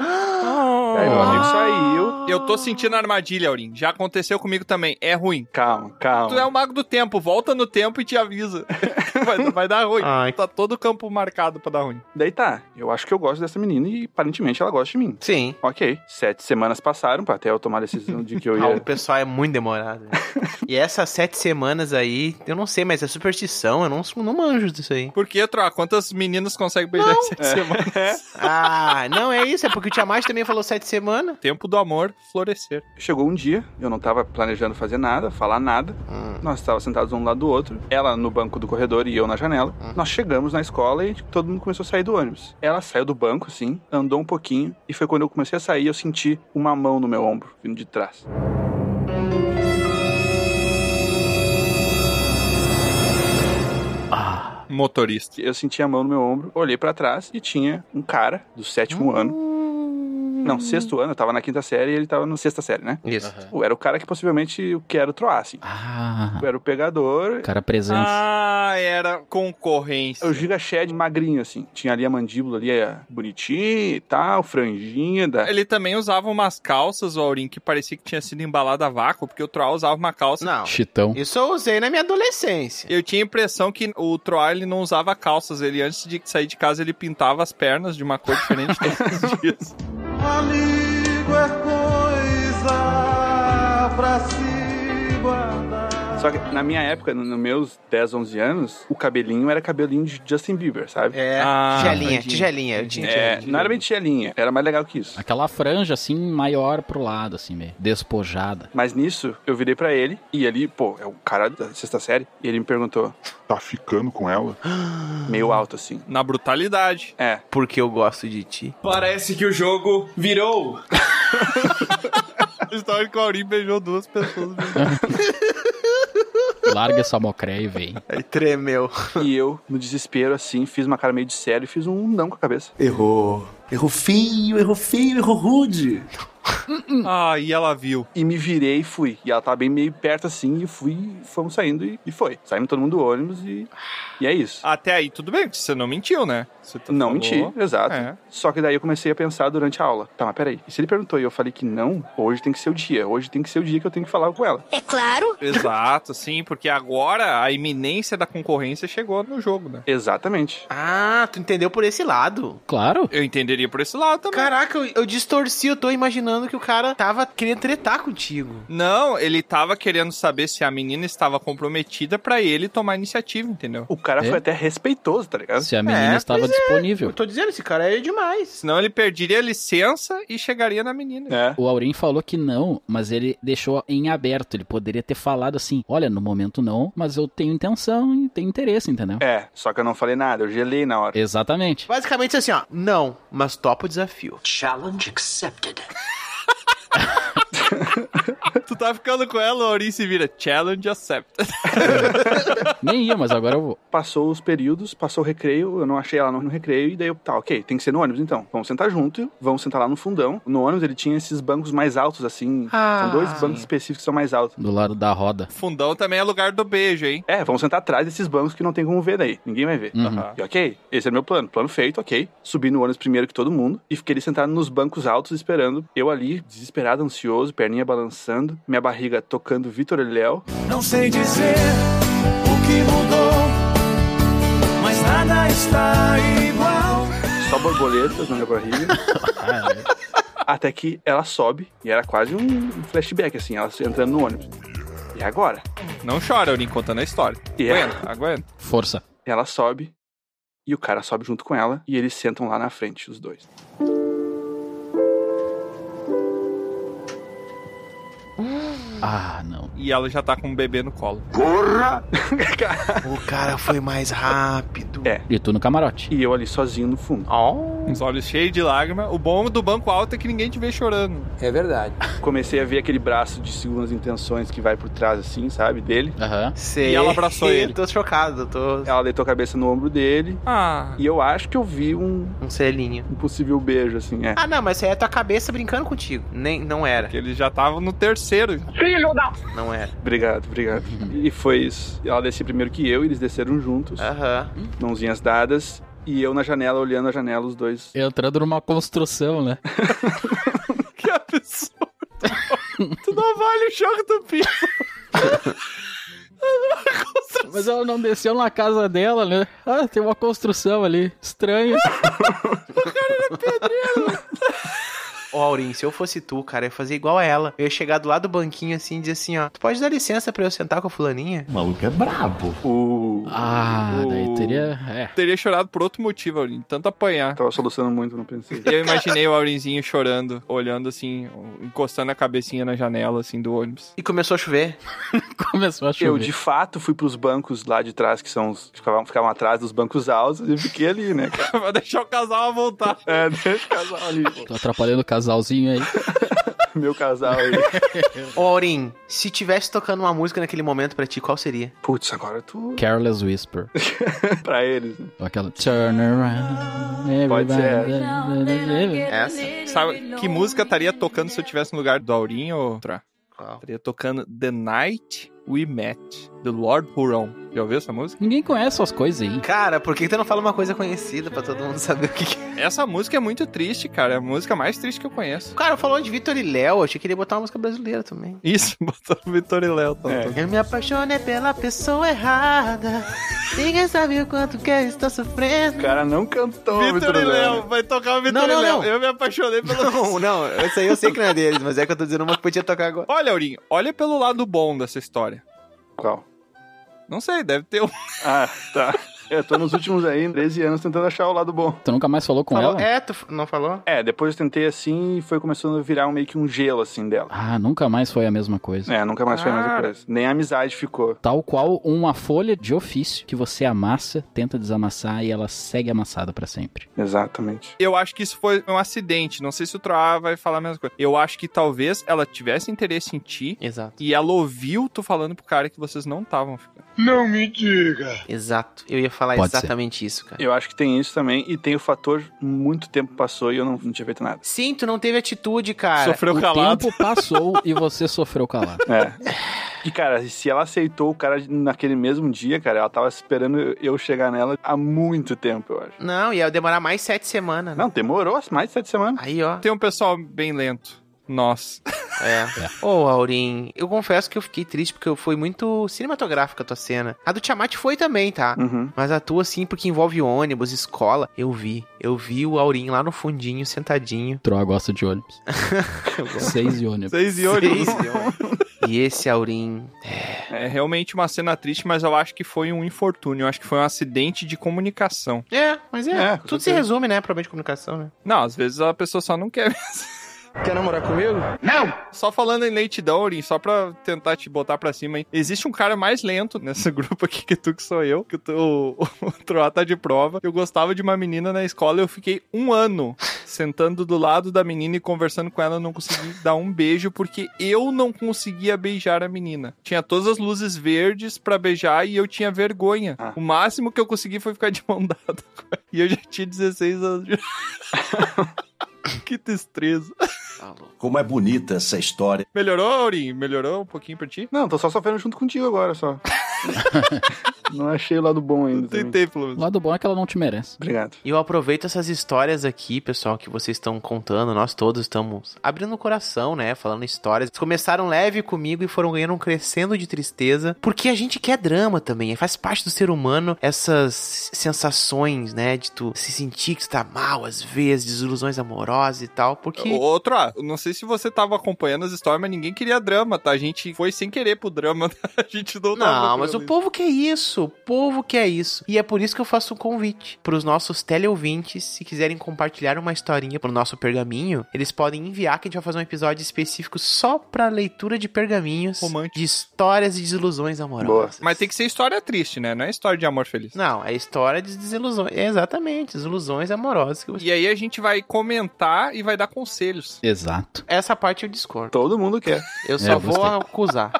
Speaker 3: Aí É, meu amigo saiu.
Speaker 1: Ah. Eu tô sentindo a armadilha, Aurim. Já aconteceu comigo também. É ruim.
Speaker 3: Calma, calma.
Speaker 1: Tu é o mago do tempo, volta no tempo e te avisa. vai, vai dar ruim.
Speaker 2: Ai.
Speaker 1: Tá todo o campo marcado pra dar ruim.
Speaker 3: Daí tá, eu acho que eu gosto dessa menina e aparentemente ela gosta de mim.
Speaker 2: Sim.
Speaker 3: Ok, sete semanas passaram pra até eu tomar a decisão de que eu
Speaker 2: Ah, o
Speaker 3: ia.
Speaker 2: pessoal é muito demorado. né? e essas sete semanas aí, eu não sei, mas é superstição, eu não, não manjo disso aí.
Speaker 1: Por que, Troa? Quantas meninas conseguem beijar em sete semanas?
Speaker 2: Ah, não é isso, é porque o Tiamat também falou sete semanas.
Speaker 1: Tempo do amor florescer.
Speaker 3: Chegou um dia, eu não tava planejando fazer nada, falar nada. Nós estávamos sentados um lado do outro, ela no banco do corredor e eu na janela. Nós chegamos na escola e tipo, todo mundo começou a sair do ônibus. Ela saiu do banco, assim, andou um pouquinho, e foi quando eu comecei a sair, eu senti uma mão no meu ombro, vindo de trás.
Speaker 1: Motorista.
Speaker 3: Eu senti a mão no meu ombro, olhei pra trás e tinha um cara do sétimo ano. Não, sexto ano, eu tava na quinta série e ele tava no sexta série, né?
Speaker 2: Isso.
Speaker 3: Pô, era o cara que possivelmente eu quero troar, assim.
Speaker 4: Ah.
Speaker 3: Eu era o pegador.
Speaker 4: Cara, presença.
Speaker 1: Ah, era concorrência.
Speaker 3: O Giga Shed magrinho, assim. Tinha ali a mandíbula ali, é, bonitinha e tal, franjinha. Da...
Speaker 1: Ele também usava umas calças, o Aurim, que parecia que tinha sido embalada a vácuo, porque o Troá usava uma calça.
Speaker 2: Não.
Speaker 4: Chitão.
Speaker 2: Isso eu usei na minha adolescência.
Speaker 1: Eu tinha a impressão que o Troá, ele não usava calças. Ele, antes de sair de casa, ele pintava as pernas de uma cor diferente todos os dias.
Speaker 17: Amigo é coisa pra se guardar.
Speaker 3: Só que na minha época, no- nos meus 10, 11 anos, o cabelinho era cabelinho de Justin Bieber, sabe?
Speaker 2: É,
Speaker 1: Ah,
Speaker 2: tigelinha,
Speaker 1: tadinho.
Speaker 2: tigelinha. Eu tinha
Speaker 3: É,
Speaker 2: tigelinha.
Speaker 3: não era bem tigelinha, era mais legal que isso.
Speaker 4: Aquela franja, assim, maior pro lado, assim, meio despojada.
Speaker 3: Mas nisso, eu virei pra ele, e ele, pô, é o cara da sexta série, e ele me perguntou,
Speaker 18: Tá ficando com ela?
Speaker 3: meio alto assim.
Speaker 1: Na brutalidade.
Speaker 3: É.
Speaker 2: Porque eu gosto de ti.
Speaker 17: Parece que o jogo virou.
Speaker 1: A história é que o Aurim beijou duas pessoas.
Speaker 4: Larga essa mocréia e vem.
Speaker 2: Aí tremeu.
Speaker 3: E eu, no desespero, assim, fiz uma cara meio de sério e fiz um não com a cabeça.
Speaker 2: Errou. Errou feio, errou feio, errou rude.
Speaker 1: ah, e ela viu.
Speaker 3: E me virei e fui. E ela tava bem meio perto assim, e fui, fomos saindo e, e foi. Saímos todo mundo do ônibus e, e é isso.
Speaker 1: Até aí, tudo bem, porque você não mentiu, né? Você tá-
Speaker 3: Não
Speaker 1: falou.
Speaker 3: menti, exato.
Speaker 1: É.
Speaker 3: Só que daí eu comecei a pensar durante a aula. Tá, mas peraí. E se ele perguntou e eu falei que não, hoje tem que ser o dia. Hoje tem que ser o dia que eu tenho que falar com ela.
Speaker 17: É claro.
Speaker 1: Exato, sim, porque agora a iminência da concorrência chegou no jogo, né?
Speaker 3: Exatamente.
Speaker 2: Ah, tu entendeu por esse lado.
Speaker 4: Claro.
Speaker 1: Eu entenderia por esse lado também.
Speaker 2: Caraca, eu, eu distorci, eu tô imaginando que o cara tava querendo tretar contigo.
Speaker 1: Não, ele tava querendo saber se a menina estava comprometida pra ele tomar iniciativa, entendeu?
Speaker 3: O cara
Speaker 1: É.
Speaker 3: foi até respeitoso, tá ligado?
Speaker 4: Se a menina
Speaker 1: É,
Speaker 4: estava
Speaker 1: pois é.
Speaker 4: disponível.
Speaker 2: Eu tô dizendo, esse cara é demais.
Speaker 1: Senão ele perderia a licença e chegaria na menina.
Speaker 3: É.
Speaker 4: O Aurim falou que não, mas ele deixou em aberto. Ele poderia ter falado assim: olha, no momento não, mas eu tenho intenção e tenho interesse, entendeu?
Speaker 3: É, só que eu não falei nada, eu gelei na hora.
Speaker 4: Exatamente.
Speaker 2: Basicamente assim, ó. Não, mas topa o desafio.
Speaker 17: Challenge accepted.
Speaker 1: Tu tá ficando com ela, o Aurim se vira. Challenge accepted.
Speaker 4: Nem ia, mas agora eu vou.
Speaker 3: Passou os períodos, passou o recreio, eu não achei ela no no recreio, e daí eu, tá, ok, tem que ser no ônibus então. Vamos sentar junto, vamos sentar lá no fundão. No ônibus ele tinha esses bancos mais altos, assim.
Speaker 2: Ah.
Speaker 3: são dois bancos específicos que são mais altos.
Speaker 4: Do lado da roda.
Speaker 1: Fundão também é lugar do beijo, hein?
Speaker 3: É, vamos sentar atrás desses bancos que não tem como ver daí. Ninguém vai ver.
Speaker 4: Uhum.
Speaker 3: E ok, esse era meu plano. Plano feito, ok. Subi no ônibus primeiro que todo mundo e fiquei ali sentado nos bancos altos esperando. Eu ali, desesperado, ansioso, perninha balançando, minha barriga tocando Vitor e Léo.
Speaker 17: Não sei dizer o que mudou, mas nada está igual.
Speaker 3: Só borboletas na minha barriga. Até que ela sobe e era quase um flashback, assim, ela entrando no ônibus. E agora? é
Speaker 1: Não chora, Aurim, contando a história.
Speaker 3: Yeah.
Speaker 1: Aguenta, aguenta.
Speaker 4: Força.
Speaker 3: Ela sobe e o cara sobe junto com ela e eles sentam lá na frente, os dois.
Speaker 4: Ah, não.
Speaker 1: E ela já tá com um bebê no colo.
Speaker 3: Porra!
Speaker 2: O cara foi mais rápido.
Speaker 3: É.
Speaker 4: E tu no camarote.
Speaker 3: E eu ali sozinho no fundo.
Speaker 2: Ó.
Speaker 1: Os olhos cheios de lágrima. O bom do banco alto é que ninguém te vê chorando.
Speaker 11: É verdade.
Speaker 3: Comecei a ver aquele braço de segundas intenções que vai por trás, assim, sabe? Dele.
Speaker 4: Aham.
Speaker 2: Sei.
Speaker 1: E ela abraçou ele.
Speaker 2: tô chocado, tô...
Speaker 3: Ela deitou a cabeça no ombro dele.
Speaker 1: Ah.
Speaker 3: E eu acho que eu vi um,
Speaker 2: Um selinho.
Speaker 3: um possível beijo, assim, é.
Speaker 2: Ah, não, mas isso aí é tua cabeça brincando contigo. Nem, não era,
Speaker 1: Que eles já estavam no terceiro.
Speaker 2: não era.
Speaker 3: Obrigado, obrigado. E foi isso. Ela desceu primeiro que eu, e eles desceram juntos,
Speaker 2: Aham.
Speaker 3: mãozinhas dadas. E eu na janela, olhando a janela, os dois.
Speaker 4: Entrando numa construção, né?
Speaker 1: Que absurdo. tu não vale o choque do piso.
Speaker 4: Mas ela não desceu na casa dela, né? Ah, tem uma construção ali. Estranho.
Speaker 2: Ô, Aurim, se eu fosse tu, cara, eu ia fazer igual a ela. Eu ia chegar do lado do banquinho assim e dizer assim, ó. Tu pode dar licença pra eu sentar com a fulaninha?
Speaker 18: O maluco é brabo.
Speaker 3: O.
Speaker 4: Ah, daí
Speaker 3: o-
Speaker 4: teria. É.
Speaker 1: Teria chorado por outro motivo, Aurim. Tanto apanhar.
Speaker 3: Tava solucionando muito, não pensei.
Speaker 1: Eu imaginei o Aurinzinho chorando, olhando assim, encostando a cabecinha na janela, assim, do ônibus.
Speaker 2: E começou a chover.
Speaker 4: Começou a chover.
Speaker 3: Eu, de fato, fui pros bancos lá de trás, que são os. que Ficavam, ficavam atrás dos bancos altos, e fiquei ali, né? cara?
Speaker 1: Vai deixar o casal voltar.
Speaker 3: É, deixa o casal ali, pô.
Speaker 4: Tô atrapalhando o casalzinho aí.
Speaker 3: Meu casal aí.
Speaker 2: Ô, Aurim, se tivesse tocando uma música naquele momento pra ti, qual seria?
Speaker 3: Putz, agora tu.
Speaker 4: Careless Whisper.
Speaker 3: pra eles. né?
Speaker 4: Ou Aquela Turn Around.
Speaker 3: Pode ser
Speaker 1: Essa. Sabe que música estaria tocando se eu tivesse no lugar do Aurinho ou outra? Estaria tocando The Night We Met, do Lord Huron. Já ouviu essa música?
Speaker 4: Ninguém conhece essas coisas aí.
Speaker 2: Cara, por que que tu não fala uma coisa conhecida pra todo mundo saber o que, que é?
Speaker 1: Essa música é muito triste, cara. É a música mais triste que eu conheço.
Speaker 2: Cara, falou de Vitor e Léo, achei que ele ia botar uma música brasileira também.
Speaker 1: Isso, botou o Vitor e Léo. tá? Tom, Tom.
Speaker 2: Eu me apaixonei pela pessoa errada. Ninguém sabe o quanto que eu estou
Speaker 3: O
Speaker 2: sofrendo.
Speaker 3: cara não cantou,
Speaker 1: Vitor e
Speaker 3: né?
Speaker 1: Léo, vai tocar o Vitor
Speaker 2: Não,
Speaker 1: e
Speaker 2: não,
Speaker 1: Léo.
Speaker 2: não.
Speaker 1: Eu me apaixonei pelo.
Speaker 2: Não, não, isso aí eu sei que não é deles, mas é que eu tô dizendo uma que podia tocar agora.
Speaker 1: Olha, Aurinho, olha pelo lado bom dessa história.
Speaker 3: Qual?
Speaker 1: Não sei, deve ter um.
Speaker 3: Ah, tá. Eu tô nos últimos aí, 13 anos, tentando achar o lado bom.
Speaker 4: Tu nunca mais falou com
Speaker 2: Falou-
Speaker 4: ela?
Speaker 2: É, tu f- não falou?
Speaker 3: É, depois eu tentei assim e foi começando a virar um- meio que um gelo, assim, dela.
Speaker 4: Ah, nunca mais foi a mesma coisa.
Speaker 3: É, nunca mais foi mais
Speaker 1: Cara.
Speaker 3: mesma coisa. Nem a amizade ficou.
Speaker 4: Tal qual uma folha de ofício que você amassa, tenta desamassar e ela segue amassada pra sempre.
Speaker 3: Exatamente.
Speaker 1: Eu acho que isso foi um acidente. Não sei se o Troá vai falar a mesma coisa. Eu acho que talvez ela tivesse interesse em ti
Speaker 2: Exato.
Speaker 1: e ela ouviu tu falando pro cara que vocês não estavam ficando.
Speaker 17: Não me diga.
Speaker 2: Exato. Eu ia falar
Speaker 4: Pode ser.
Speaker 2: exatamente isso, cara.
Speaker 3: Eu acho que tem isso também, e tem o fator muito tempo passou e eu não, não tinha feito nada.
Speaker 2: Sim, tu não teve atitude, cara.
Speaker 1: Sofreu
Speaker 4: o
Speaker 1: calado.
Speaker 4: tempo passou e você sofreu calado.
Speaker 3: É. E, cara, se ela aceitou o cara naquele mesmo dia, cara, ela tava esperando eu chegar nela há muito tempo, eu acho.
Speaker 2: Não, ia demorar mais sete semanas. Né?
Speaker 3: Não, demorou mais de sete semanas.
Speaker 2: Aí, ó.
Speaker 1: Tem um pessoal bem lento. Nós.
Speaker 2: É. Ô, Aurim, eu confesso que eu fiquei triste porque foi muito cinematográfica a tua cena. A do Tiamat foi também, tá?
Speaker 3: Uhum.
Speaker 2: Mas a tua, sim, porque envolve ônibus, escola. Eu vi. Eu vi o Aurim lá no fundinho, sentadinho.
Speaker 4: Troa gosta de ônibus. Seis de ônibus.
Speaker 1: Seis e olho.
Speaker 2: Seis de ônibus. E esse Aurim.
Speaker 1: É realmente uma cena triste, mas eu acho que foi um infortúnio. Eu acho que foi um acidente de comunicação.
Speaker 2: É, mas é.
Speaker 3: É, com
Speaker 2: Tudo se
Speaker 3: certeza.
Speaker 2: resume, né? Problema de comunicação, né?
Speaker 1: Não, às vezes a pessoa só não quer mesmo.
Speaker 12: Quer namorar comigo?
Speaker 1: Só falando em lentidão, Aurim, só pra tentar te botar pra cima, hein? existe um cara mais lento nesse grupo aqui que tu, que sou eu, que tu- o, o Troá tá de prova. Eu gostava de uma menina na escola e eu fiquei um ano sentando do lado da menina e conversando com ela, eu não consegui dar um beijo porque eu não conseguia beijar a menina. Tinha todas as luzes verdes pra beijar e eu tinha vergonha.
Speaker 3: Ah.
Speaker 1: O máximo que eu consegui foi ficar de mão dada. com ela. E eu já tinha 16 anos. de- que tristeza.
Speaker 17: Como é bonita essa história.
Speaker 1: Melhorou, Aurim? Melhorou um pouquinho pra ti?
Speaker 3: Não, tô só sofrendo junto contigo agora, só. não achei o lado bom ainda. também.
Speaker 1: Tentei, pelo menos.
Speaker 4: O lado bom é que ela não te merece.
Speaker 3: Obrigado.
Speaker 2: E eu aproveito essas histórias aqui, pessoal, que vocês estão contando. Nós todos estamos abrindo o coração, né? Falando histórias. Vocês começaram leve comigo e foram ganhando um crescendo de tristeza. Porque a gente quer drama também. Faz parte do ser humano essas sensações, né? De tu se sentir que tu tá mal às vezes, desilusões amorosas e tal. Porque.
Speaker 1: Outro, ah, eu não sei se você tava acompanhando as histórias, mas ninguém queria drama, tá? A gente foi sem querer pro drama, tá? a gente não tava
Speaker 2: Não, mas o
Speaker 1: procurando
Speaker 2: povo quer isso, o povo quer isso. E é por isso que eu faço um convite para os nossos teleouvintes, se quiserem compartilhar uma historinha pro nosso pergaminho, eles podem enviar que a gente vai fazer um episódio específico só pra leitura de pergaminhos,
Speaker 1: Romântico.
Speaker 2: de histórias e desilusões amorosas.
Speaker 1: isso. Mas tem que ser história triste, né? Não é história de amor feliz.
Speaker 2: Não, é história de desilusões, é exatamente, desilusões amorosas que você...
Speaker 1: E aí a gente vai comentar e vai dar conselhos.
Speaker 4: Exato.
Speaker 2: Essa parte eu discordo.
Speaker 3: Todo mundo quer.
Speaker 2: Eu só
Speaker 4: eu
Speaker 2: vou
Speaker 4: gostei.
Speaker 2: acusar.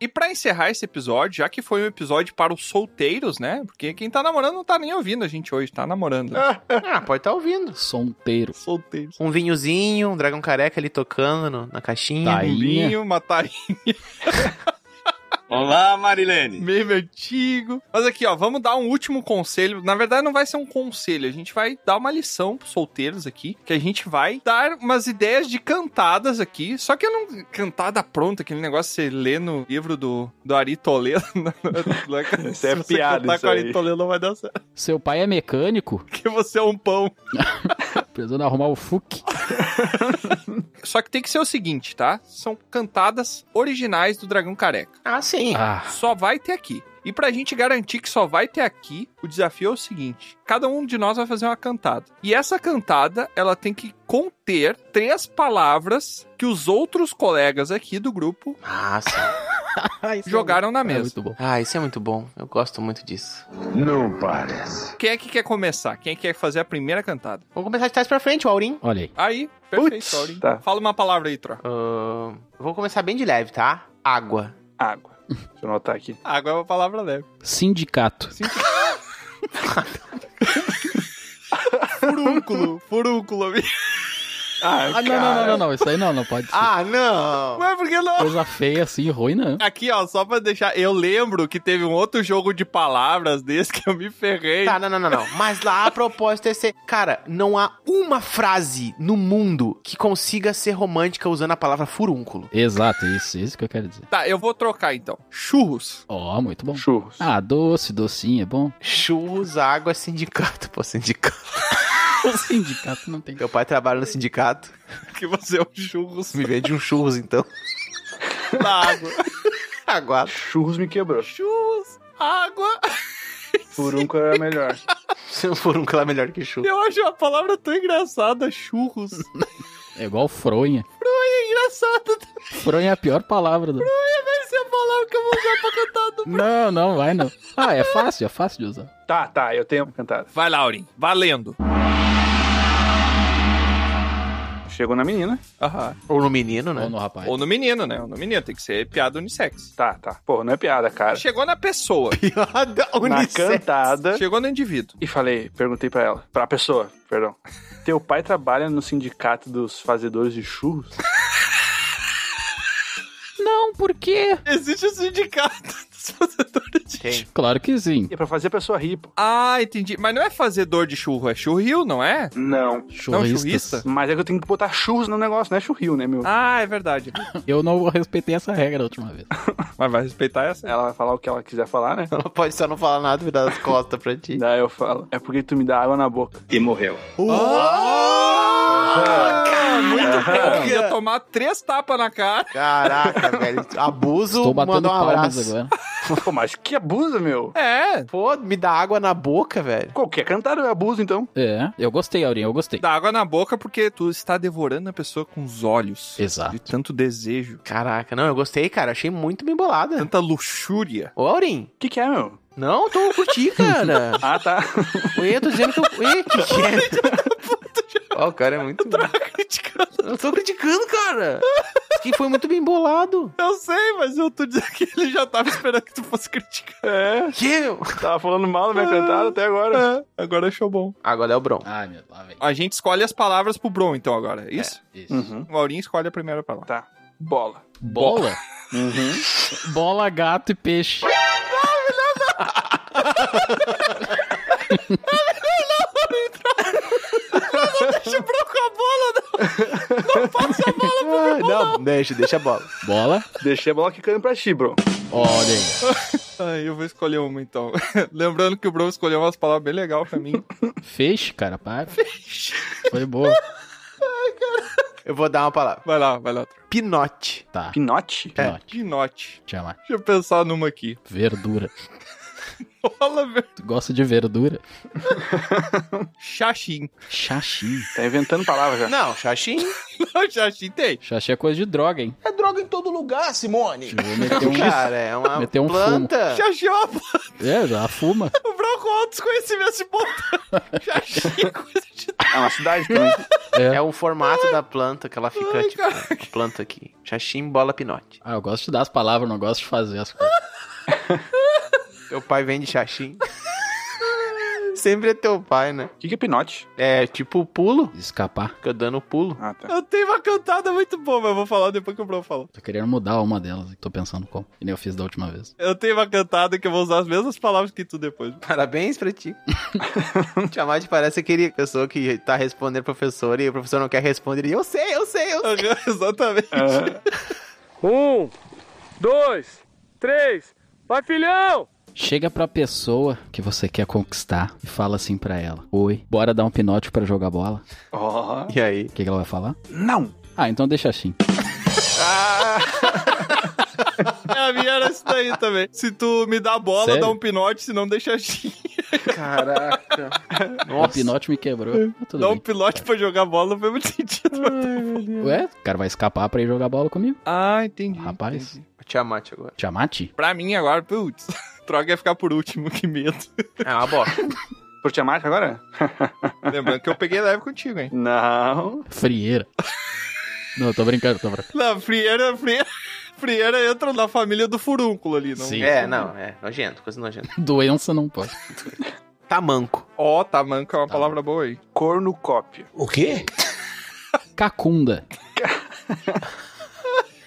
Speaker 1: E pra encerrar esse episódio, já que foi um episódio para os solteiros, né? Porque quem tá namorando não tá nem ouvindo a gente hoje, tá namorando. né?
Speaker 2: ah, pode estar ouvindo.
Speaker 4: Solteiro.
Speaker 1: Solteiros.
Speaker 2: Um vinhozinho, um dragão careca ali tocando no- na caixinha.
Speaker 4: Tá aí. Tainha.
Speaker 1: Vinho, uma tainha,
Speaker 12: Olá, Marilene.
Speaker 1: meme antigo. Mas aqui, ó, vamos dar um último conselho. Na verdade, não vai ser um conselho, a gente vai dar uma lição pros solteiros aqui, que a gente vai dar umas ideias de cantadas aqui. Só que eu não cantada pronta, aquele negócio que você lê no livro do, do Ari Toledo. Não, não é-
Speaker 3: Isso
Speaker 1: se
Speaker 3: é
Speaker 1: você
Speaker 3: piada,
Speaker 1: cantar
Speaker 3: isso
Speaker 1: com o Ari
Speaker 3: aí.
Speaker 1: Toledo não vai dar certo.
Speaker 4: Seu pai é mecânico,
Speaker 1: Porque você é um pão.
Speaker 4: precisando arrumar o FUC.
Speaker 1: Só que tem que ser o seguinte, tá? São cantadas originais do Dragão Careca.
Speaker 2: Ah, sim.
Speaker 4: Ah,
Speaker 1: Só vai ter aqui. E pra gente garantir que só vai ter aqui, o desafio é o seguinte: cada um de nós vai fazer uma cantada. E essa cantada, ela tem que conter três palavras que os outros colegas aqui do grupo
Speaker 2: Ah, sim.
Speaker 1: Jogaram na mesa.
Speaker 2: Ah, isso é muito bom. Eu gosto muito disso.
Speaker 1: Não parece. Quem é que quer começar? Quem quer fazer a primeira cantada?
Speaker 2: Vamos começar de trás pra frente, o Aurim.
Speaker 4: Olha aí.
Speaker 1: Aí, perfeito, Aurim. Fala uma palavra aí, Tro.
Speaker 2: vou começar bem de leve, tá? Água.
Speaker 3: Água. Deixa eu anotar aqui.
Speaker 1: Água é uma palavra leve.
Speaker 4: Sindicato.
Speaker 1: Furúnculo. Furúnculo. amigo.
Speaker 4: Ah, não, não, não, não, não. Isso aí não, não pode ser.
Speaker 2: Ah, não!
Speaker 1: Mas por que não?
Speaker 4: Coisa feia assim, ruim não.
Speaker 1: Aqui, ó, só pra deixar. Eu lembro que teve um outro jogo de palavras desse que eu me ferrei.
Speaker 2: Tá, não, não, não, não. Mas lá a proposta é ser. Cara, não há uma frase no mundo que consiga ser romântica usando a palavra furúnculo.
Speaker 4: Exato, isso, isso que eu quero dizer.
Speaker 1: Tá, eu vou trocar então. Churros.
Speaker 4: Ó, muito bom.
Speaker 3: Churros.
Speaker 4: Ah, doce, docinho, é bom.
Speaker 2: Churros, água, sindicato. Pô, sindicato.
Speaker 4: sindicato não tem.
Speaker 2: Meu pai trabalha no sindicato.
Speaker 1: Que você é um churros.
Speaker 2: Me vende um churros, então.
Speaker 1: Na água.
Speaker 2: Agora.
Speaker 3: Churros me quebrou.
Speaker 1: Churros, água.
Speaker 3: Furunco era é melhor.
Speaker 2: Se não for um clã melhor que churros.
Speaker 1: Eu acho uma palavra tão engraçada, churros.
Speaker 4: É igual fronha.
Speaker 1: Fronha é engraçada.
Speaker 4: Fronha é a pior palavra do.
Speaker 1: Fronha vai ser a palavra que eu vou usar pra cantar do...
Speaker 4: Não, não, vai não. Ah, é fácil, é fácil de usar.
Speaker 3: Tá, tá, eu tenho uma cantada.
Speaker 1: Vai, Laurin. Valendo.
Speaker 3: Chegou na menina.
Speaker 1: Aham.
Speaker 2: Ou no menino, né?
Speaker 4: Ou no rapaz.
Speaker 1: Ou no menino, né? Ou no menino. Tem que ser piada unissex.
Speaker 3: Tá, tá. Pô, não é piada, cara.
Speaker 1: Chegou na pessoa.
Speaker 2: Piada
Speaker 3: Na
Speaker 2: unissex.
Speaker 3: cantada.
Speaker 1: Chegou no indivíduo.
Speaker 3: E falei, perguntei pra ela, pra pessoa, perdão. Teu pai trabalha no sindicato dos fazedores de churros?
Speaker 4: Não, por quê?
Speaker 1: Existe o sindicato dos fazedores de
Speaker 2: Tem.
Speaker 4: Claro que sim.
Speaker 3: E é pra fazer a pessoa rir, pô.
Speaker 1: Ah, entendi. Mas não é fazedor de churro, é churril, não é?
Speaker 4: Tá
Speaker 3: Não.
Speaker 4: um
Speaker 1: Não,
Speaker 4: Churristas.
Speaker 1: churrista?
Speaker 3: Mas é que eu tenho que botar churros no negócio, não é churril, né, meu?
Speaker 1: Ah, é verdade.
Speaker 4: Eu não respeitei essa regra da última vez.
Speaker 1: Mas vai respeitar essa.
Speaker 3: Ela vai falar o que ela quiser falar, né?
Speaker 2: Ela pode só não falar nada, virar as costas pra ti.
Speaker 3: Daí eu falo, é porque tu me dá água na boca.
Speaker 13: E morreu.
Speaker 1: Ah, Eu ia tomar três tapas na cara.
Speaker 2: Caraca, velho. Abuso,
Speaker 4: Estou batendo
Speaker 2: manda um
Speaker 4: palmas
Speaker 2: abraço.
Speaker 4: agora.
Speaker 3: Pô, mas que abuso, meu.
Speaker 1: É,
Speaker 2: Pô, me dá água na boca, velho.
Speaker 3: Qualquer cantada é abuso, então.
Speaker 4: É, eu gostei, Aurinho, eu gostei.
Speaker 1: dá água na boca porque tu está devorando a pessoa com os olhos.
Speaker 4: Exato.
Speaker 1: De tanto desejo,
Speaker 2: Caraca, não, eu gostei, cara. Achei muito bem bolada.
Speaker 1: tanta luxúria.
Speaker 2: Ô, Aurim.
Speaker 3: O que, que é, meu?
Speaker 2: Não, eu tô curtindo, cara.
Speaker 3: Ah, tá.
Speaker 2: Oi, eu tô dizendo que eu... Oi, que que é? Ó, o cara é muito... bom.
Speaker 1: Criticando.
Speaker 2: Eu tô criticando, cara. Que foi muito bem bolado.
Speaker 1: Eu sei, mas eu tô dizendo que ele já tava esperando que tu fosse criticar.
Speaker 3: É,
Speaker 2: Que? meu?
Speaker 3: tava falando mal da minha cantada até agora.
Speaker 1: É, agora achou bom.
Speaker 2: Agora é o Bron.
Speaker 4: Ai, meu, lá vem.
Speaker 1: A gente escolhe as palavras pro Bron, então, agora. É isso?
Speaker 4: Isso.
Speaker 3: Uhum.
Speaker 1: O Aurinho escolhe a primeira palavra.
Speaker 3: Tá. Bola.
Speaker 4: Bola?
Speaker 3: Uhum.
Speaker 4: Bola, gato e peixe.
Speaker 1: Deixa o Bron com a bola, não. Não passa a bola pro
Speaker 2: Ah, não, deixa, deixa a bola.
Speaker 4: Bola.
Speaker 3: Deixei a bola quicando pra ti, bro.
Speaker 4: Olha aí.
Speaker 1: Ai, eu vou escolher uma então. Lembrando que o Bruno escolheu umas palavras bem legais pra mim.
Speaker 4: Feixe, cara, para. Feixe. Foi boa.
Speaker 2: Eu vou dar uma palavra.
Speaker 1: Vai lá, vai lá.
Speaker 2: Pinote.
Speaker 4: Tá.
Speaker 3: Pinote?
Speaker 2: É.
Speaker 4: Pinote.
Speaker 1: Pinote.
Speaker 4: Chama.
Speaker 1: Deixa eu pensar numa aqui.
Speaker 4: Verdura.
Speaker 1: Olha, velho.
Speaker 4: Tu gosta de verdura?
Speaker 1: Xaxim.
Speaker 4: Xaxim.
Speaker 3: Tá inventando palavra já.
Speaker 2: Não, Xaxim.
Speaker 1: Não, Xaxim tem.
Speaker 4: Xaxim é coisa de droga, hein?
Speaker 14: É droga em todo lugar, Simone.
Speaker 4: Eu vou meter um...
Speaker 2: Cara, é uma
Speaker 4: Meteu um
Speaker 2: planta.
Speaker 1: Xaxim é uma bola.
Speaker 4: É, já fuma.
Speaker 1: O Bruno com altos conhecimentos de ponta. Xaxim é coisa de...
Speaker 3: É uma cidade também.
Speaker 2: É o formato da planta que ela fica, tipo, planta aqui. Xaxim, bola, pinote.
Speaker 4: Ah, eu gosto de dar as palavras, não gosto de fazer as coisas.
Speaker 2: Teu pai vende xaxim. Sempre é teu pai, né?
Speaker 3: O que, que é pinote?
Speaker 2: É tipo pulo.
Speaker 4: Escapar.
Speaker 2: Fica dando pulo.
Speaker 3: Ah, tá.
Speaker 1: Eu tenho uma cantada muito boa, mas eu vou falar depois que o Bruno fala.
Speaker 4: Tô querendo mudar uma delas, tô pensando qual. Que nem eu fiz da última vez.
Speaker 1: Eu tenho uma cantada que eu vou usar as mesmas palavras que tu depois.
Speaker 2: Parabéns pra ti. Tiamat parece aquele pessoa que tá respondendo professor e o professor não quer responder. E eu sei, eu sei, eu sei.
Speaker 1: Aham, Exatamente.
Speaker 10: Um, dois, três. Vai, filhão!
Speaker 4: Chega pra pessoa que você quer conquistar e fala assim pra ela: Oi, bora dar um pinote pra jogar bola?
Speaker 3: Ó.
Speaker 2: E aí?
Speaker 4: O que, que ela vai falar?
Speaker 3: Não.
Speaker 4: Ah, então deixa assim.
Speaker 1: A minha era isso daí também. Se tu me dá a bola,
Speaker 4: Sério?
Speaker 1: dá um pinote, se não deixa xixi.
Speaker 3: Caraca.
Speaker 4: O pinote me quebrou. Ah, tudo
Speaker 1: Dá um
Speaker 4: bem.
Speaker 1: pilote pra jogar bola não faz muito sentido. mas tá bom.
Speaker 4: Ué, o cara vai escapar pra ir jogar bola comigo.
Speaker 1: Ah, entendi.
Speaker 4: Rapaz.
Speaker 2: Tiamat agora.
Speaker 4: Tiamat?
Speaker 1: Pra mim agora, putz, troca ia ficar por último, que medo.
Speaker 2: É uma bosta.
Speaker 3: Por Tiamat agora?
Speaker 1: Lembrando que eu peguei leve contigo, hein?
Speaker 3: Não.
Speaker 4: Frieira. Não, tô brincando, tô brincando.
Speaker 1: Não, frieira, frieira, frieira entra na família do furúnculo ali, não?
Speaker 4: Sim.
Speaker 2: É, não, é nojento, coisa nojenta.
Speaker 4: Doença não pode.
Speaker 2: Tamanco.
Speaker 1: Ó, tamanco é
Speaker 4: Tá.
Speaker 1: uma palavra boa aí.
Speaker 3: Cornucópia.
Speaker 2: O quê?
Speaker 4: Cacunda.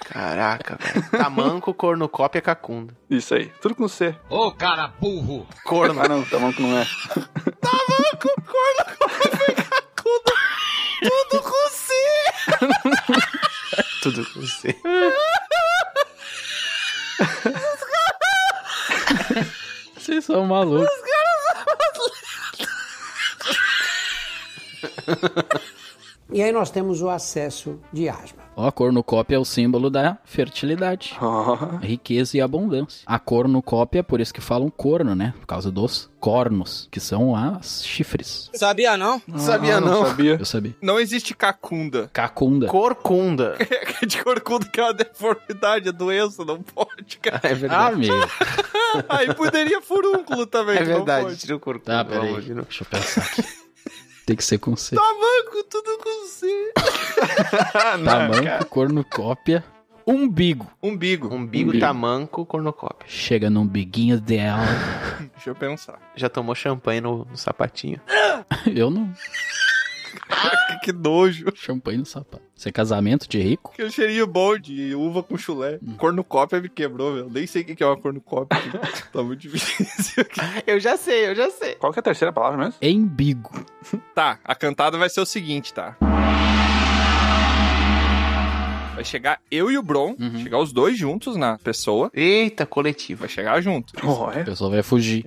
Speaker 2: Caraca, velho. Tamanco, cornucópia, cacunda.
Speaker 3: Isso aí. Tudo com C.
Speaker 17: Ô, cara burro!
Speaker 2: Corno.
Speaker 3: Ah, não, tá bom que não é.
Speaker 17: Tudo com C!
Speaker 2: Tudo com C.
Speaker 4: Vocês são malucos.
Speaker 19: E aí nós temos o acesso de asma.
Speaker 4: Ó, a cornucópia é o símbolo da fertilidade, riqueza e abundância. A cornucópia, por isso que falam corno, né? Por causa dos cornos, que são as chifres.
Speaker 1: Sabia não?
Speaker 2: Sabia não.
Speaker 3: Ah, sabia.
Speaker 4: Eu sabia.
Speaker 1: Não existe cacunda.
Speaker 4: Cacunda.
Speaker 2: Corcunda.
Speaker 1: De corcunda que é uma deformidade, é doença, não pode, cara.
Speaker 2: É verdade.
Speaker 4: Ah, meu.
Speaker 1: Aí Ah, poderia furúnculo também, que
Speaker 2: É
Speaker 1: não
Speaker 2: verdade,
Speaker 1: pode.
Speaker 2: tira o corcunda.
Speaker 4: Tá, peraí.
Speaker 2: vamos, de novo.
Speaker 4: Deixa eu pensar aqui. Tem que ser com C.
Speaker 1: Tamanco, tudo com C.
Speaker 4: Tamanco, cornucópia, umbigo.
Speaker 1: Umbigo.
Speaker 2: Umbigo,
Speaker 4: Umbigo.
Speaker 2: tamanco, cornucópia.
Speaker 4: Chega no umbiguinho dela.
Speaker 1: Deixa eu pensar.
Speaker 2: Já tomou champanhe no, no sapatinho?
Speaker 4: Eu não.
Speaker 1: que nojo.
Speaker 4: Champanhe no sapato. Isso é casamento de rico?
Speaker 1: Aquele cheirinho bom de uva com chulé.
Speaker 2: Hum.
Speaker 1: Cornucópia me quebrou, velho. Nem sei o que que é uma cornucópia. tá muito difícil.
Speaker 2: Eu já sei, eu já sei.
Speaker 3: Qual que é a terceira palavra mesmo?
Speaker 4: Embigo.
Speaker 1: Tá, a cantada vai ser o seguinte, tá? Vai chegar eu e o Bron,
Speaker 2: Uhum.
Speaker 1: chegar os dois juntos na pessoa.
Speaker 2: Eita, coletivo.
Speaker 1: Vai chegar junto.
Speaker 4: A pessoa vai fugir.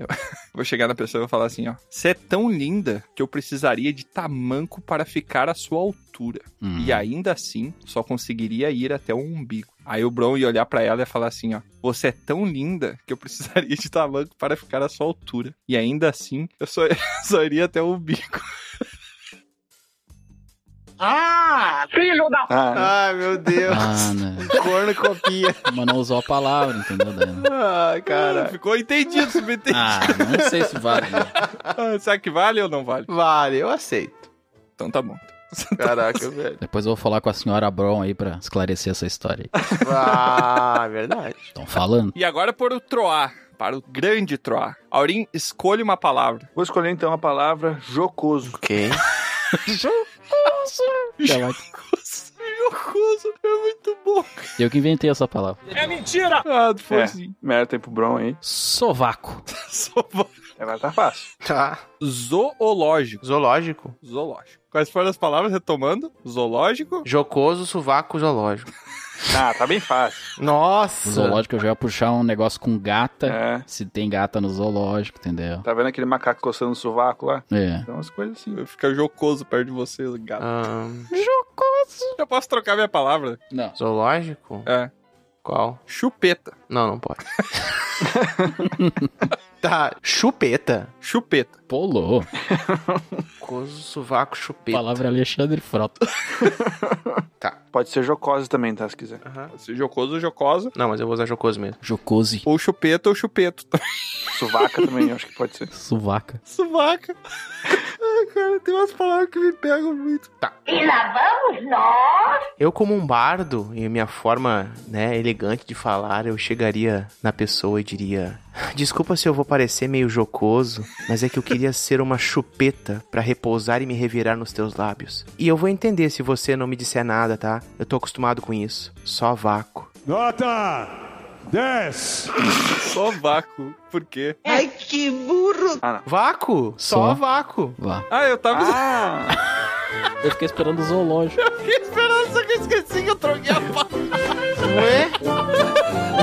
Speaker 1: Vou chegar na pessoa e vou falar assim, ó. Você é tão linda que eu precisaria de tamanco para ficar à sua altura.
Speaker 4: Hum.
Speaker 1: E ainda assim, só conseguiria ir até o umbigo. Aí o Bron ia olhar pra ela e ia falar assim, ó. Você é tão linda que eu precisaria de tamanco para ficar à sua altura. E ainda assim, eu só, só iria até o umbigo.
Speaker 17: Ah, filho da...
Speaker 2: Ah, meu Deus.
Speaker 4: Ah, né?
Speaker 2: Cornucopia.
Speaker 4: Mas não usou a palavra, entendeu? Daí, né?
Speaker 2: Ai,
Speaker 1: Ah, Cara,
Speaker 2: cara.
Speaker 1: ficou entendido, subentendido.
Speaker 4: Ah, não sei se vale. né?
Speaker 1: Ah, Será que vale ou não vale?
Speaker 2: Vale, eu aceito.
Speaker 1: Então tá bom.
Speaker 2: Caraca, velho.
Speaker 4: Depois eu vou falar com a senhora Bron aí pra esclarecer essa história.
Speaker 2: Ah, verdade.
Speaker 4: Estão falando.
Speaker 1: E agora por o Troar, para o grande Troar. Aurim, escolha uma palavra.
Speaker 3: Vou escolher então a palavra jocoso.
Speaker 2: Ok.
Speaker 4: Caraca,
Speaker 1: Jocoso é muito bom.
Speaker 4: Eu que inventei essa palavra.
Speaker 17: É mentira!
Speaker 1: Ah, foi
Speaker 3: É,
Speaker 1: assim.
Speaker 3: mérito aí pro Bron aí.
Speaker 4: Sovaco.
Speaker 3: Agora tá fácil.
Speaker 2: Tá.
Speaker 1: Zoológico.
Speaker 2: Zoológico.
Speaker 1: Zoológico. Quais foram as palavras retomando? Zoológico.
Speaker 2: Jocoso, sovaco, zoológico.
Speaker 3: Ah, tá bem fácil.
Speaker 4: No
Speaker 2: Nossa.
Speaker 4: zoológico eu já ia puxar um negócio com gata.
Speaker 3: É.
Speaker 4: Se tem gata no zoológico, entendeu?
Speaker 3: Tá vendo aquele macaco coçando o sovaco lá?
Speaker 4: É.
Speaker 3: Então as coisas assim.
Speaker 1: Fica jocoso perto de vocês, gato.
Speaker 2: Ahn,
Speaker 1: Eu posso trocar minha palavra?
Speaker 4: Não.
Speaker 2: zoológico?
Speaker 1: É.
Speaker 2: Qual?
Speaker 1: Chupeta.
Speaker 2: Não, não pode. tá, chupeta.
Speaker 1: Chupeta.
Speaker 4: Polô.
Speaker 2: Coso, sovaco, chupeta.
Speaker 4: Palavra Alexandre Frota.
Speaker 3: Pode ser jocosa também, tá? Se quiser.
Speaker 2: Aham.
Speaker 1: Se jocoso, jocosa.
Speaker 2: Não, mas eu vou usar jocoso mesmo.
Speaker 4: Jocose.
Speaker 1: Ou chupeta ou chupeto. Tá
Speaker 3: Sovaca também, eu acho que pode ser.
Speaker 4: Suvaca.
Speaker 1: Suvaca. Ai, cara, tem umas palavras que me pegam muito.
Speaker 9: E lá vamos nós!
Speaker 2: Eu, como um bardo, e minha forma, né, elegante de falar, eu chegaria na pessoa e diria: Desculpa se eu vou parecer meio jocoso, mas é que eu queria ser uma chupeta pra repousar e me revirar nos teus lábios. E eu vou entender se você não me disser nada, tá? Eu tô acostumado com isso. Só vácuo.
Speaker 17: Nota 10!
Speaker 1: Só vácuo. Por quê?
Speaker 19: Ai, que burro!
Speaker 2: Vácuo? Só,
Speaker 4: Só.
Speaker 2: vácuo.
Speaker 4: Vá.
Speaker 1: Ah, eu tava.
Speaker 3: Ah!
Speaker 4: Eu fiquei esperando o zoológico.
Speaker 1: fiquei esperando, só que eu esqueci que eu troquei a palavra.
Speaker 2: Ué?